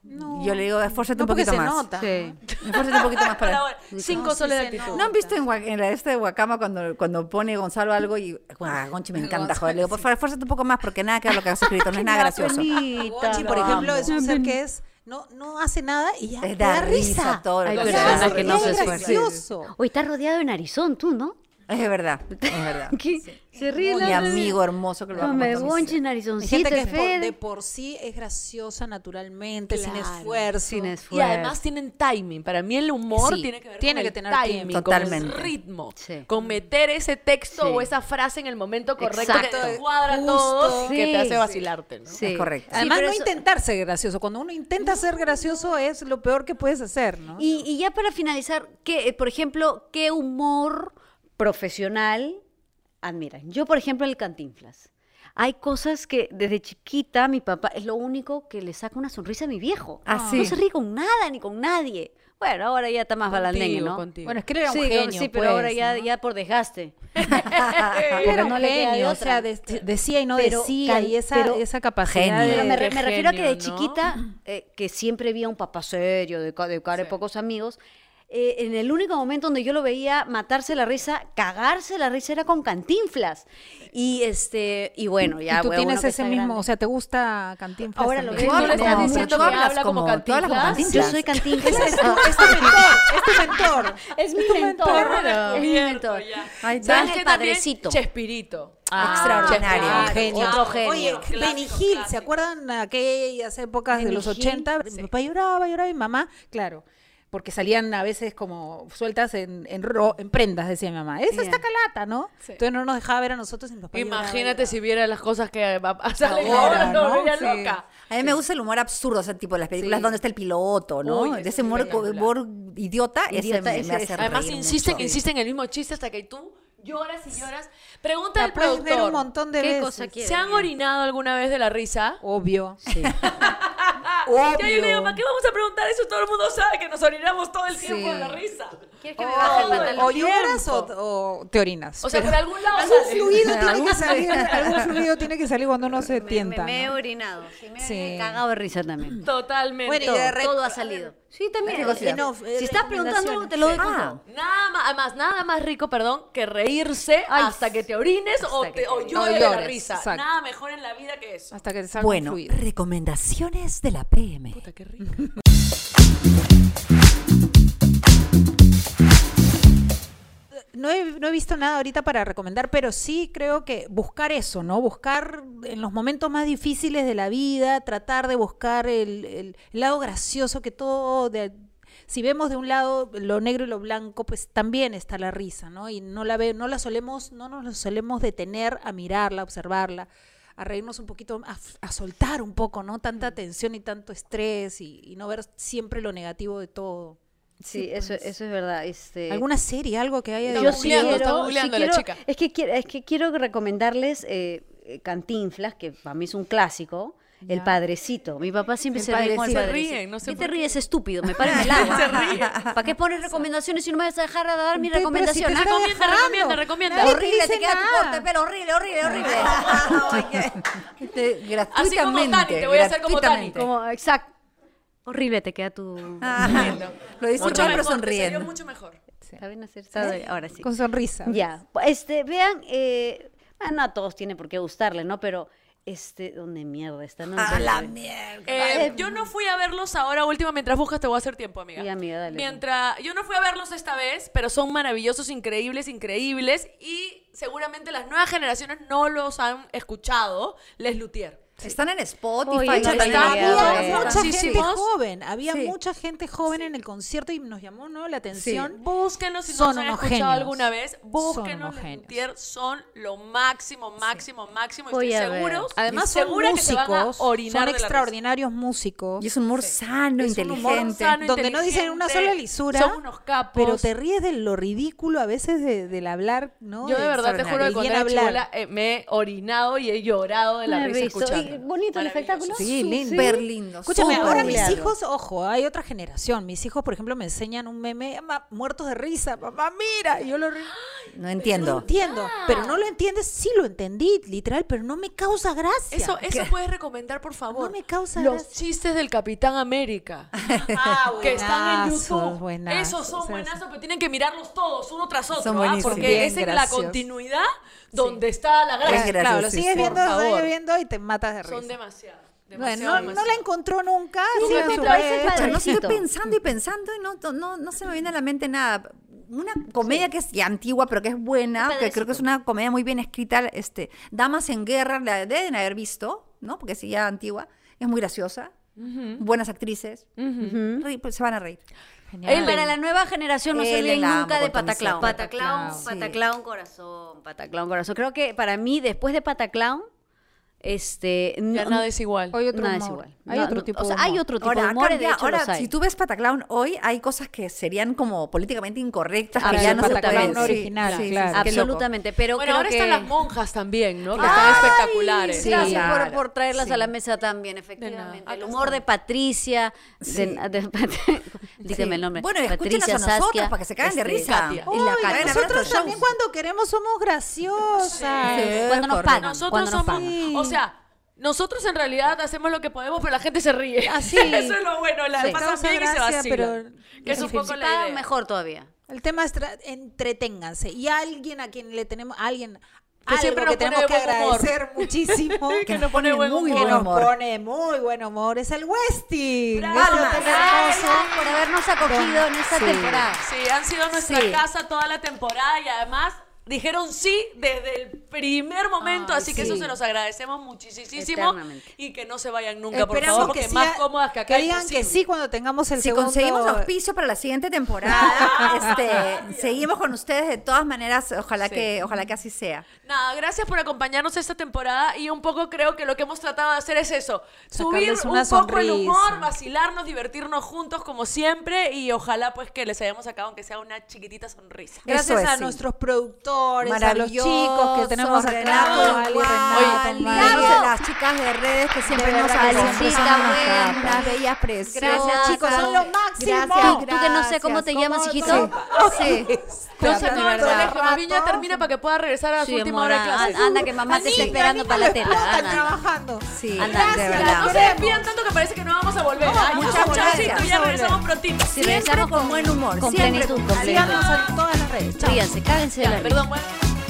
[SPEAKER 3] Yo le digo, esfuérzate
[SPEAKER 4] No,
[SPEAKER 3] un
[SPEAKER 4] porque
[SPEAKER 3] poquito
[SPEAKER 4] se
[SPEAKER 3] más.
[SPEAKER 4] nota.
[SPEAKER 1] Sí.
[SPEAKER 3] Esfuérzate un poquito más
[SPEAKER 2] [laughs] Para
[SPEAKER 3] para...
[SPEAKER 2] ahora, cinco
[SPEAKER 4] sí
[SPEAKER 2] soles de
[SPEAKER 4] se
[SPEAKER 2] actitud.
[SPEAKER 3] ¿No han visto en, Gua- en la este de Guacama cuando, cuando pone Gonzalo algo y... Ah,
[SPEAKER 2] [laughs]
[SPEAKER 3] Gonchi me encanta, joder. Le digo, por favor, esfuérzate un poco más porque nada que ver lo que has escrito, no es nada gracioso.
[SPEAKER 4] Gonchi, por ejemplo, es un ser que es no no hace nada y ya
[SPEAKER 3] Te
[SPEAKER 4] te
[SPEAKER 3] da
[SPEAKER 4] da
[SPEAKER 3] risa
[SPEAKER 4] risa.
[SPEAKER 3] todo lo
[SPEAKER 1] Hay
[SPEAKER 3] que
[SPEAKER 4] Ya,
[SPEAKER 3] personas
[SPEAKER 1] personas
[SPEAKER 3] hace.
[SPEAKER 1] que no
[SPEAKER 4] es
[SPEAKER 1] se esfuerzan.
[SPEAKER 4] gracioso.
[SPEAKER 1] Hoy estás rodeado de narizón, tú, ¿no?
[SPEAKER 3] Es verdad, es verdad.
[SPEAKER 1] ¿Qué? Se ríe
[SPEAKER 3] Mi amigo hermoso que lo
[SPEAKER 1] No
[SPEAKER 3] amo
[SPEAKER 1] me
[SPEAKER 3] con todas mis-
[SPEAKER 1] bonches,
[SPEAKER 4] Hay gente
[SPEAKER 1] narizoncita,
[SPEAKER 4] que es por-
[SPEAKER 1] Fede.
[SPEAKER 4] de por sí es graciosa naturalmente, sin
[SPEAKER 2] Claro,
[SPEAKER 4] esfuerzo.
[SPEAKER 1] sin
[SPEAKER 2] Y además tienen timing. Para mí el humor
[SPEAKER 4] Sí,
[SPEAKER 2] tiene que ver
[SPEAKER 4] tiene
[SPEAKER 2] con
[SPEAKER 4] que
[SPEAKER 2] el
[SPEAKER 4] tener
[SPEAKER 2] timing,
[SPEAKER 4] tiempo.
[SPEAKER 2] con el
[SPEAKER 3] Totalmente.
[SPEAKER 2] ritmo,
[SPEAKER 1] Sí.
[SPEAKER 2] con meter ese texto
[SPEAKER 1] Sí.
[SPEAKER 2] o esa frase en el momento correcto que te
[SPEAKER 1] Exacto.
[SPEAKER 2] cuadra
[SPEAKER 4] Justo.
[SPEAKER 2] todo y que te
[SPEAKER 1] Sí.
[SPEAKER 2] hace vacilarte. ¿no?
[SPEAKER 1] Sí.
[SPEAKER 3] Es correcto. Sí,
[SPEAKER 4] Además,
[SPEAKER 1] pero
[SPEAKER 4] no
[SPEAKER 1] eso-
[SPEAKER 4] intentar ser gracioso. Cuando uno intenta ser gracioso es lo peor que puedes hacer, ¿no?
[SPEAKER 1] Y, y ya para finalizar, ¿qué, eh, por ejemplo, qué humor profesional admiran? Yo, por ejemplo, el cantinflas. Hay cosas que desde chiquita mi papá es lo único que le saca una sonrisa a mi viejo.
[SPEAKER 3] Ah,
[SPEAKER 1] No
[SPEAKER 3] sí.
[SPEAKER 1] se ríe con nada ni con nadie. Bueno, ahora ya está más balandengue,
[SPEAKER 2] Contigo,
[SPEAKER 1] ¿no?
[SPEAKER 2] contigo.
[SPEAKER 4] Bueno, es que él era un
[SPEAKER 1] sí,
[SPEAKER 4] genio.
[SPEAKER 1] sí, pero
[SPEAKER 4] pues,
[SPEAKER 1] ahora ya,
[SPEAKER 4] ¿no?
[SPEAKER 1] ya por desgaste.
[SPEAKER 4] Él era
[SPEAKER 1] porque no
[SPEAKER 4] un
[SPEAKER 1] le queda de
[SPEAKER 4] genio, o
[SPEAKER 1] otra.
[SPEAKER 4] sea, de- decía y no
[SPEAKER 1] Pero
[SPEAKER 4] decía
[SPEAKER 1] cal-
[SPEAKER 4] y esa,
[SPEAKER 1] pero-
[SPEAKER 4] esa capacidad
[SPEAKER 3] Genio.
[SPEAKER 1] Pero
[SPEAKER 4] de...
[SPEAKER 1] me,
[SPEAKER 2] Qué
[SPEAKER 1] re- me refiero a que de
[SPEAKER 2] genio, ¿no?
[SPEAKER 1] chiquita, eh, que siempre vi a un papá serio, de, ca- de cara de pocos amigos, eh, en el único momento donde yo lo veía matarse la risa, cagarse la risa, era con cantinflas. Y este y bueno, ya
[SPEAKER 4] y tú
[SPEAKER 1] huevo, uno
[SPEAKER 4] tienes
[SPEAKER 1] que
[SPEAKER 4] ese
[SPEAKER 1] está
[SPEAKER 4] mismo,
[SPEAKER 1] grande.
[SPEAKER 4] o sea, ¿te gusta Cantinflas?
[SPEAKER 1] Ahora lo
[SPEAKER 4] también?
[SPEAKER 2] ¿Tú
[SPEAKER 1] que Habla
[SPEAKER 2] le estás
[SPEAKER 1] como-
[SPEAKER 2] diciendo
[SPEAKER 3] tú
[SPEAKER 2] que
[SPEAKER 3] hablas
[SPEAKER 2] habla como
[SPEAKER 3] como- tú hablas como
[SPEAKER 2] Cantinflas?
[SPEAKER 3] Cantinflas.
[SPEAKER 1] Yo soy cantinflas.
[SPEAKER 4] Ese [laughs] es tu, es tu mentor, es tu mentor.
[SPEAKER 1] es mi mentor.
[SPEAKER 2] Claro.
[SPEAKER 1] Es mi mentor.
[SPEAKER 2] Cierto, ya.
[SPEAKER 3] Ay,
[SPEAKER 2] ¿Sabes
[SPEAKER 1] ¿Sabes
[SPEAKER 2] qué
[SPEAKER 1] qué el
[SPEAKER 2] también?
[SPEAKER 1] padrecito.
[SPEAKER 2] Chespirito.
[SPEAKER 3] Ah, extraordinario. Un
[SPEAKER 2] Chespirito.
[SPEAKER 1] genio.
[SPEAKER 2] Otro
[SPEAKER 1] Otro
[SPEAKER 2] genio.
[SPEAKER 1] genio.
[SPEAKER 4] Oye, Benny Hill, ¿se acuerdan aquellas épocas de
[SPEAKER 1] Benny
[SPEAKER 4] los
[SPEAKER 1] Hill,
[SPEAKER 4] 80? Mi papá lloraba, lloraba, y mi mamá, claro. Porque salían a veces como sueltas en, en, ro- en prendas, decía mi mamá. Esa
[SPEAKER 1] Ya.
[SPEAKER 4] está calata, ¿no? Entonces no nos dejaba ver a nosotros y mi papá lloraba,
[SPEAKER 2] Imagínate
[SPEAKER 4] lloraba.
[SPEAKER 2] si viera las cosas que va a pasar ahora,
[SPEAKER 3] Ahora,
[SPEAKER 2] no,
[SPEAKER 3] ¿no?
[SPEAKER 2] vería
[SPEAKER 3] Sí.
[SPEAKER 2] loca.
[SPEAKER 3] A mí me gusta el humor absurdo, ese tipo de las películas
[SPEAKER 4] Sí.
[SPEAKER 3] donde está el piloto, ¿no?
[SPEAKER 2] Uy,
[SPEAKER 3] de
[SPEAKER 2] ese
[SPEAKER 3] ese
[SPEAKER 2] es
[SPEAKER 3] humor, co-
[SPEAKER 2] espectacular.
[SPEAKER 3] humor idiota, ese
[SPEAKER 1] Idiota,
[SPEAKER 3] me,
[SPEAKER 1] ese
[SPEAKER 3] me hace
[SPEAKER 1] es-
[SPEAKER 2] Además
[SPEAKER 3] reír
[SPEAKER 2] insisten,
[SPEAKER 3] mucho.
[SPEAKER 2] insisten en el mismo chiste hasta que tú lloras y lloras. Pregunta al
[SPEAKER 4] La puedes ver un
[SPEAKER 2] productor.
[SPEAKER 4] montón de
[SPEAKER 1] ¿Qué
[SPEAKER 4] veces.
[SPEAKER 1] cosa quieres?
[SPEAKER 2] ¿Se han orinado alguna vez de la risa?
[SPEAKER 4] Obvio.
[SPEAKER 2] Ya yo le digo, ¿para qué vamos a preguntar eso? Todo el mundo sabe que nos orinamos todo el tiempo de la risa.
[SPEAKER 1] ¿Quieres que me baje el
[SPEAKER 2] Todo el
[SPEAKER 1] pantalón?
[SPEAKER 4] o lloras o, o te orinas.
[SPEAKER 2] O sea, por algún lado
[SPEAKER 4] algún
[SPEAKER 2] sale.
[SPEAKER 4] fluido tiene que salir, algún fluido tiene que salir cuando uno se
[SPEAKER 1] Me- Me,
[SPEAKER 4] tienta.
[SPEAKER 1] me he
[SPEAKER 4] ¿no?
[SPEAKER 1] orinado. Sí, me
[SPEAKER 4] Sí.
[SPEAKER 1] he cagado de risa también.
[SPEAKER 2] Totalmente.
[SPEAKER 4] Bueno, y
[SPEAKER 1] Todo,
[SPEAKER 4] de re-
[SPEAKER 1] todo ha salido. Sí, también.
[SPEAKER 3] Chicos, y no, eh,
[SPEAKER 1] si estás preguntando, algo, te lo doy con
[SPEAKER 3] Ah.
[SPEAKER 1] todo.
[SPEAKER 2] Nada más, además, nada más rico, perdón, que reírse
[SPEAKER 1] Ay,
[SPEAKER 2] hasta que te orines o,
[SPEAKER 1] hasta que
[SPEAKER 2] te-
[SPEAKER 1] te
[SPEAKER 2] o
[SPEAKER 1] orines.
[SPEAKER 2] llores
[SPEAKER 4] O
[SPEAKER 2] de la
[SPEAKER 4] llores,
[SPEAKER 2] risa.
[SPEAKER 4] exacto.
[SPEAKER 2] Nada mejor en la vida que eso.
[SPEAKER 4] Hasta que salga un
[SPEAKER 3] Bueno,
[SPEAKER 4] fluido.
[SPEAKER 3] recomendaciones de la PM.
[SPEAKER 2] qué rico.
[SPEAKER 4] no he, no he visto nada ahorita para recomendar, pero sí creo que buscar eso, ¿no? Buscar en los momentos más difíciles de la vida, tratar de buscar el, el- el lado gracioso que todo... de- si vemos de un lado lo negro y lo blanco, pues también está la risa, ¿no? Y no la ve, no la solemos, no nos solemos detener a mirarla, a observarla, a reírnos un poquito, a, f- a soltar un poco, ¿no? Tanta tensión y tanto estrés y, y no ver siempre lo negativo de todo.
[SPEAKER 1] Sí, eso, eso es verdad. Este,
[SPEAKER 4] ¿Alguna serie, algo que haya
[SPEAKER 2] Está
[SPEAKER 1] yo
[SPEAKER 4] de
[SPEAKER 1] sí
[SPEAKER 2] googleando,
[SPEAKER 1] quiero,
[SPEAKER 2] está googleando
[SPEAKER 1] sí
[SPEAKER 2] la
[SPEAKER 1] quiero-
[SPEAKER 2] chica.
[SPEAKER 1] Es que, quiero, es que quiero recomendarles eh, eh, Cantinflas, que para mí es un clásico. El
[SPEAKER 4] Ya.
[SPEAKER 1] padrecito. Mi papá siempre
[SPEAKER 4] El
[SPEAKER 1] se ríe con el
[SPEAKER 4] padrecito.
[SPEAKER 2] Se
[SPEAKER 1] padrecito.
[SPEAKER 2] ríen, no sé
[SPEAKER 1] ¿Qué te
[SPEAKER 2] por qué.
[SPEAKER 1] ríes, estúpido?
[SPEAKER 2] [laughs]
[SPEAKER 1] Me paro en el agua. ¿Para qué pones recomendaciones si no me vas a dejar a dar mi
[SPEAKER 4] Pero si te
[SPEAKER 1] recomendación?
[SPEAKER 4] está
[SPEAKER 1] Ah,
[SPEAKER 4] dejando.
[SPEAKER 2] Recomienda, recomienda, recomienda.
[SPEAKER 4] Nadie
[SPEAKER 3] horrible,
[SPEAKER 4] dice
[SPEAKER 3] te queda tu
[SPEAKER 4] nada.
[SPEAKER 3] corte de pelo horrible, horrible, [laughs] horrible. Te- gratuitamente.
[SPEAKER 2] Así como Tani, te voy a hacer como Tani.
[SPEAKER 3] gratuitamente.
[SPEAKER 1] Como, exacto. Horrible te queda tu...
[SPEAKER 3] Ah, lo dice un
[SPEAKER 2] Mucho
[SPEAKER 3] hombre
[SPEAKER 2] mejor, sonriendo.
[SPEAKER 3] sonriendo.
[SPEAKER 2] mucho mejor.
[SPEAKER 1] Está bien hacer- está- Ahora sí.
[SPEAKER 4] Con sonrisa.
[SPEAKER 1] Ya, este, vean, eh, ah, no a todos tiene por qué gustarle, ¿no? Pero, este, ¿dónde mierda está? No,
[SPEAKER 3] A
[SPEAKER 1] sé.
[SPEAKER 3] la mierda.
[SPEAKER 2] Eh, yo no fui a verlos ahora última mientras buscas te voy a hacer tiempo amiga.
[SPEAKER 1] Y, amiga, dale, pues.
[SPEAKER 2] Mientras yo no fui a verlos esta vez, pero son maravillosos, increíbles, increíbles y seguramente las nuevas generaciones no los han escuchado. Les Lutier.
[SPEAKER 3] Están en Spotify.
[SPEAKER 1] Oye,
[SPEAKER 3] están
[SPEAKER 1] no
[SPEAKER 3] en
[SPEAKER 1] tenía
[SPEAKER 3] Apple,
[SPEAKER 1] idea.
[SPEAKER 3] están-
[SPEAKER 4] Había mucha
[SPEAKER 2] Sí, sí.
[SPEAKER 4] gente joven, había
[SPEAKER 3] Sí.
[SPEAKER 4] mucha gente joven en el concierto y nos llamó ¿no? la atención.
[SPEAKER 2] Búsquenos si no
[SPEAKER 4] Son
[SPEAKER 2] los han
[SPEAKER 4] unos
[SPEAKER 2] escuchado
[SPEAKER 4] genios.
[SPEAKER 2] alguna vez.
[SPEAKER 4] Son
[SPEAKER 2] Búsquenos
[SPEAKER 4] unos
[SPEAKER 2] Les
[SPEAKER 4] genios.
[SPEAKER 2] Lutier son lo máximo, máximo, máximo. y
[SPEAKER 1] Voy
[SPEAKER 2] Estoy
[SPEAKER 1] a ver.
[SPEAKER 2] seguros.
[SPEAKER 4] Además
[SPEAKER 2] y
[SPEAKER 4] son
[SPEAKER 2] segura que se van a
[SPEAKER 4] músicos,
[SPEAKER 2] orinar
[SPEAKER 4] son
[SPEAKER 2] de la risa.
[SPEAKER 4] extraordinarios músicos.
[SPEAKER 3] Y es un humor sano,
[SPEAKER 2] Es un humor
[SPEAKER 3] inteligente.
[SPEAKER 2] sano,
[SPEAKER 4] donde no dicen una
[SPEAKER 2] inteligente,
[SPEAKER 4] sola lisura,
[SPEAKER 2] Son unos capos.
[SPEAKER 4] Pero te ríes de lo ridículo a veces de- del hablar, ¿no?
[SPEAKER 2] Yo de verdad te juro que
[SPEAKER 4] extraordinario.
[SPEAKER 2] cuando
[SPEAKER 4] Y bien
[SPEAKER 2] era
[SPEAKER 4] hablar.
[SPEAKER 2] chibola, eh, me he orinado y he llorado de la
[SPEAKER 1] Me he
[SPEAKER 2] risa
[SPEAKER 1] visto.
[SPEAKER 2] escuchando.
[SPEAKER 1] Y bonito
[SPEAKER 2] Maravilloso.
[SPEAKER 1] el espectáculo.
[SPEAKER 4] Sí, lindo.
[SPEAKER 3] Súper lindo.
[SPEAKER 4] Escúchame,
[SPEAKER 1] Súper
[SPEAKER 4] ahora mis
[SPEAKER 1] googleado.
[SPEAKER 4] hijos, ojo, hay otra generación. Mis hijos, por ejemplo, me enseñan un meme ma- muertos de risa. Mamá, mira. Y yo lo río.
[SPEAKER 3] No
[SPEAKER 4] No
[SPEAKER 3] entiendo.
[SPEAKER 4] entiendo. Pero no lo entiendes. Sí lo entendí, literal, pero no me causa gracia.
[SPEAKER 2] Eso, eso puedes recomendar, por favor.
[SPEAKER 4] No me causa
[SPEAKER 2] Los
[SPEAKER 4] gracia. Ah,
[SPEAKER 2] chistes del Capitán
[SPEAKER 4] [laughs]
[SPEAKER 2] América. ah, que están en
[SPEAKER 4] buenazos,
[SPEAKER 2] YouTube.
[SPEAKER 4] buenazos,
[SPEAKER 2] Esos son
[SPEAKER 4] o sea,
[SPEAKER 2] buenazos, pero tienen que mirarlos todos, uno tras otro.
[SPEAKER 3] Son
[SPEAKER 2] ¿ah?
[SPEAKER 3] buenísimos.
[SPEAKER 2] Porque
[SPEAKER 4] Bien
[SPEAKER 2] es en
[SPEAKER 4] graciosos.
[SPEAKER 2] la continuidad donde está la
[SPEAKER 3] Es
[SPEAKER 2] gracia.
[SPEAKER 3] gra-
[SPEAKER 4] Claro, lo
[SPEAKER 3] sí,
[SPEAKER 4] sigues
[SPEAKER 3] sí.
[SPEAKER 4] viendo,
[SPEAKER 2] Por
[SPEAKER 4] lo
[SPEAKER 2] favor.
[SPEAKER 4] sigues viendo y te matas de risa.
[SPEAKER 2] Son demasiados.
[SPEAKER 4] Bueno,
[SPEAKER 2] demasiado,
[SPEAKER 4] no, no la
[SPEAKER 2] demasiado.
[SPEAKER 4] encontró nunca.
[SPEAKER 1] Sí,
[SPEAKER 4] sigan
[SPEAKER 1] me
[SPEAKER 4] su
[SPEAKER 1] parece
[SPEAKER 4] red.
[SPEAKER 1] padre.
[SPEAKER 3] Pucha, no sigo
[SPEAKER 1] Padrecito.
[SPEAKER 3] pensando y pensando y no, no, no se me viene a la mente nada. Una comedia que es ya antigua, pero que es buena, que creo que es una comedia muy bien escrita, este, Damas en Guerra, la deben haber visto, ¿no? Porque es ya antigua, es muy graciosa, buenas actrices, Ri- pues se van a reír.
[SPEAKER 1] Él, para la nueva generación no se
[SPEAKER 3] Él,
[SPEAKER 1] ríen
[SPEAKER 3] la amo
[SPEAKER 1] nunca de
[SPEAKER 3] con todo mi ser.
[SPEAKER 1] Pataclown. Pataclown,
[SPEAKER 3] Pataclown, sí.
[SPEAKER 1] Pataclown corazón, Pataclown corazón. Creo que para mí, después de Pataclown, este...
[SPEAKER 2] Ya
[SPEAKER 1] no-
[SPEAKER 2] nada es igual.
[SPEAKER 4] Hay otro
[SPEAKER 1] nada es
[SPEAKER 4] humor.
[SPEAKER 1] igual.
[SPEAKER 4] Hay
[SPEAKER 1] No,
[SPEAKER 4] otro
[SPEAKER 1] no,
[SPEAKER 4] tipo
[SPEAKER 1] o
[SPEAKER 4] de
[SPEAKER 1] sea,
[SPEAKER 4] humor.
[SPEAKER 1] hay otro tipo
[SPEAKER 3] Ahora,
[SPEAKER 1] de humor, y de
[SPEAKER 3] cambia-
[SPEAKER 1] hecho
[SPEAKER 3] ahora
[SPEAKER 1] los hay.
[SPEAKER 3] si tú ves Pataclown hoy, hay cosas que serían como políticamente incorrectas, que
[SPEAKER 1] Ahora,
[SPEAKER 3] ya
[SPEAKER 1] el
[SPEAKER 3] no se
[SPEAKER 1] Ah, Pataclown
[SPEAKER 3] pueden. sí,
[SPEAKER 4] original,
[SPEAKER 3] sí, sí,
[SPEAKER 4] claro.
[SPEAKER 3] sí.
[SPEAKER 4] qué loco.
[SPEAKER 1] Absolutamente, pero
[SPEAKER 2] Bueno,
[SPEAKER 1] creo
[SPEAKER 2] ahora están
[SPEAKER 1] que-
[SPEAKER 2] las monjas también, ¿no? Que
[SPEAKER 1] Ay,
[SPEAKER 2] están espectaculares.
[SPEAKER 1] Sí, gracias por-
[SPEAKER 3] Claro.
[SPEAKER 1] por, traerlas a la mesa también, efectivamente.
[SPEAKER 2] nada.
[SPEAKER 1] El humor de Patricia, de- de- Pat- [laughs] dígame el nombre.
[SPEAKER 3] Bueno, y
[SPEAKER 1] Patricia
[SPEAKER 3] escúchenlas a nosotras
[SPEAKER 1] Saskia, Este,
[SPEAKER 3] para que se caguen de risa.
[SPEAKER 1] Katia.
[SPEAKER 3] Uy,
[SPEAKER 1] Y la
[SPEAKER 3] Ay,
[SPEAKER 1] Katia.
[SPEAKER 3] Karen, a ver
[SPEAKER 4] nosotros
[SPEAKER 3] nuestros
[SPEAKER 4] también
[SPEAKER 3] shows.
[SPEAKER 4] cuando queremos somos graciosas.
[SPEAKER 3] Sí.
[SPEAKER 1] Cuando nos
[SPEAKER 3] correcto.
[SPEAKER 1] pagan,
[SPEAKER 2] Nosotros
[SPEAKER 1] cuando nos
[SPEAKER 2] somos,
[SPEAKER 1] pagan.
[SPEAKER 2] o sea, nosotros en realidad hacemos lo que podemos, pero la gente se ríe.
[SPEAKER 4] Así.
[SPEAKER 2] [laughs] Eso es lo bueno, la
[SPEAKER 4] Sí.
[SPEAKER 2] pasan
[SPEAKER 4] Causa
[SPEAKER 2] bien y se
[SPEAKER 4] gracia,
[SPEAKER 2] vacilan.
[SPEAKER 4] pero-
[SPEAKER 2] que es un
[SPEAKER 4] Sí,
[SPEAKER 2] poco
[SPEAKER 1] Si
[SPEAKER 2] la
[SPEAKER 1] pagan,
[SPEAKER 2] idea.
[SPEAKER 1] mejor todavía.
[SPEAKER 4] El tema es tra- entreténganse. Y alguien a quien le tenemos, alguien
[SPEAKER 2] Que
[SPEAKER 4] algo
[SPEAKER 2] siempre
[SPEAKER 4] que
[SPEAKER 2] nos pone
[SPEAKER 4] tenemos que
[SPEAKER 2] de buen humor.
[SPEAKER 4] agradecer muchísimo.
[SPEAKER 2] Que nos pone buen
[SPEAKER 3] muy
[SPEAKER 2] humor.
[SPEAKER 4] que
[SPEAKER 3] buen
[SPEAKER 4] nos
[SPEAKER 3] humor.
[SPEAKER 4] pone muy buen humor es el Westing.
[SPEAKER 2] Bravo.
[SPEAKER 4] Ese
[SPEAKER 2] Palmas.
[SPEAKER 4] hotel
[SPEAKER 1] Gracias
[SPEAKER 4] hermoso.
[SPEAKER 1] por habernos acogido en esta
[SPEAKER 4] Sí.
[SPEAKER 1] temporada.
[SPEAKER 2] Sí, han sido nuestra
[SPEAKER 3] Sí.
[SPEAKER 2] casa toda la temporada y además dijeron sí desde el primer momento, así que eso se los agradecemos muchísimo
[SPEAKER 1] Eternamente.
[SPEAKER 2] y que no se vayan nunca, por
[SPEAKER 4] Esperamos
[SPEAKER 2] favor,
[SPEAKER 4] que,
[SPEAKER 2] porque
[SPEAKER 4] sea-
[SPEAKER 2] más cómodas que acá
[SPEAKER 4] que digan que
[SPEAKER 2] imposible.
[SPEAKER 4] sí cuando tengamos el
[SPEAKER 3] Si
[SPEAKER 4] segundo.
[SPEAKER 3] conseguimos auspicio para la siguiente temporada,
[SPEAKER 2] [laughs]
[SPEAKER 3] este, seguimos con ustedes de todas maneras. Ojalá
[SPEAKER 2] Sí.
[SPEAKER 3] que, ojalá que así sea.
[SPEAKER 2] Nada, gracias por acompañarnos esta temporada y un poco creo que lo que hemos tratado de hacer es eso, subir
[SPEAKER 4] Sacarles
[SPEAKER 2] un
[SPEAKER 4] una
[SPEAKER 2] poco el
[SPEAKER 4] sonrisa.
[SPEAKER 2] humor, vacilarnos, divertirnos juntos como siempre y ojalá pues que les hayamos sacado aunque sea una chiquitita sonrisa.
[SPEAKER 4] Gracias
[SPEAKER 3] Eso es,
[SPEAKER 4] a
[SPEAKER 3] sí.
[SPEAKER 4] nuestros productores,
[SPEAKER 3] actores, a los
[SPEAKER 4] Maravillosos,
[SPEAKER 3] chicos que tenemos acá, Renato,
[SPEAKER 4] Ali,
[SPEAKER 3] Gual,
[SPEAKER 4] Renato,
[SPEAKER 3] Lidia,
[SPEAKER 1] Bravo.
[SPEAKER 3] las chicas de redes que siempre
[SPEAKER 4] De
[SPEAKER 3] nos
[SPEAKER 4] verdad,
[SPEAKER 3] ayudan,
[SPEAKER 1] Alicita,
[SPEAKER 3] son
[SPEAKER 1] buena.
[SPEAKER 3] unas bellas preciosas.
[SPEAKER 1] Gracias,
[SPEAKER 3] chicos, son lo máximo.
[SPEAKER 1] Tú, tú que no sé cómo te
[SPEAKER 3] Gracias.
[SPEAKER 1] llamas,
[SPEAKER 3] ¿Cómo-
[SPEAKER 1] hijito. Sí.
[SPEAKER 2] No se
[SPEAKER 1] Tratan de
[SPEAKER 2] acaba el
[SPEAKER 1] verdad.
[SPEAKER 2] colegio, más bien ya termina para que pueda regresar a su
[SPEAKER 1] Sí,
[SPEAKER 2] última
[SPEAKER 1] amor,
[SPEAKER 2] hora de clases.
[SPEAKER 1] a- anda que mamá te está esperando para la tela.
[SPEAKER 6] Están
[SPEAKER 1] anda.
[SPEAKER 6] trabajando.
[SPEAKER 3] Sí,
[SPEAKER 1] Anda,
[SPEAKER 3] de
[SPEAKER 2] Ya,
[SPEAKER 3] verdad.
[SPEAKER 2] no se despidan tanto que parece que no vamos a volver. Ay,
[SPEAKER 3] muchas
[SPEAKER 2] muchas
[SPEAKER 3] gracias.
[SPEAKER 2] gracias. Ya regresamos prontito.
[SPEAKER 1] Si
[SPEAKER 3] Siempre
[SPEAKER 1] regresamos
[SPEAKER 3] con buen humor,
[SPEAKER 1] Con
[SPEAKER 3] siempre
[SPEAKER 1] plenitud,
[SPEAKER 3] con
[SPEAKER 1] con plenitud.
[SPEAKER 6] Síganos en todas las redes. Chao.
[SPEAKER 1] Ríanse, cáguense de la
[SPEAKER 2] Ya,
[SPEAKER 1] risa.
[SPEAKER 2] Perdón, bueno.